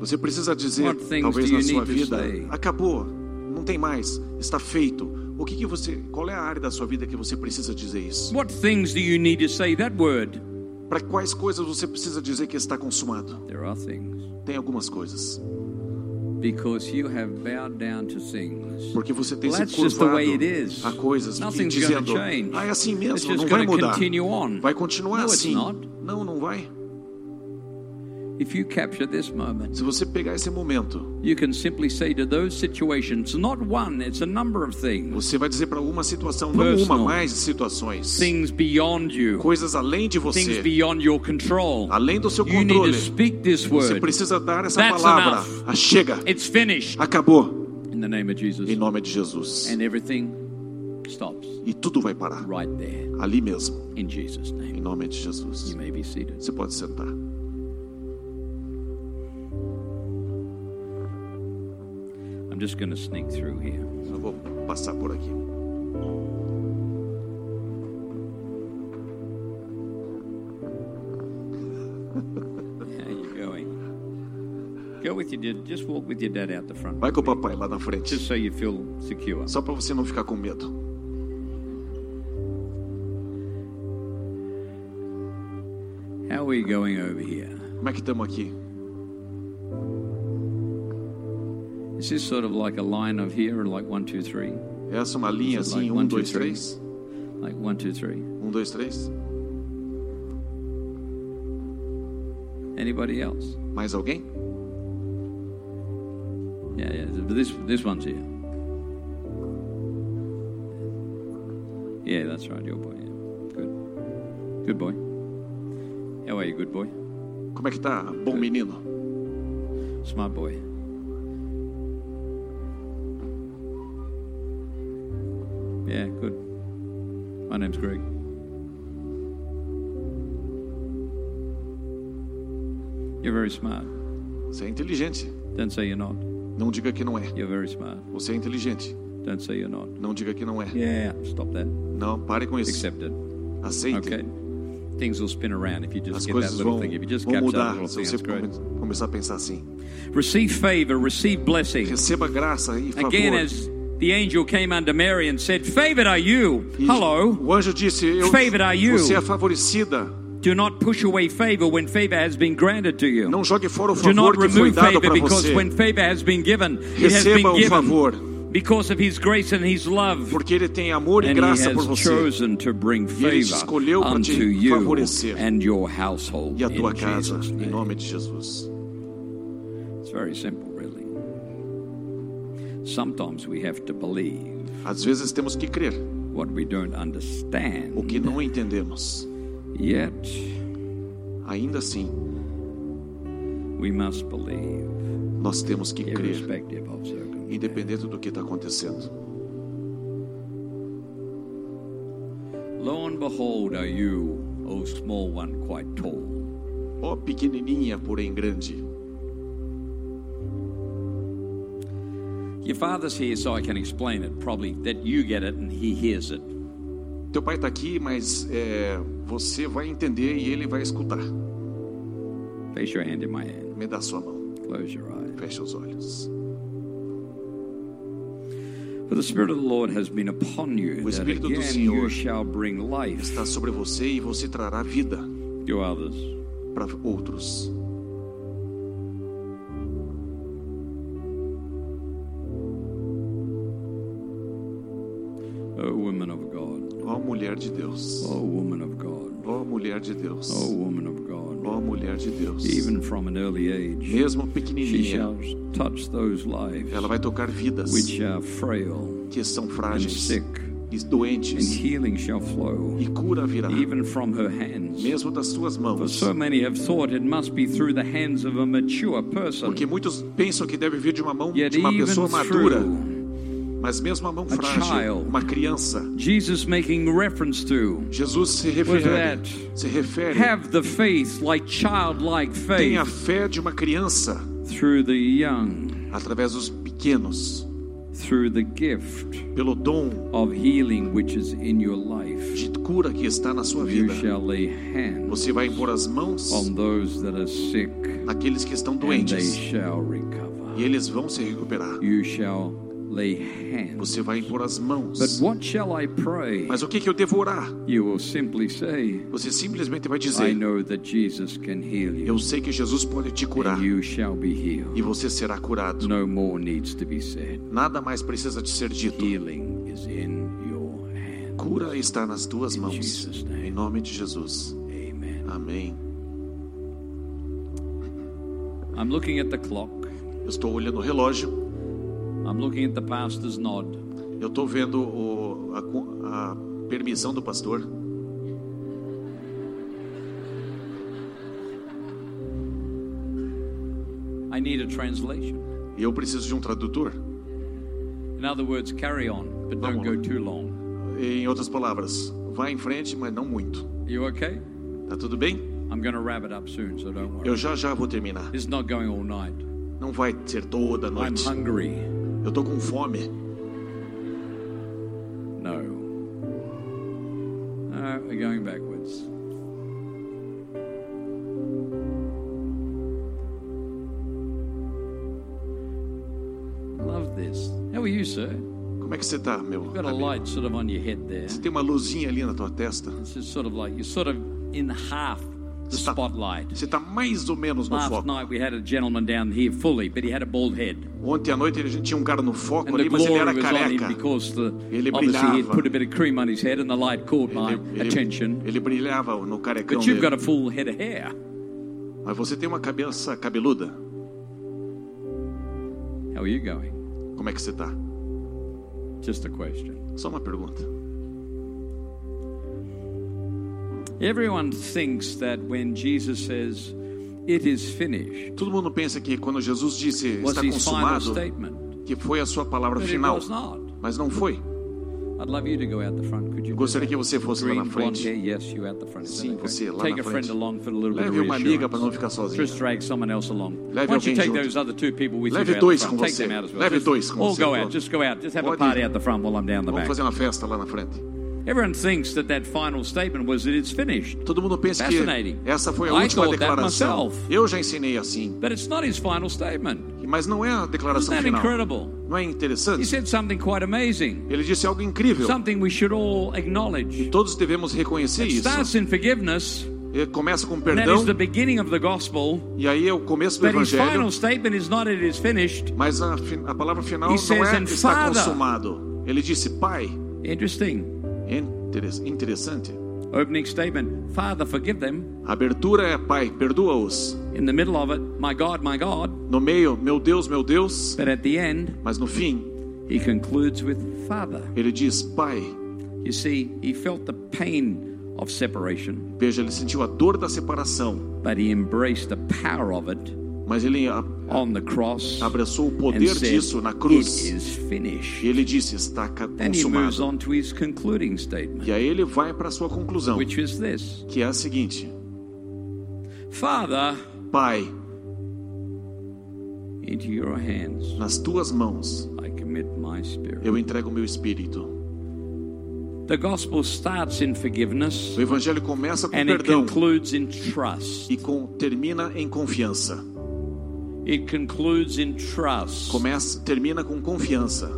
Speaker 3: Você precisa dizer,
Speaker 2: What things
Speaker 3: talvez
Speaker 2: do
Speaker 3: na
Speaker 2: you
Speaker 3: sua
Speaker 2: need to
Speaker 3: vida,
Speaker 2: say?
Speaker 3: acabou, não tem mais, está feito. O que, que você, qual é a área da sua vida que você precisa dizer isso?
Speaker 2: What things do you need to say? That word.
Speaker 3: Para quais coisas você precisa dizer que está consumado?
Speaker 2: There are things.
Speaker 3: Tem algumas coisas,
Speaker 2: Because you have bowed down to things.
Speaker 3: porque você tem
Speaker 2: Well,
Speaker 3: se
Speaker 2: that's just the
Speaker 3: curvado
Speaker 2: way it is.
Speaker 3: a coisas que
Speaker 2: Nothing's
Speaker 3: dizendo,
Speaker 2: gonna change.
Speaker 3: ah, é assim
Speaker 2: It's
Speaker 3: mesmo,
Speaker 2: just
Speaker 3: não
Speaker 2: gonna
Speaker 3: vai mudar,
Speaker 2: continue on."
Speaker 3: vai continuar
Speaker 2: No, it's
Speaker 3: assim.
Speaker 2: not.
Speaker 3: Não, não vai.
Speaker 2: If you capture this moment,
Speaker 3: Se você pegar esse momento,
Speaker 2: you can simply say to those situations, not one, it's a number of things.
Speaker 3: você vai dizer para uma situação, não
Speaker 2: Personal.
Speaker 3: uma, mais situações,
Speaker 2: Things beyond you,
Speaker 3: coisas além de
Speaker 2: things
Speaker 3: você,
Speaker 2: beyond your control.
Speaker 3: além do seu
Speaker 2: You need to
Speaker 3: controle.
Speaker 2: speak this
Speaker 3: Você
Speaker 2: word.
Speaker 3: precisa dar essa
Speaker 2: That's
Speaker 3: palavra.
Speaker 2: enough.
Speaker 3: Ah, chega.
Speaker 2: It's finished.
Speaker 3: Acabou.
Speaker 2: In the name of
Speaker 3: Em
Speaker 2: Jesus.
Speaker 3: nome de Jesus.
Speaker 2: And everything stops
Speaker 3: E tudo vai parar.
Speaker 2: right there.
Speaker 3: Ali mesmo.
Speaker 2: In Jesus'
Speaker 3: Em
Speaker 2: name.
Speaker 3: nome de Jesus.
Speaker 2: You may be seated.
Speaker 3: Você pode sentar.
Speaker 2: I'm just going to sneak through here.
Speaker 3: Eu vou passar por aqui.
Speaker 2: How you going? Go with your dad. Just walk with your dad out the front.
Speaker 3: Vai com o papai lá na frente.
Speaker 2: Just so you feel secure.
Speaker 3: Só para você não ficar com medo.
Speaker 2: How are we going over here?
Speaker 3: Como é que estamos aqui?
Speaker 2: Is this sort of like a line of here and like one, two, three?
Speaker 3: Essa é uma linha
Speaker 2: Is it like
Speaker 3: assim, um,
Speaker 2: one, two,
Speaker 3: dois,
Speaker 2: three?
Speaker 3: três.
Speaker 2: Like one, two, three.
Speaker 3: Um, dois, três.
Speaker 2: Anybody else?
Speaker 3: Mais alguém?
Speaker 2: Yeah, yeah. But this this one's here. Yeah, that's right, your boy. Yeah. Good. Good boy. How are you, good boy?
Speaker 3: Como é que tá? Bom menino.
Speaker 2: Smart boy. Yeah, good. My name's Greg. You're very smart.
Speaker 3: Você é inteligente.
Speaker 2: Don't say you're not.
Speaker 3: Não diga que não é.
Speaker 2: You're very smart.
Speaker 3: Você é inteligente.
Speaker 2: Don't say you're not.
Speaker 3: Não diga que não é.
Speaker 2: Yeah, stop that.
Speaker 3: Não, pare com isso.
Speaker 2: Accept it.
Speaker 3: Aceite.
Speaker 2: Okay. Things will spin around if you just
Speaker 3: As
Speaker 2: get that
Speaker 3: coisas
Speaker 2: little
Speaker 3: vão,
Speaker 2: thing. If you just
Speaker 3: vão
Speaker 2: capture that
Speaker 3: mudar
Speaker 2: little
Speaker 3: se
Speaker 2: thing,
Speaker 3: você
Speaker 2: that's great.
Speaker 3: come- começar a pensar assim.
Speaker 2: Receive favor, receive blessing.
Speaker 3: Receba graça e favor.
Speaker 2: Again, as the angel came unto Mary and said, Favored are you.
Speaker 3: E
Speaker 2: Hello.
Speaker 3: O anjo disse: eu,
Speaker 2: Favored are you.
Speaker 3: Você é favorecida.
Speaker 2: Do not push away favor when favor has been granted to you.
Speaker 3: Não jogue fora o
Speaker 2: Do not
Speaker 3: favor que foi
Speaker 2: remove
Speaker 3: dado
Speaker 2: favor
Speaker 3: para
Speaker 2: because
Speaker 3: você.
Speaker 2: when favor has been given, it has
Speaker 3: Receba
Speaker 2: been
Speaker 3: o
Speaker 2: given
Speaker 3: favor,
Speaker 2: because of his grace and his love.
Speaker 3: porque ele tem amor e
Speaker 2: And he
Speaker 3: graça por
Speaker 2: has
Speaker 3: você
Speaker 2: chosen to bring
Speaker 3: E ele te
Speaker 2: favor
Speaker 3: escolheu pra
Speaker 2: unto
Speaker 3: te
Speaker 2: you
Speaker 3: favorecer.
Speaker 2: and your household
Speaker 3: e a tua
Speaker 2: in
Speaker 3: casa,
Speaker 2: Jesus'
Speaker 3: em
Speaker 2: name.
Speaker 3: nome de Jesus.
Speaker 2: It's very simple, really. Sometimes we have to believe
Speaker 3: Às vezes temos que crer
Speaker 2: what we don't understand.
Speaker 3: o que não entendemos.
Speaker 2: Yet
Speaker 3: Ainda assim,
Speaker 2: we must believe,
Speaker 3: nós temos que crer,
Speaker 2: irrespective of circumstance.
Speaker 3: independente do que está acontecendo.
Speaker 2: Lo and behold, are you, O small one, quite tall?
Speaker 3: Ó pequenininha, porém grande.
Speaker 2: Your father's here, so I can explain it. Probably that you get it and he hears it.
Speaker 3: Teu pai está aqui, mas é, você vai entender e ele vai escutar.
Speaker 2: Place your hand in my hand.
Speaker 3: Me dá sua mão,
Speaker 2: Close your eyes.
Speaker 3: fecha os olhos.
Speaker 2: For the Spirit of the Lord has been upon you,
Speaker 3: O
Speaker 2: that
Speaker 3: Espírito do
Speaker 2: again you
Speaker 3: Senhor
Speaker 2: shall bring life
Speaker 3: Está sobre você e você trará vida
Speaker 2: to others.
Speaker 3: para outros.
Speaker 2: O woman of God.
Speaker 3: Ó mulher de Deus,
Speaker 2: O woman of God.
Speaker 3: ó mulher de Deus,
Speaker 2: O woman of God.
Speaker 3: ó mulher de Deus.
Speaker 2: Even from an early age,
Speaker 3: Mesmo
Speaker 2: she
Speaker 3: pequenininha,
Speaker 2: shall touch those lives
Speaker 3: ela vai tocar vidas
Speaker 2: which are frail
Speaker 3: que são
Speaker 2: and
Speaker 3: frágeis
Speaker 2: sick
Speaker 3: e
Speaker 2: and
Speaker 3: doentes,
Speaker 2: healing shall flow,
Speaker 3: e cura virá,
Speaker 2: even from her hands.
Speaker 3: mesmo das suas
Speaker 2: For
Speaker 3: mãos.
Speaker 2: so many have thought it must be through the hands of a mature person,
Speaker 3: Porque muitos pensam que deve vir de uma mão
Speaker 2: yet
Speaker 3: de uma
Speaker 2: even
Speaker 3: pessoa madura,
Speaker 2: through
Speaker 3: mas mesmo a mão
Speaker 2: a
Speaker 3: frágil,
Speaker 2: child.
Speaker 3: uma criança.
Speaker 2: Jesus making reference to
Speaker 3: Jesus se
Speaker 2: that?
Speaker 3: refere, se refere,
Speaker 2: é. have the faith like childlike
Speaker 3: tenha
Speaker 2: faith
Speaker 3: fé de uma criança
Speaker 2: through the young,
Speaker 3: através dos pequenos,
Speaker 2: through the gift
Speaker 3: pelo dom
Speaker 2: of healing which is in your life.
Speaker 3: de cura que está na sua
Speaker 2: You
Speaker 3: vida.
Speaker 2: shall lay hands
Speaker 3: Você vai impor as mãos
Speaker 2: on those that are sick,
Speaker 3: naqueles que estão
Speaker 2: and they
Speaker 3: doentes
Speaker 2: shall recover.
Speaker 3: e eles vão se recuperar.
Speaker 2: You shall lay hands.
Speaker 3: Você vai impor as mãos.
Speaker 2: But what shall I pray?
Speaker 3: Mas o que que eu devo orar?
Speaker 2: You will simply say,
Speaker 3: Você simplesmente vai
Speaker 2: I
Speaker 3: dizer:
Speaker 2: know that Jesus can heal you,
Speaker 3: Eu sei que Jesus pode te curar
Speaker 2: and you shall be healed.
Speaker 3: e você será curado.
Speaker 2: No more needs to be said.
Speaker 3: Nada mais precisa de ser dito.
Speaker 2: Healing is in your hand.
Speaker 3: Cura está nas tuas mãos.
Speaker 2: Jesus' name.
Speaker 3: Em nome de Jesus.
Speaker 2: Amen.
Speaker 3: Amém.
Speaker 2: I'm looking at the clock.
Speaker 3: Eu estou olhando o relógio.
Speaker 2: I'm looking at the pastor's nod.
Speaker 3: Eu estou vendo o- a, co- a permissão do pastor.
Speaker 2: I need a translation.
Speaker 3: E eu preciso de um tradutor.
Speaker 2: In other words, carry on, but don't
Speaker 3: Vamos lá.
Speaker 2: go too long.
Speaker 3: Em outras palavras, vá em frente, mas não muito.
Speaker 2: You okay?
Speaker 3: Tá tudo bem?
Speaker 2: I'm going to wrap it up soon, so don't worry.
Speaker 3: Eu já já vou terminar.
Speaker 2: This is not going all night.
Speaker 3: Não vai ser toda
Speaker 2: I'm
Speaker 3: noite.
Speaker 2: hungry.
Speaker 3: Eu tô com fome.
Speaker 2: No. No, we're going backwards. Love this. How are you, sir? You've
Speaker 3: Como é que você tá, meu?
Speaker 2: got a
Speaker 3: amigo?
Speaker 2: light sort of on your head there.
Speaker 3: Você tem uma luzinha ali na tua testa.
Speaker 2: This is sort of like you're sort of in half the
Speaker 3: Stop.
Speaker 2: spotlight.
Speaker 3: Você tá mais ou menos no
Speaker 2: Last
Speaker 3: foco.
Speaker 2: night we had a gentleman down here fully, but he had a bald head.
Speaker 3: Ontem à noite a gente tinha um cara no foco
Speaker 2: And the
Speaker 3: ali, mas ele
Speaker 2: glory
Speaker 3: era
Speaker 2: was on
Speaker 3: careca.
Speaker 2: him because the, obviously he had
Speaker 3: Ele brilhava.
Speaker 2: put a bit of cream on his head and the light caught my
Speaker 3: Ele,
Speaker 2: attention.
Speaker 3: ele, ele brilhava no carecão
Speaker 2: But you've got
Speaker 3: dele.
Speaker 2: a full head of hair.
Speaker 3: Mas você tem uma cabeça cabeluda.
Speaker 2: How are you going?
Speaker 3: Como é que você tá?
Speaker 2: Just a question.
Speaker 3: Só uma pergunta.
Speaker 2: Everyone thinks that when Jesus says, it is finished,
Speaker 3: Todo mundo pensa que quando Jesus disse
Speaker 2: was
Speaker 3: está
Speaker 2: his final
Speaker 3: consumado,
Speaker 2: statement.
Speaker 3: que foi a sua palavra
Speaker 2: But it
Speaker 3: final.
Speaker 2: was not.
Speaker 3: Mas não foi.
Speaker 2: I'd love you to go out the front. Could you? do
Speaker 3: Eu gostaria
Speaker 2: that?
Speaker 3: que você fosse lá
Speaker 2: Green,
Speaker 3: na
Speaker 2: blonde
Speaker 3: frente.
Speaker 2: hair. Yes, you out the front. Is that
Speaker 3: Sim,
Speaker 2: okay?
Speaker 3: você lá
Speaker 2: Take
Speaker 3: na
Speaker 2: a friend
Speaker 3: frente.
Speaker 2: along for a little bit of
Speaker 3: Leve uma amiga para não
Speaker 2: reassurance.
Speaker 3: ficar sozinha.
Speaker 2: Just drag someone else along.
Speaker 3: Leve
Speaker 2: Why don't you
Speaker 3: alguém
Speaker 2: take
Speaker 3: junto.
Speaker 2: those other two people with
Speaker 3: Leve
Speaker 2: you? to out
Speaker 3: dois
Speaker 2: the
Speaker 3: com
Speaker 2: front? Take
Speaker 3: você.
Speaker 2: them out as well.
Speaker 3: Leve
Speaker 2: just,
Speaker 3: dois com
Speaker 2: all
Speaker 3: você,
Speaker 2: go
Speaker 3: pronto.
Speaker 2: out. Just go out. Just have a
Speaker 3: Pode-
Speaker 2: party out the front while I'm down the
Speaker 3: Vamos
Speaker 2: back.
Speaker 3: fazer uma festa lá na frente.
Speaker 2: Everyone thinks that that final statement was that it's finished,
Speaker 3: Todo mundo pensa que
Speaker 2: Fascinating.
Speaker 3: essa foi a
Speaker 2: I
Speaker 3: última
Speaker 2: thought that
Speaker 3: declaração.
Speaker 2: myself.
Speaker 3: Eu já ensinei assim,
Speaker 2: but it's not his final statement.
Speaker 3: mas não é a
Speaker 2: Isn't
Speaker 3: declaração
Speaker 2: that
Speaker 3: final.
Speaker 2: incredible?
Speaker 3: Não é
Speaker 2: He
Speaker 3: interessante?
Speaker 2: said something quite amazing,
Speaker 3: Ele disse algo incrível.
Speaker 2: something we should all acknowledge.
Speaker 3: Todos devemos reconhecer
Speaker 2: It
Speaker 3: isso.
Speaker 2: starts in forgiveness, and
Speaker 3: Ele começa com
Speaker 2: that
Speaker 3: perdão
Speaker 2: is the beginning of the gospel.
Speaker 3: e aí é o começo do
Speaker 2: But his
Speaker 3: evangelho.
Speaker 2: final statement is not it is finished.
Speaker 3: Mas a, fi- a palavra final
Speaker 2: He
Speaker 3: não
Speaker 2: says,
Speaker 3: é
Speaker 2: "And
Speaker 3: está
Speaker 2: Father."
Speaker 3: consumado. Ele disse Pai. É
Speaker 2: Interesting.
Speaker 3: Interes- Interessante.
Speaker 2: Opening statement Father, forgive them.
Speaker 3: A abertura é Pai, perdoa-os.
Speaker 2: In the middle of it, my God, my God.
Speaker 3: No meio, meu Deus, meu Deus.
Speaker 2: But at the end,
Speaker 3: Mas no fim,
Speaker 2: he concludes with Father.
Speaker 3: ele diz Pai.
Speaker 2: You see, he felt the pain of separation,
Speaker 3: Veja, ele sentiu a dor da separação,
Speaker 2: but he embraced the power of it
Speaker 3: mas ele a-
Speaker 2: on the cross.
Speaker 3: abraçou o
Speaker 2: and
Speaker 3: poder
Speaker 2: said,
Speaker 3: disso na
Speaker 2: It
Speaker 3: cruz.
Speaker 2: is finished.
Speaker 3: E ele disse: Está ca-
Speaker 2: Then he moves
Speaker 3: consumado.
Speaker 2: on to his concluding statement,
Speaker 3: E aí ele vai para a sua conclusão,
Speaker 2: which is this
Speaker 3: que é a seguinte:
Speaker 2: Father,
Speaker 3: Pai,
Speaker 2: into your hands
Speaker 3: nas tuas mãos
Speaker 2: I commit my spirit.
Speaker 3: eu entrego o meu espírito.
Speaker 2: The gospel starts in forgiveness
Speaker 3: O evangelho começa com
Speaker 2: and it
Speaker 3: perdão
Speaker 2: concludes in trust.
Speaker 3: e com- termina em confiança.
Speaker 2: It concludes in trust.
Speaker 3: Começa, termina com confiança.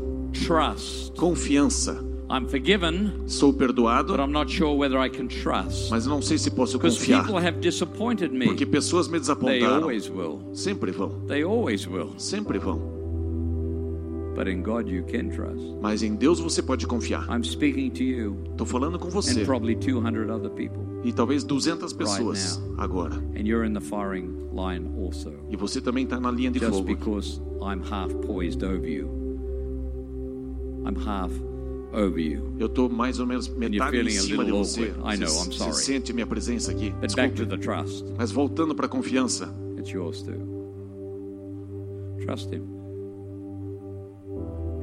Speaker 2: Trust.
Speaker 3: Confiança.
Speaker 2: I'm forgiven,
Speaker 3: Sou perdoado,
Speaker 2: but I'm not sure whether I can trust.
Speaker 3: mas não sei se posso
Speaker 2: Because
Speaker 3: confiar,
Speaker 2: people have disappointed
Speaker 3: porque
Speaker 2: me.
Speaker 3: pessoas me
Speaker 2: They
Speaker 3: desapontaram.
Speaker 2: always will.
Speaker 3: Sempre vão,
Speaker 2: They always will.
Speaker 3: sempre vão.
Speaker 2: But in God you can trust.
Speaker 3: Mas em Deus você pode confiar.
Speaker 2: I'm speaking to you
Speaker 3: Estou falando com você
Speaker 2: and probably 200 other people.
Speaker 3: e talvez 200 pessoas agora.
Speaker 2: And you're in the firing line also.
Speaker 3: E você também está na linha de
Speaker 2: Just
Speaker 3: fogo.
Speaker 2: because I'm half poised over you, I'm half over you.
Speaker 3: Eu estou mais ou menos metade em
Speaker 2: feeling a
Speaker 3: cima de
Speaker 2: little
Speaker 3: você.
Speaker 2: awkward. I know, I'm
Speaker 3: Você
Speaker 2: sorry.
Speaker 3: você sente minha presença aqui.
Speaker 2: But back to
Speaker 3: Desculpe.
Speaker 2: the trust.
Speaker 3: Mas voltando para a confiança,
Speaker 2: It's yours too. Trust Him.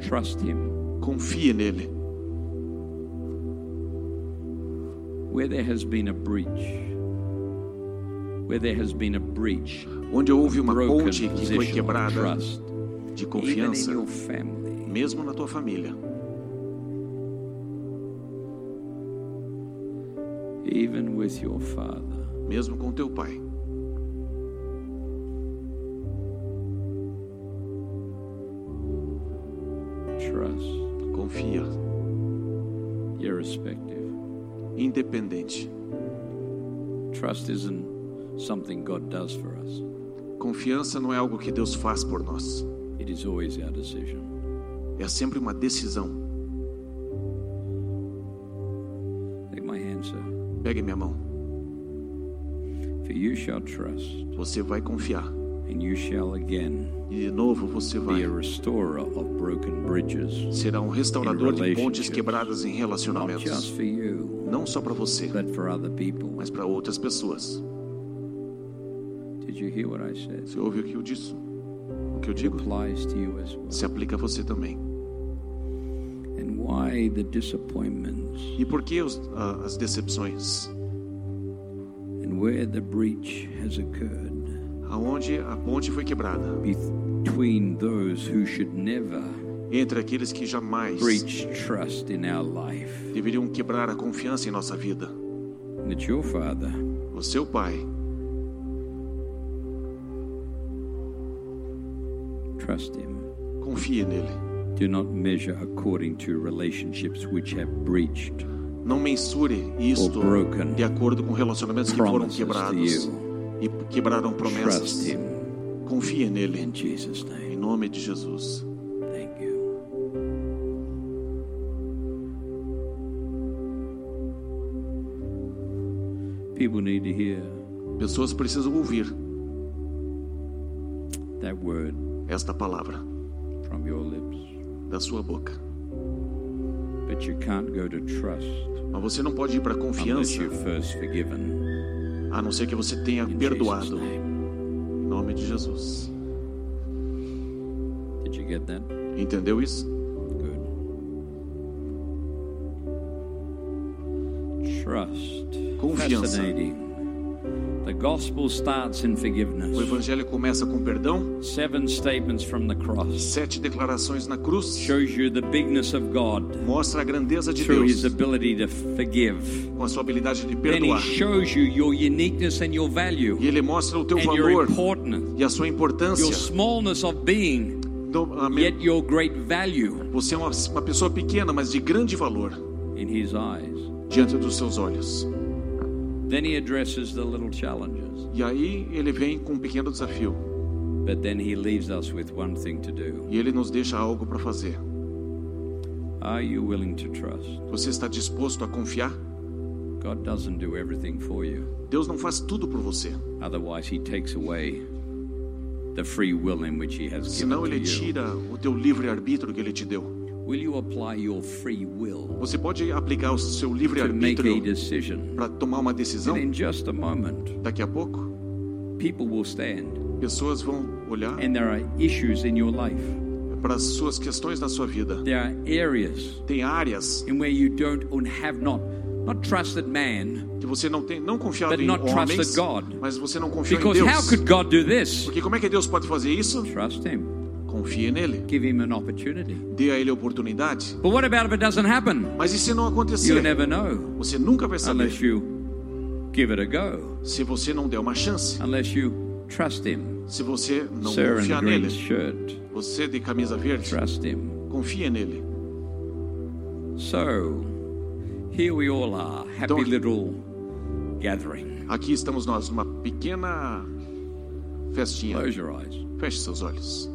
Speaker 2: Trust Him.
Speaker 3: confie nele.
Speaker 2: Where there has been a breach, where there has been a breach,
Speaker 3: Onde houve uma
Speaker 2: broken
Speaker 3: ponte que foi
Speaker 2: position of
Speaker 3: quebrada
Speaker 2: trust, even
Speaker 3: de
Speaker 2: in
Speaker 3: confiança,
Speaker 2: your family,
Speaker 3: mesmo na tua família,
Speaker 2: even with your father,
Speaker 3: mesmo com teu pai,
Speaker 2: trust,
Speaker 3: confia,
Speaker 2: irrespective.
Speaker 3: independente.
Speaker 2: Trust isn't something God does for us.
Speaker 3: Confiança não é algo que Deus faz por nós.
Speaker 2: It is always our decision.
Speaker 3: É sempre uma decisão.
Speaker 2: Take my hand, sir.
Speaker 3: Pegue minha mão.
Speaker 2: For you shall trust,
Speaker 3: Você vai confiar.
Speaker 2: and you shall again
Speaker 3: E de novo você
Speaker 2: be a
Speaker 3: vai.
Speaker 2: restorer of broken bridges.
Speaker 3: Será um restaurador de pontes
Speaker 2: relationships.
Speaker 3: quebradas em
Speaker 2: Not just
Speaker 3: relacionamentos.
Speaker 2: for you,
Speaker 3: Não só para você,
Speaker 2: but for other people.
Speaker 3: mas para outras pessoas.
Speaker 2: Did you hear what I said?
Speaker 3: Você ouve o que eu disse? O que eu
Speaker 2: It
Speaker 3: digo
Speaker 2: applies to you as well.
Speaker 3: se aplica a você também.
Speaker 2: And why the disappointments,
Speaker 3: E por que os- a- as decepções?
Speaker 2: and where the breach has occurred
Speaker 3: Aonde a ponte foi quebrada?
Speaker 2: between those who should never
Speaker 3: Entre aqueles que jamais
Speaker 2: breach trust in our life.
Speaker 3: deveriam quebrar a confiança em nossa vida.
Speaker 2: And it's your father,
Speaker 3: O seu pai,
Speaker 2: trust him.
Speaker 3: confie nele.
Speaker 2: Do not measure according to relationships which have breached
Speaker 3: Não mensure isto
Speaker 2: Or broken
Speaker 3: de acordo com relacionamentos que foram
Speaker 2: promises to
Speaker 3: quebrados
Speaker 2: you.
Speaker 3: e quebraram promessas.
Speaker 2: Trust him.
Speaker 3: Confie nele,
Speaker 2: In Jesus'
Speaker 3: em
Speaker 2: name,
Speaker 3: nome de Jesus.
Speaker 2: thank you. People need to hear
Speaker 3: Pessoas precisam ouvir
Speaker 2: that word
Speaker 3: esta palavra
Speaker 2: from your lips.
Speaker 3: da sua boca.
Speaker 2: But you can't go to trust
Speaker 3: Mas você não pode ir para a
Speaker 2: unless
Speaker 3: confiança
Speaker 2: you're first forgiven.
Speaker 3: a não ser que você tenha
Speaker 2: In Jesus'
Speaker 3: perdoado. Em
Speaker 2: name.
Speaker 3: nome de Jesus.
Speaker 2: Did you get that?
Speaker 3: Entendeu isso?
Speaker 2: Good. Trust.
Speaker 3: Confiança.
Speaker 2: Fascinating. The gospel starts in
Speaker 3: O
Speaker 2: forgiveness.
Speaker 3: Evangelho começa com perdão,
Speaker 2: Seven statements from the cross
Speaker 3: sete declarações na cruz,
Speaker 2: shows you the bigness of God
Speaker 3: mostra a grandeza de
Speaker 2: through His
Speaker 3: Deus
Speaker 2: ability to forgive.
Speaker 3: com a sua habilidade de
Speaker 2: Then He
Speaker 3: perdoar.
Speaker 2: shows you your uniqueness and your
Speaker 3: E
Speaker 2: value
Speaker 3: ele mostra o teu
Speaker 2: and your
Speaker 3: valor
Speaker 2: importance,
Speaker 3: e a sua
Speaker 2: your
Speaker 3: importância.
Speaker 2: smallness of being,
Speaker 3: Então, a me-
Speaker 2: yet your great value
Speaker 3: Você é uma, uma pessoa pequena, mas de grande valor
Speaker 2: in His eyes.
Speaker 3: diante dos seus olhos.
Speaker 2: Then He addresses the little challenges,
Speaker 3: E aí ele vem com um pequeno desafio
Speaker 2: but then He leaves us with one thing to do.
Speaker 3: e ele nos deixa algo para fazer.
Speaker 2: Are you willing to trust?
Speaker 3: Você está disposto a confiar?
Speaker 2: God doesn't do everything for you.
Speaker 3: Deus não faz tudo por você,
Speaker 2: Otherwise, He takes away the free will in which He has given
Speaker 3: senão
Speaker 2: to
Speaker 3: ele
Speaker 2: you.
Speaker 3: tira o teu livre arbítrio que ele te deu.
Speaker 2: Will you apply your free will
Speaker 3: Você pode aplicar o seu livre
Speaker 2: to make a
Speaker 3: arbítrio
Speaker 2: decision?
Speaker 3: para tomar uma decisão?
Speaker 2: And in just a moment,
Speaker 3: Daqui a pouco,
Speaker 2: people will stand,
Speaker 3: pessoas vão olhar
Speaker 2: and there are issues in your life.
Speaker 3: para as suas questões na sua vida.
Speaker 2: There are areas
Speaker 3: Tem áreas
Speaker 2: in where you don't and have not not trusted man,
Speaker 3: que você não tem, não confiado
Speaker 2: But
Speaker 3: em
Speaker 2: not
Speaker 3: homens,
Speaker 2: trusted God.
Speaker 3: mas você não confia em
Speaker 2: because how
Speaker 3: Deus.
Speaker 2: could God do this?
Speaker 3: Porque como é que Deus pode fazer isso?
Speaker 2: Trust Him,
Speaker 3: Confie nele,
Speaker 2: give Him an opportunity.
Speaker 3: dê a ele a oportunidade.
Speaker 2: But what about if it doesn't happen?
Speaker 3: Mas e se não
Speaker 2: You'll
Speaker 3: acontecer?
Speaker 2: never know.
Speaker 3: Você nunca vai
Speaker 2: unless
Speaker 3: saber
Speaker 2: you give it a go,
Speaker 3: se você não der uma chance,
Speaker 2: unless you trust him.
Speaker 3: se você não
Speaker 2: Sir in the
Speaker 3: confiar
Speaker 2: green
Speaker 3: nele.
Speaker 2: shirt,
Speaker 3: Você de camisa verde,
Speaker 2: trust him.
Speaker 3: confia nele.
Speaker 2: So, here we all are, happy
Speaker 3: Don't-
Speaker 2: little gathering.
Speaker 3: Aqui estamos nós numa pequena festinha.
Speaker 2: Close your eyes.
Speaker 3: Feche seus olhos.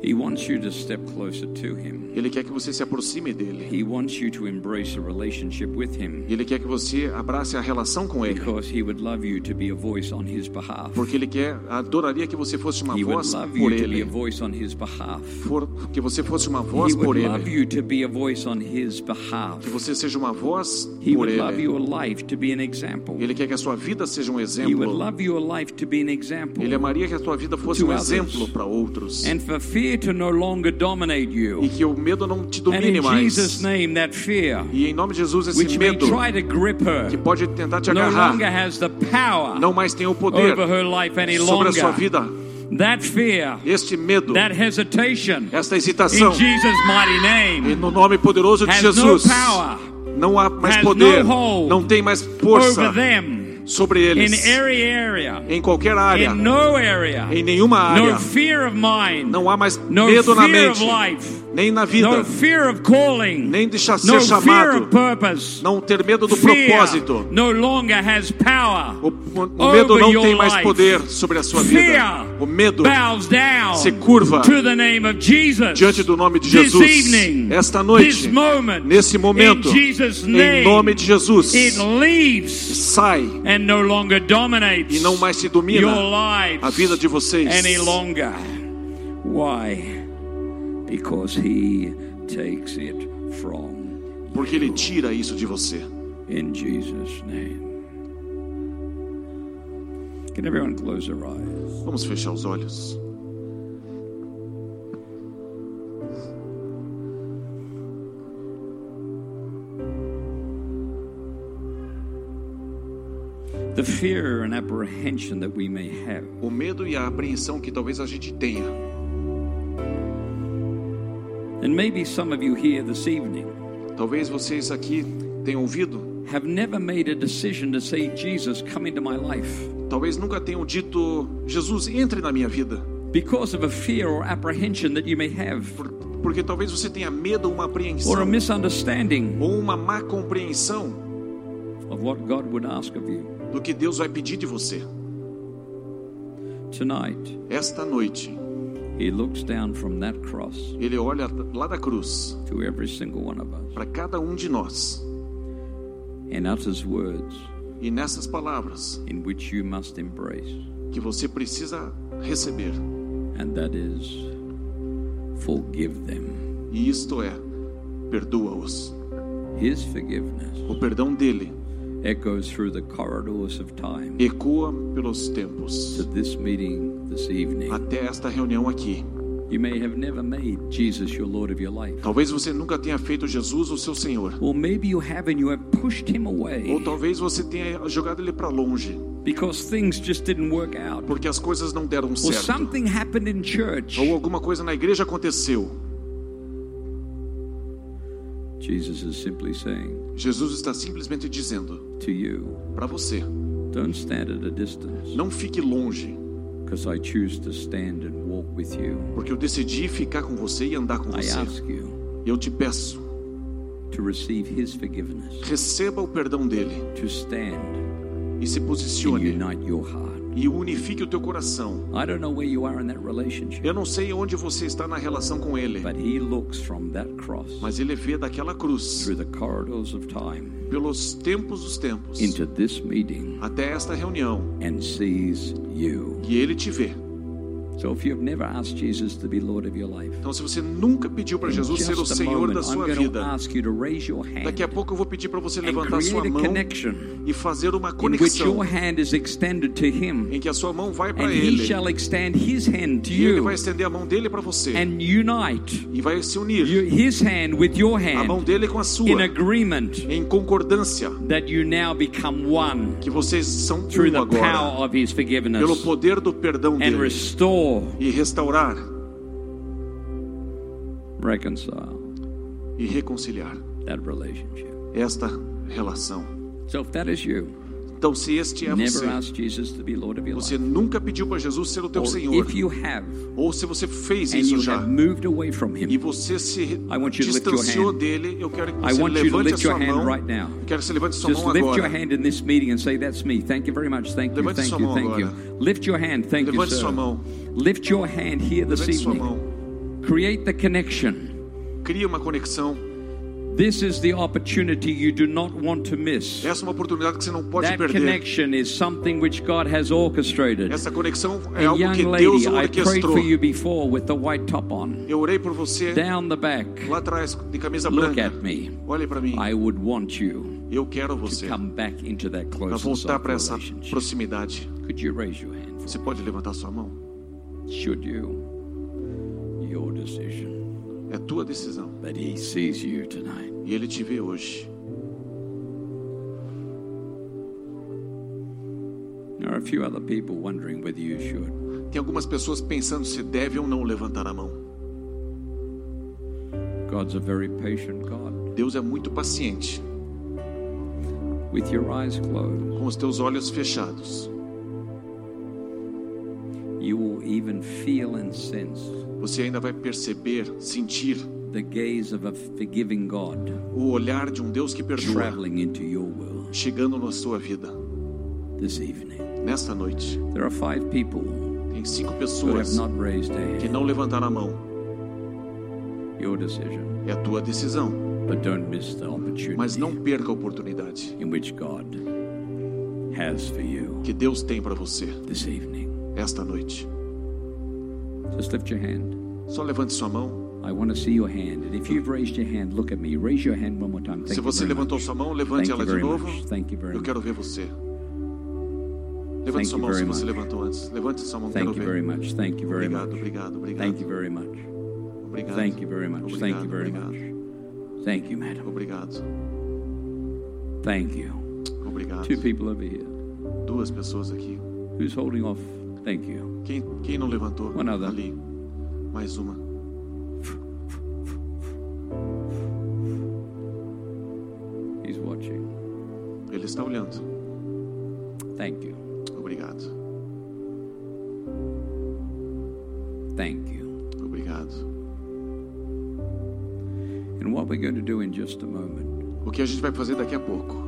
Speaker 2: He wants you to step closer to Him.
Speaker 3: Ele quer que você se aproxime dele.
Speaker 2: He wants you to embrace a relationship with Him
Speaker 3: E Ele quer que você abrace a relação com ele.
Speaker 2: because He would love you to be a voice on His behalf.
Speaker 3: Porque ele quer, adoraria que você fosse uma
Speaker 2: He would
Speaker 3: voz
Speaker 2: love
Speaker 3: por
Speaker 2: you to be a
Speaker 3: ele.
Speaker 2: voice on His behalf.
Speaker 3: For- que você fosse uma
Speaker 2: He
Speaker 3: voz por
Speaker 2: would love
Speaker 3: ele.
Speaker 2: you to be a voice on His behalf.
Speaker 3: Que você seja uma voz
Speaker 2: He
Speaker 3: por
Speaker 2: would love
Speaker 3: ele.
Speaker 2: your life to be an example.
Speaker 3: Ele quer que a sua vida seja um
Speaker 2: He would
Speaker 3: exemplo.
Speaker 2: love your life to be an example.
Speaker 3: Ele amaria que a sua vida fosse
Speaker 2: To
Speaker 3: um
Speaker 2: others.
Speaker 3: exemplo para outros.
Speaker 2: And for fear to no longer dominate
Speaker 3: E
Speaker 2: you.
Speaker 3: que o medo não te
Speaker 2: And
Speaker 3: domine
Speaker 2: in
Speaker 3: mais.
Speaker 2: Jesus' name, that fear,
Speaker 3: E em nome de Jesus,
Speaker 2: which
Speaker 3: esse
Speaker 2: may
Speaker 3: medo
Speaker 2: try to grip her,
Speaker 3: que pode tentar te
Speaker 2: no
Speaker 3: agarrar
Speaker 2: longer has the power
Speaker 3: não mais tem o poder
Speaker 2: over her life any
Speaker 3: sobre a sua
Speaker 2: longer.
Speaker 3: vida.
Speaker 2: That fear,
Speaker 3: Este medo,
Speaker 2: that hesitation,
Speaker 3: esta hesitação,
Speaker 2: in Jesus' mighty
Speaker 3: e
Speaker 2: name,
Speaker 3: no nome poderoso de
Speaker 2: has no
Speaker 3: Jesus,
Speaker 2: power
Speaker 3: não há mais
Speaker 2: has
Speaker 3: poder,
Speaker 2: no hold
Speaker 3: não tem mais
Speaker 2: over
Speaker 3: força
Speaker 2: them
Speaker 3: sobre
Speaker 2: in
Speaker 3: eles,
Speaker 2: every area,
Speaker 3: em qualquer área,
Speaker 2: in no area,
Speaker 3: em nenhuma área.
Speaker 2: no fear of mind,
Speaker 3: Não há mais
Speaker 2: no
Speaker 3: medo na
Speaker 2: fear of
Speaker 3: mente,
Speaker 2: life,
Speaker 3: nem na vida,
Speaker 2: no fear of calling,
Speaker 3: nem de cha- ser
Speaker 2: no fear
Speaker 3: chamado,
Speaker 2: of purpose.
Speaker 3: não ter medo do
Speaker 2: Fear
Speaker 3: propósito.
Speaker 2: no longer has power.
Speaker 3: O, o medo
Speaker 2: over
Speaker 3: não
Speaker 2: your
Speaker 3: tem mais
Speaker 2: life.
Speaker 3: poder sobre a sua vida.
Speaker 2: Fear
Speaker 3: O medo
Speaker 2: bows down
Speaker 3: se curva
Speaker 2: to the name of Jesus.
Speaker 3: diante do nome de
Speaker 2: This
Speaker 3: Jesus.
Speaker 2: evening,
Speaker 3: Esta noite,
Speaker 2: this moment,
Speaker 3: nesse momento,
Speaker 2: in Jesus
Speaker 3: em
Speaker 2: name,
Speaker 3: nome de Jesus,
Speaker 2: it leaves
Speaker 3: sai
Speaker 2: and no longer dominates
Speaker 3: e não mais se
Speaker 2: your
Speaker 3: domina
Speaker 2: lives
Speaker 3: a vida de vocês.
Speaker 2: any longer. Why? Because he takes it from
Speaker 3: Porque Ele tira isso de você.
Speaker 2: in Jesus' name. Can everyone close their eyes?
Speaker 3: Vamos fechar os olhos.
Speaker 2: The fear and apprehension that we may have
Speaker 3: O medo e a apreensão que talvez a gente tenha.
Speaker 2: And maybe some of you here this evening
Speaker 3: Talvez vocês aqui tenham ouvido.
Speaker 2: have never made a decision to say, Jesus, come into my life,
Speaker 3: Talvez nunca tenham dito: Jesus, entre na minha vida.
Speaker 2: because of a fear or apprehension that you may have,
Speaker 3: Por- Porque talvez você tenha medo ou uma
Speaker 2: or a
Speaker 3: apreensão
Speaker 2: misunderstanding
Speaker 3: ou uma má compreensão
Speaker 2: of what God would ask of you.
Speaker 3: do que Deus vai pedir de você.
Speaker 2: Tonight,
Speaker 3: Esta noite,
Speaker 2: He looks down from that cross
Speaker 3: Ele olha lá da cruz
Speaker 2: to every single one of us
Speaker 3: para cada um de nós
Speaker 2: and utters words
Speaker 3: e nessas palavras
Speaker 2: in which you must embrace,
Speaker 3: que você precisa receber.
Speaker 2: and that is, forgive them.
Speaker 3: E isto é: perdoa-os.
Speaker 2: His forgiveness
Speaker 3: O perdão dele
Speaker 2: echoes through the corridors of time
Speaker 3: ecoa pelos
Speaker 2: to
Speaker 3: tempos
Speaker 2: this meeting this evening.
Speaker 3: até esta reunião aqui.
Speaker 2: You may have never made Jesus your Lord of your life.
Speaker 3: Talvez você nunca tenha feito Jesus o seu Senhor,
Speaker 2: Or maybe you have and you have pushed him
Speaker 3: ou
Speaker 2: away
Speaker 3: talvez você tenha jogado ele para longe
Speaker 2: because things just didn't work out.
Speaker 3: porque as coisas não deram
Speaker 2: Or
Speaker 3: certo, Oh,
Speaker 2: something happened in church.
Speaker 3: ou alguma coisa na igreja aconteceu.
Speaker 2: Jesus is simply saying
Speaker 3: Jesus está simplesmente dizendo
Speaker 2: to you,
Speaker 3: para você:
Speaker 2: don't stand at a distance
Speaker 3: não fique longe,
Speaker 2: because I choose to stand and walk with you.
Speaker 3: porque eu decidi ficar com você e andar com
Speaker 2: I
Speaker 3: você.
Speaker 2: ask you
Speaker 3: Eu te peço,
Speaker 2: to receive his forgiveness,
Speaker 3: receba o perdão dele
Speaker 2: to stand
Speaker 3: e se
Speaker 2: and
Speaker 3: posicione
Speaker 2: unite your heart.
Speaker 3: e unifique o teu coração.
Speaker 2: I don't know where you are in that relationship,
Speaker 3: Eu não sei onde você está na relação com ele,
Speaker 2: but he looks from that cross
Speaker 3: mas ele vê daquela cruz
Speaker 2: through the corridors of time
Speaker 3: pelos tempos dos tempos
Speaker 2: into this meeting.
Speaker 3: até esta reunião
Speaker 2: and sees you.
Speaker 3: e ele te vê.
Speaker 2: So if you've never asked Jesus to be Lord of your life,
Speaker 3: Então, se você nunca pediu para Jesus
Speaker 2: in
Speaker 3: ser o
Speaker 2: just a
Speaker 3: Senhor da
Speaker 2: moment, I'm
Speaker 3: sua
Speaker 2: going to
Speaker 3: vida,
Speaker 2: ask you to raise your hand
Speaker 3: daqui a pouco eu vou pedir para você
Speaker 2: and
Speaker 3: levantar
Speaker 2: create
Speaker 3: sua
Speaker 2: a
Speaker 3: mão
Speaker 2: connection
Speaker 3: e fazer uma
Speaker 2: in which
Speaker 3: conexão
Speaker 2: your hand is extended to Him,
Speaker 3: em que a sua mão vai para
Speaker 2: and He
Speaker 3: ele
Speaker 2: shall extend His hand to
Speaker 3: e ele vai
Speaker 2: you
Speaker 3: estender a mão dele para você
Speaker 2: and unite
Speaker 3: e vai se unir
Speaker 2: you- His hand with your
Speaker 3: a mão
Speaker 2: hand
Speaker 3: dele é com a sua
Speaker 2: in agreement
Speaker 3: em concordância
Speaker 2: that you now become one
Speaker 3: que vocês são
Speaker 2: through
Speaker 3: um
Speaker 2: the
Speaker 3: agora
Speaker 2: power of His
Speaker 3: pelo
Speaker 2: forgiveness
Speaker 3: poder do perdão
Speaker 2: and
Speaker 3: dele
Speaker 2: restore,
Speaker 3: e restaurar
Speaker 2: reconcile
Speaker 3: e reconciliar
Speaker 2: that relationship.
Speaker 3: esta relação.
Speaker 2: So if that is you,
Speaker 3: Então, se este é
Speaker 2: never
Speaker 3: você,
Speaker 2: asked Jesus to be Lord of your
Speaker 3: você
Speaker 2: life.
Speaker 3: nunca pediu para Jesus ser o teu
Speaker 2: Or
Speaker 3: Senhor,
Speaker 2: if you have
Speaker 3: ou se você fez
Speaker 2: and
Speaker 3: isso
Speaker 2: you
Speaker 3: já
Speaker 2: have moved away from
Speaker 3: e
Speaker 2: him,
Speaker 3: você se
Speaker 2: want you to lift your
Speaker 3: distanciou
Speaker 2: hand.
Speaker 3: dele, eu quero que
Speaker 2: I
Speaker 3: você
Speaker 2: want you to
Speaker 3: levante a
Speaker 2: lift your
Speaker 3: sua
Speaker 2: hand
Speaker 3: mão.
Speaker 2: right now.
Speaker 3: Eu quero que você levante sua
Speaker 2: Just
Speaker 3: mão
Speaker 2: lift your
Speaker 3: agora.
Speaker 2: hand in this meeting and say, That's me. Thank you very much. Thank you.
Speaker 3: Levante
Speaker 2: Thank
Speaker 3: sua
Speaker 2: you.
Speaker 3: mão
Speaker 2: Thank you.
Speaker 3: agora.
Speaker 2: Lift your hand. Thank you,
Speaker 3: Levante
Speaker 2: sir.
Speaker 3: sua mão.
Speaker 2: Lift your hand here this
Speaker 3: Levante sua
Speaker 2: evening.
Speaker 3: mão.
Speaker 2: Create the connection.
Speaker 3: Cria uma conexão.
Speaker 2: This is the opportunity you do not want to miss.
Speaker 3: Essa é uma oportunidade que você não pode
Speaker 2: That
Speaker 3: perder.
Speaker 2: connection is something which God has orchestrated.
Speaker 3: Essa conexão é
Speaker 2: A
Speaker 3: algo
Speaker 2: young
Speaker 3: que Deus
Speaker 2: lady, I prayed
Speaker 3: orquestrou.
Speaker 2: for you before with the white top on.
Speaker 3: Eu orei por você
Speaker 2: Down the back,
Speaker 3: lá atrás, de camisa
Speaker 2: look
Speaker 3: branca.
Speaker 2: at me.
Speaker 3: Olhe para mim.
Speaker 2: I would want you
Speaker 3: Eu quero
Speaker 2: to
Speaker 3: você
Speaker 2: come back into that
Speaker 3: para
Speaker 2: close and
Speaker 3: voltar
Speaker 2: soft
Speaker 3: para essa
Speaker 2: relationship.
Speaker 3: proximidade.
Speaker 2: Could you raise your hand?
Speaker 3: Você pode levantar sua mão?
Speaker 2: Should you? Your decision.
Speaker 3: É tua decisão.
Speaker 2: But He sees you tonight.
Speaker 3: E Ele te vê hoje.
Speaker 2: There are a few other people wondering whether you should.
Speaker 3: Tem algumas pessoas pensando se deve ou não levantar a mão.
Speaker 2: God's a very patient God.
Speaker 3: Deus é muito paciente.
Speaker 2: With your eyes closed,
Speaker 3: Com os teus olhos fechados,
Speaker 2: you will even feel and sense
Speaker 3: você ainda vai perceber, sentir
Speaker 2: the gaze of a forgiving God
Speaker 3: o olhar de um Deus que perdoa
Speaker 2: traveling into your world
Speaker 3: chegando na sua vida.
Speaker 2: this evening.
Speaker 3: Nesta noite,
Speaker 2: There are five people
Speaker 3: tem cinco
Speaker 2: who have
Speaker 3: pessoas
Speaker 2: not raised their
Speaker 3: que
Speaker 2: hand.
Speaker 3: não levantaram a mão.
Speaker 2: Your decision.
Speaker 3: É a tua decisão.
Speaker 2: But don't miss the
Speaker 3: Mas não
Speaker 2: opportunity
Speaker 3: perca a oportunidade
Speaker 2: in which God has for you
Speaker 3: que Deus tem para você
Speaker 2: this evening.
Speaker 3: esta noite.
Speaker 2: Just lift your hand.
Speaker 3: Só levante sua mão.
Speaker 2: I want to see your hand. And if you've raised your hand, look at me. Raise your hand one more time. Thank
Speaker 3: Se
Speaker 2: you
Speaker 3: você
Speaker 2: very much.
Speaker 3: levantou sua mão, levante
Speaker 2: Thank you
Speaker 3: ela de
Speaker 2: very
Speaker 3: novo.
Speaker 2: much. Thank you very
Speaker 3: Eu
Speaker 2: much.
Speaker 3: quero ver você.
Speaker 2: Thank
Speaker 3: Levante sua
Speaker 2: you
Speaker 3: mão se
Speaker 2: very
Speaker 3: você
Speaker 2: much.
Speaker 3: levantou antes. Levante sua mão, quero
Speaker 2: Thank you very
Speaker 3: ver.
Speaker 2: much. Thank you very
Speaker 3: Obrigado,
Speaker 2: much.
Speaker 3: obrigado,
Speaker 2: Thank you
Speaker 3: obrigado.
Speaker 2: very much.
Speaker 3: Obrigado.
Speaker 2: Thank you very much. Thank
Speaker 3: Obrigado,
Speaker 2: you very
Speaker 3: obrigado.
Speaker 2: much. Thank you, madam.
Speaker 3: Obrigado.
Speaker 2: Thank you.
Speaker 3: Obrigado.
Speaker 2: Two people over here.
Speaker 3: Duas pessoas aqui.
Speaker 2: Who's holding off? Thank you.
Speaker 3: Quem, quem não levantou?
Speaker 2: One other.
Speaker 3: Ali. Mais uma.
Speaker 2: He's watching.
Speaker 3: Ele está olhando.
Speaker 2: Thank you.
Speaker 3: Obrigado.
Speaker 2: Thank you.
Speaker 3: Obrigado.
Speaker 2: And what we're going to do in just a moment,
Speaker 3: O que a gente vai fazer daqui a pouco?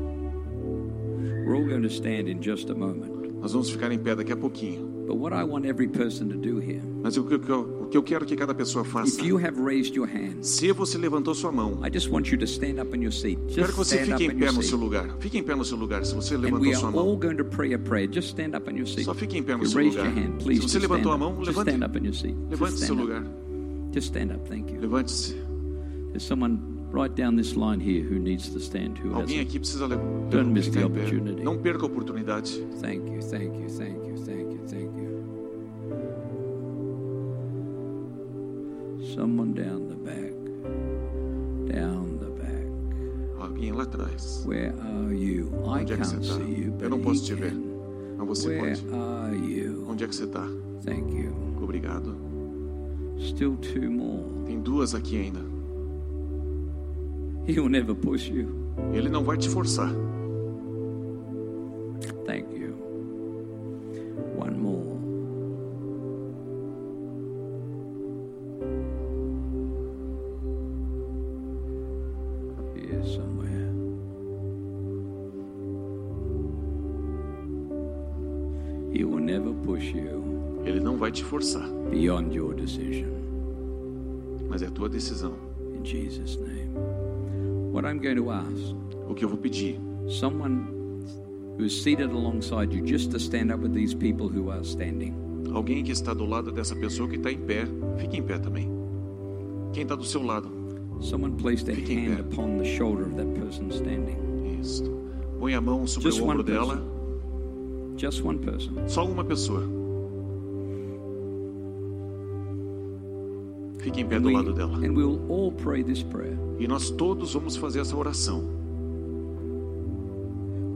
Speaker 2: we're all going to stand in just a moment.
Speaker 3: Nós vamos ficar em pé daqui a pouquinho.
Speaker 2: But what I want every person to do here,
Speaker 3: Mas o que, o que eu, o que eu quero que cada pessoa faça.
Speaker 2: if you have raised your hands,
Speaker 3: Se você levantou sua mão,
Speaker 2: I just want you to stand up in your seat.
Speaker 3: quero
Speaker 2: Just
Speaker 3: que você
Speaker 2: stand up
Speaker 3: fique em
Speaker 2: in
Speaker 3: pé
Speaker 2: your
Speaker 3: no seu
Speaker 2: seat.
Speaker 3: lugar. Fique em pé no seu lugar se você
Speaker 2: And we
Speaker 3: levantou sua
Speaker 2: are
Speaker 3: mão.
Speaker 2: all going to pray a prayer. Just stand up in your seat.
Speaker 3: Só fique em pé
Speaker 2: If
Speaker 3: no
Speaker 2: you
Speaker 3: seu
Speaker 2: raised
Speaker 3: lugar.
Speaker 2: your hand,
Speaker 3: Se
Speaker 2: please
Speaker 3: você
Speaker 2: just stand
Speaker 3: levantou a
Speaker 2: up.
Speaker 3: mão,
Speaker 2: Just
Speaker 3: levante.
Speaker 2: stand up in your seat.
Speaker 3: Levante
Speaker 2: Just
Speaker 3: seu
Speaker 2: stand up.
Speaker 3: lugar.
Speaker 2: Just stand up, thank you.
Speaker 3: Levante-se.
Speaker 2: There's someone right down this line here who needs to stand who
Speaker 3: Alguém
Speaker 2: hasn't.
Speaker 3: aqui precisa le-
Speaker 2: Don't miss
Speaker 3: ficar
Speaker 2: the
Speaker 3: em pé.
Speaker 2: opportunity.
Speaker 3: Não perca a oportunidade.
Speaker 2: Thank you, thank you, thank you, thank you, thank you. Someone down the back. Down the back.
Speaker 3: Alguém lá atrás.
Speaker 2: Where are you? I
Speaker 3: Onde é que você
Speaker 2: can't
Speaker 3: está?
Speaker 2: see you,
Speaker 3: Eu
Speaker 2: but
Speaker 3: não
Speaker 2: he
Speaker 3: posso te ver.
Speaker 2: can.
Speaker 3: Mas você
Speaker 2: Where
Speaker 3: pode.
Speaker 2: are you?
Speaker 3: Onde é que você está?
Speaker 2: Thank you.
Speaker 3: Obrigado.
Speaker 2: Still two more.
Speaker 3: Tem duas aqui ainda.
Speaker 2: He will never push you.
Speaker 3: Ele não vai te forçar.
Speaker 2: Thank you. One more. Here somewhere. He will never push you
Speaker 3: Ele não vai te forçar.
Speaker 2: beyond your decision.
Speaker 3: Mas é a tua decisão.
Speaker 2: In Jesus' name. What I'm going to ask
Speaker 3: O que eu vou pedir?
Speaker 2: someone who is seated alongside you just to stand up with these people who are standing.
Speaker 3: Alguém que está do lado dessa pessoa que está em pé, fique em pé também. Quem está do seu lado?
Speaker 2: Someone placed their
Speaker 3: Fiquem
Speaker 2: hand
Speaker 3: perto.
Speaker 2: upon the shoulder of that person standing.
Speaker 3: Isso. Põe a mão sobre
Speaker 2: Just
Speaker 3: o ombro
Speaker 2: one person.
Speaker 3: dela.
Speaker 2: Just one person.
Speaker 3: Só uma pessoa. Fique em pé
Speaker 2: And,
Speaker 3: do
Speaker 2: we,
Speaker 3: lado dela.
Speaker 2: and we'll all pray this prayer.
Speaker 3: E nós todos vamos fazer essa oração.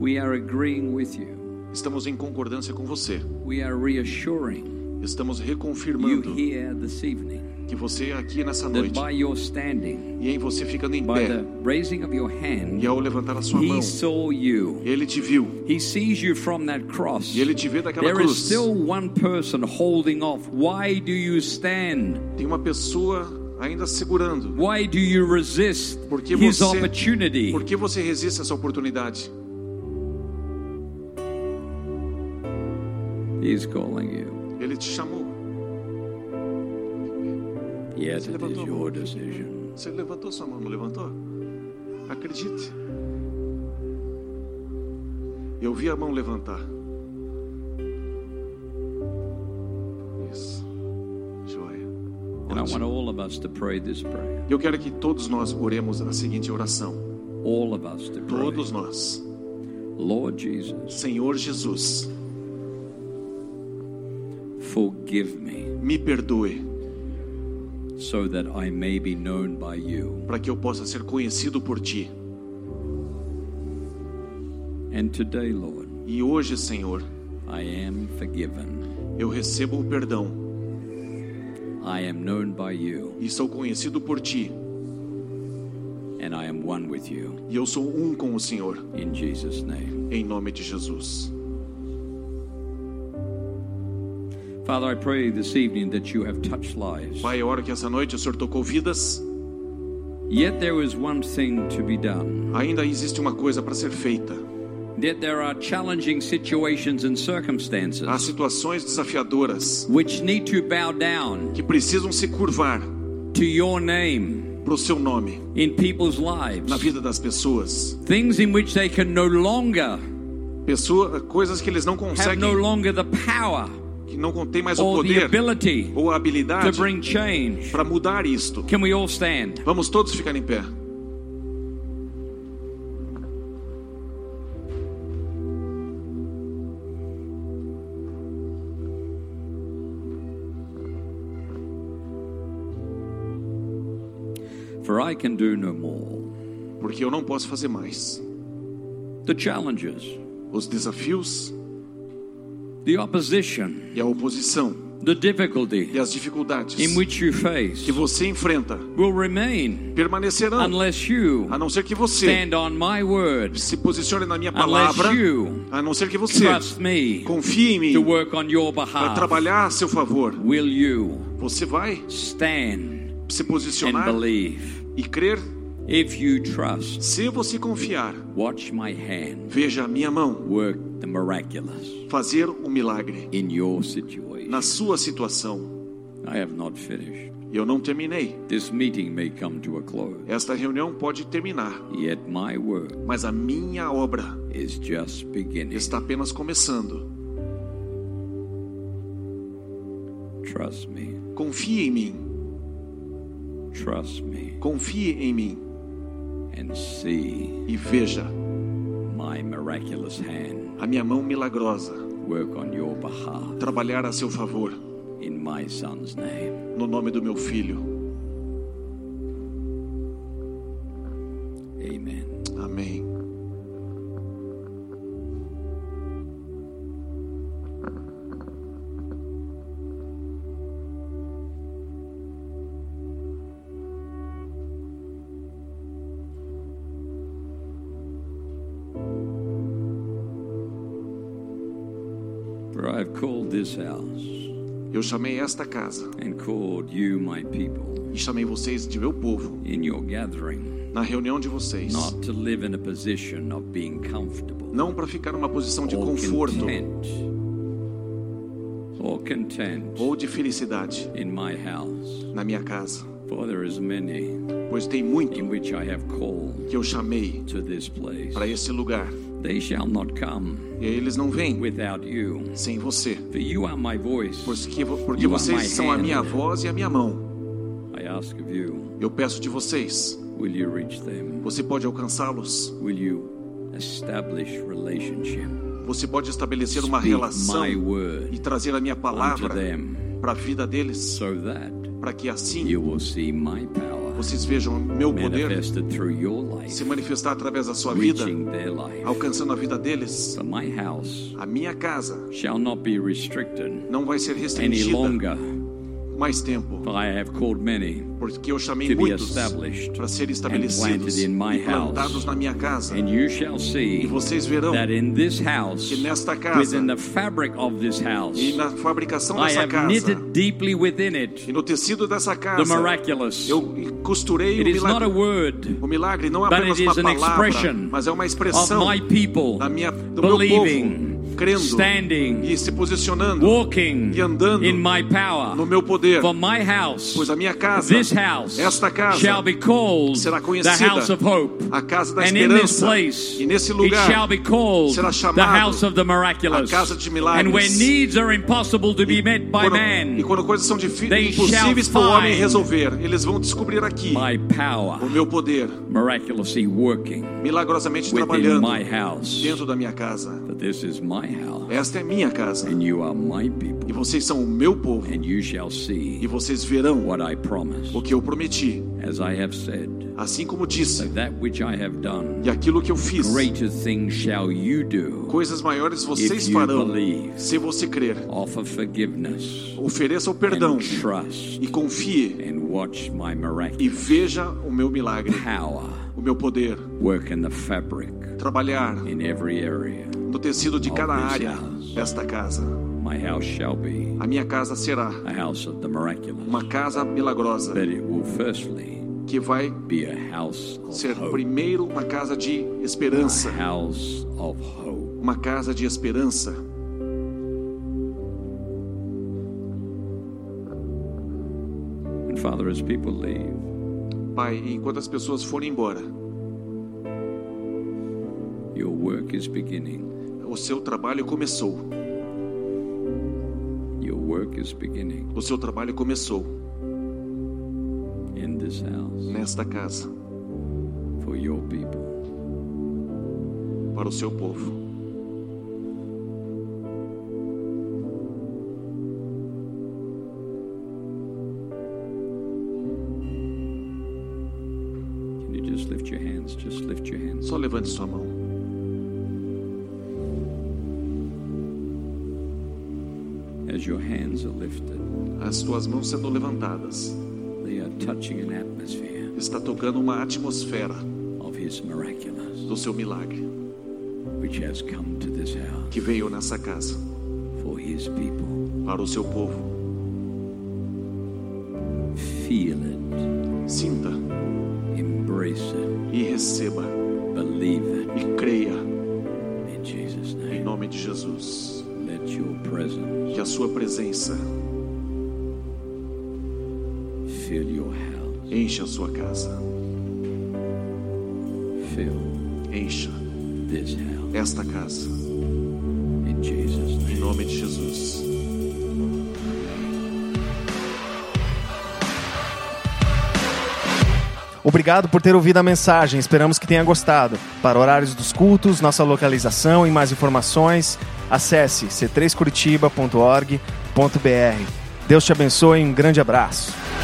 Speaker 2: We are agreeing with you.
Speaker 3: Estamos em concordância com você.
Speaker 2: We are reassuring
Speaker 3: Estamos
Speaker 2: you
Speaker 3: reconfirmando
Speaker 2: here this evening
Speaker 3: que você é aqui nessa
Speaker 2: that
Speaker 3: noite
Speaker 2: by your standing,
Speaker 3: e em você ficando em
Speaker 2: by the
Speaker 3: pé
Speaker 2: raising of your hand,
Speaker 3: e ao levantar a sua mão,
Speaker 2: he saw you.
Speaker 3: ele te viu
Speaker 2: He sees you from that cross.
Speaker 3: e ele te vê daquela
Speaker 2: There is
Speaker 3: cruz.
Speaker 2: still one person holding off. Why do you stand?
Speaker 3: Tem uma pessoa ainda segurando.
Speaker 2: Why do you resist
Speaker 3: Porque
Speaker 2: his
Speaker 3: você-
Speaker 2: opportunity?
Speaker 3: Por que você resiste a essa oportunidade?
Speaker 2: He's calling you.
Speaker 3: Ele te chamou.
Speaker 2: Yet it is
Speaker 3: levantou a mão.
Speaker 2: your decision.
Speaker 3: Você levantou sua mão, não levantou? Acredite. Eu vi a mão levantar. Isso. Joia.
Speaker 2: And I want
Speaker 3: Ótimo.
Speaker 2: all of us to pray this prayer.
Speaker 3: Eu quero que todos nós oremos a seguinte oração.
Speaker 2: All of us to pray.
Speaker 3: Todos nós.
Speaker 2: Lord Jesus,
Speaker 3: Senhor Jesus,
Speaker 2: forgive me
Speaker 3: me perdoe
Speaker 2: so that I may be known by you.
Speaker 3: para que eu possa ser conhecido por ti.
Speaker 2: And today, Lord,
Speaker 3: E hoje, Senhor,
Speaker 2: I am forgiven.
Speaker 3: eu recebo o perdão
Speaker 2: I am known by you,
Speaker 3: e sou conhecido por ti.
Speaker 2: and I am one with you.
Speaker 3: E eu sou um com o Senhor,
Speaker 2: In Jesus' name.
Speaker 3: em nome de Jesus.
Speaker 2: Father, I pray this evening that you have touched lives.
Speaker 3: Pai, eu oro que essa noite o Senhor tocou vidas.
Speaker 2: Yet there is one thing to be done.
Speaker 3: Ainda existe uma coisa para ser feita.
Speaker 2: Yet there are challenging situations and
Speaker 3: Há
Speaker 2: circumstances
Speaker 3: situações desafiadoras
Speaker 2: which need to bow down
Speaker 3: que precisam se curvar
Speaker 2: to your name
Speaker 3: para o seu nome
Speaker 2: in people's
Speaker 3: na
Speaker 2: lives.
Speaker 3: vida das pessoas.
Speaker 2: Things in which they can no longer
Speaker 3: Pessoa, coisas que eles não
Speaker 2: have no
Speaker 3: conseguem,
Speaker 2: longer the power
Speaker 3: que não contém mais o
Speaker 2: or the
Speaker 3: poder
Speaker 2: ability
Speaker 3: ou a
Speaker 2: to
Speaker 3: habilidade
Speaker 2: bring change.
Speaker 3: para mudar isto.
Speaker 2: Can we all stand?
Speaker 3: Vamos todos ficar em pé.
Speaker 2: For I can do no more.
Speaker 3: Porque eu não posso fazer mais.
Speaker 2: The challenges,
Speaker 3: Os desafios
Speaker 2: the opposition,
Speaker 3: e a oposição
Speaker 2: the
Speaker 3: e
Speaker 2: difficulty
Speaker 3: as dificuldades
Speaker 2: in which you
Speaker 3: que
Speaker 2: face
Speaker 3: você enfrenta
Speaker 2: will remain
Speaker 3: permanecerão,
Speaker 2: unless you
Speaker 3: a não ser que você
Speaker 2: stand on my word,
Speaker 3: se posicione na minha
Speaker 2: unless
Speaker 3: palavra,
Speaker 2: you
Speaker 3: a não ser que você
Speaker 2: trust me
Speaker 3: confie em
Speaker 2: to
Speaker 3: mim
Speaker 2: work on your
Speaker 3: para
Speaker 2: behalf.
Speaker 3: trabalhar a seu favor.
Speaker 2: Will you
Speaker 3: Você vai
Speaker 2: stand
Speaker 3: se
Speaker 2: and
Speaker 3: posicionar
Speaker 2: believe?
Speaker 3: e crer
Speaker 2: If you trust,
Speaker 3: se você confiar.
Speaker 2: watch my hand
Speaker 3: Veja a minha mão
Speaker 2: work the miraculous
Speaker 3: fazer o milagre
Speaker 2: in your situation.
Speaker 3: na sua situação.
Speaker 2: I have not finished.
Speaker 3: Eu não terminei.
Speaker 2: This meeting may come to a close,
Speaker 3: Esta reunião pode terminar,
Speaker 2: yet my work
Speaker 3: mas a minha obra
Speaker 2: is just beginning.
Speaker 3: está apenas começando.
Speaker 2: Trust me.
Speaker 3: Confie em mim,
Speaker 2: Trust me
Speaker 3: confie em mim
Speaker 2: and see
Speaker 3: e veja
Speaker 2: my miraculous hand
Speaker 3: a minha mão milagrosa
Speaker 2: work on your behalf
Speaker 3: trabalhar a seu favor,
Speaker 2: in my son's name.
Speaker 3: no nome do meu filho.
Speaker 2: Amen.
Speaker 3: Amém.
Speaker 2: For I have called this house
Speaker 3: Eu chamei esta casa
Speaker 2: and called you my people
Speaker 3: e chamei vocês de meu povo
Speaker 2: in your gathering,
Speaker 3: na reunião de vocês,
Speaker 2: not to live in a position of being comfortable
Speaker 3: não para ficar numa posição de
Speaker 2: or
Speaker 3: conforto
Speaker 2: content or content
Speaker 3: ou de felicidade
Speaker 2: in my house,
Speaker 3: na minha casa,
Speaker 2: for there is many
Speaker 3: pois tem muito
Speaker 2: in which I have called
Speaker 3: que eu chamei
Speaker 2: to this place.
Speaker 3: para esse lugar
Speaker 2: They shall not come
Speaker 3: e eles não vêm
Speaker 2: without you.
Speaker 3: sem você,
Speaker 2: For you are my voice.
Speaker 3: porque, porque
Speaker 2: You are my
Speaker 3: vocês são a
Speaker 2: hand.
Speaker 3: minha voz e a minha mão.
Speaker 2: I ask of you,
Speaker 3: Eu peço de vocês,
Speaker 2: will you reach them?
Speaker 3: você pode alcançá-los.
Speaker 2: Will you establish relationship?
Speaker 3: Você pode estabelecer uma
Speaker 2: Speak
Speaker 3: relação
Speaker 2: my
Speaker 3: e
Speaker 2: word
Speaker 3: trazer a minha
Speaker 2: unto
Speaker 3: palavra
Speaker 2: them
Speaker 3: para a vida deles,
Speaker 2: so that
Speaker 3: para que assim
Speaker 2: you will see my power
Speaker 3: vocês vejam meu poder
Speaker 2: manifested through your life,
Speaker 3: se manifestar através da sua vida,
Speaker 2: reaching their life.
Speaker 3: alcançando a vida deles.
Speaker 2: So my house
Speaker 3: A minha casa
Speaker 2: shall not be restricted
Speaker 3: não vai ser
Speaker 2: any
Speaker 3: restringida
Speaker 2: longer,
Speaker 3: mais tempo,
Speaker 2: for I have called many
Speaker 3: porque eu chamei
Speaker 2: to be
Speaker 3: muitos
Speaker 2: established,
Speaker 3: para serem
Speaker 2: and
Speaker 3: estabelecidos
Speaker 2: planted in my
Speaker 3: e plantados
Speaker 2: house.
Speaker 3: na minha casa.
Speaker 2: and you shall
Speaker 3: E
Speaker 2: see
Speaker 3: vocês verão
Speaker 2: that in this house,
Speaker 3: que nesta casa
Speaker 2: within the fabric of this house,
Speaker 3: e na fabricação
Speaker 2: I
Speaker 3: dessa
Speaker 2: have
Speaker 3: casa
Speaker 2: knitted deeply within it
Speaker 3: e no tecido dessa
Speaker 2: the
Speaker 3: casa,
Speaker 2: miraculous.
Speaker 3: eu costurei o
Speaker 2: It is not a
Speaker 3: milagre.
Speaker 2: word
Speaker 3: O milagre não é
Speaker 2: But
Speaker 3: apenas
Speaker 2: it
Speaker 3: uma
Speaker 2: is an
Speaker 3: palavra,
Speaker 2: expression
Speaker 3: mas é uma
Speaker 2: of
Speaker 3: expressão
Speaker 2: my people
Speaker 3: da minha, do meu povo
Speaker 2: believing
Speaker 3: crendo
Speaker 2: standing,
Speaker 3: e se posicionando
Speaker 2: walking
Speaker 3: e andando
Speaker 2: in my power.
Speaker 3: no meu poder.
Speaker 2: For my house,
Speaker 3: Pois a minha casa,
Speaker 2: this house,
Speaker 3: esta casa,
Speaker 2: shall be called
Speaker 3: será
Speaker 2: the
Speaker 3: conhecida
Speaker 2: house of hope.
Speaker 3: a casa da
Speaker 2: And in this
Speaker 3: esperança.
Speaker 2: place,
Speaker 3: E nesse
Speaker 2: it shall
Speaker 3: lugar,
Speaker 2: be called
Speaker 3: será
Speaker 2: the
Speaker 3: chamado
Speaker 2: house of the miraculous.
Speaker 3: a casa de milagres.
Speaker 2: And where needs are impossible to be met by
Speaker 3: quando,
Speaker 2: man,
Speaker 3: e quando coisas são difí-
Speaker 2: they
Speaker 3: impossíveis
Speaker 2: shall
Speaker 3: para o homem
Speaker 2: find
Speaker 3: resolver, eles vão descobrir aqui
Speaker 2: my
Speaker 3: o
Speaker 2: power
Speaker 3: meu poder,
Speaker 2: miraculously working
Speaker 3: milagrosamente
Speaker 2: within
Speaker 3: trabalhando
Speaker 2: my house.
Speaker 3: dentro da minha casa.
Speaker 2: But this is my house,
Speaker 3: Esta é minha casa.
Speaker 2: and you are my people,
Speaker 3: E vocês são o meu povo.
Speaker 2: and you shall see
Speaker 3: E vocês verão
Speaker 2: what I promise.
Speaker 3: o que eu prometi.
Speaker 2: As I have said,
Speaker 3: Assim como disse,
Speaker 2: that which I have done,
Speaker 3: e aquilo que eu fiz,
Speaker 2: greater things shall you do.
Speaker 3: coisas maiores vocês
Speaker 2: If you
Speaker 3: farão
Speaker 2: believe.
Speaker 3: se você crer.
Speaker 2: Offer forgiveness
Speaker 3: Ofereça o perdão
Speaker 2: and trust
Speaker 3: e confie
Speaker 2: and watch my
Speaker 3: e
Speaker 2: miraculous
Speaker 3: veja o meu milagre,
Speaker 2: power
Speaker 3: o meu poder,
Speaker 2: work in the fabric
Speaker 3: trabalhar
Speaker 2: in every area.
Speaker 3: no tecido de cada
Speaker 2: Of this
Speaker 3: área
Speaker 2: house.
Speaker 3: desta casa.
Speaker 2: My house shall be
Speaker 3: A minha casa será
Speaker 2: a house of the miraculous,
Speaker 3: uma casa milagrosa
Speaker 2: but it will firstly
Speaker 3: que vai
Speaker 2: be a house
Speaker 3: ser
Speaker 2: of hope.
Speaker 3: primeiro uma casa de esperança,
Speaker 2: House of hope.
Speaker 3: uma casa de esperança.
Speaker 2: And Father, as people leave,
Speaker 3: Pai, enquanto as pessoas forem embora,
Speaker 2: your work is beginning.
Speaker 3: o seu trabalho começou.
Speaker 2: Your work is beginning
Speaker 3: O seu trabalho começou
Speaker 2: in this house
Speaker 3: nesta casa
Speaker 2: for your people.
Speaker 3: para o seu povo.
Speaker 2: Can you just lift your hands? Just lift your hands.
Speaker 3: Só levante sua mão.
Speaker 2: As your hands are lifted,
Speaker 3: As suas mãos sendo levantadas,
Speaker 2: they are touching an atmosphere
Speaker 3: está tocando uma atmosfera
Speaker 2: of His miraculous,
Speaker 3: do seu milagre
Speaker 2: which has come to this house
Speaker 3: que veio nessa casa
Speaker 2: for His people.
Speaker 3: para o seu povo.
Speaker 2: Feel it,
Speaker 3: Sinta
Speaker 2: embrace it,
Speaker 3: e receba
Speaker 2: believe it.
Speaker 3: e creia
Speaker 2: In Jesus'
Speaker 3: em
Speaker 2: name,
Speaker 3: nome de Jesus.
Speaker 2: let your presence
Speaker 3: Que a sua presença
Speaker 2: fill your house,
Speaker 3: encha a sua casa,
Speaker 2: fill
Speaker 3: encha
Speaker 2: this house.
Speaker 3: esta casa
Speaker 2: In Jesus'
Speaker 3: em
Speaker 2: name.
Speaker 3: nome de Jesus.
Speaker 1: Obrigado por ter ouvido a mensagem, esperamos que tenha gostado. Para horários dos cultos, nossa localização e mais informações, acesse c3curitiba.org.br. Deus te abençoe e um grande abraço.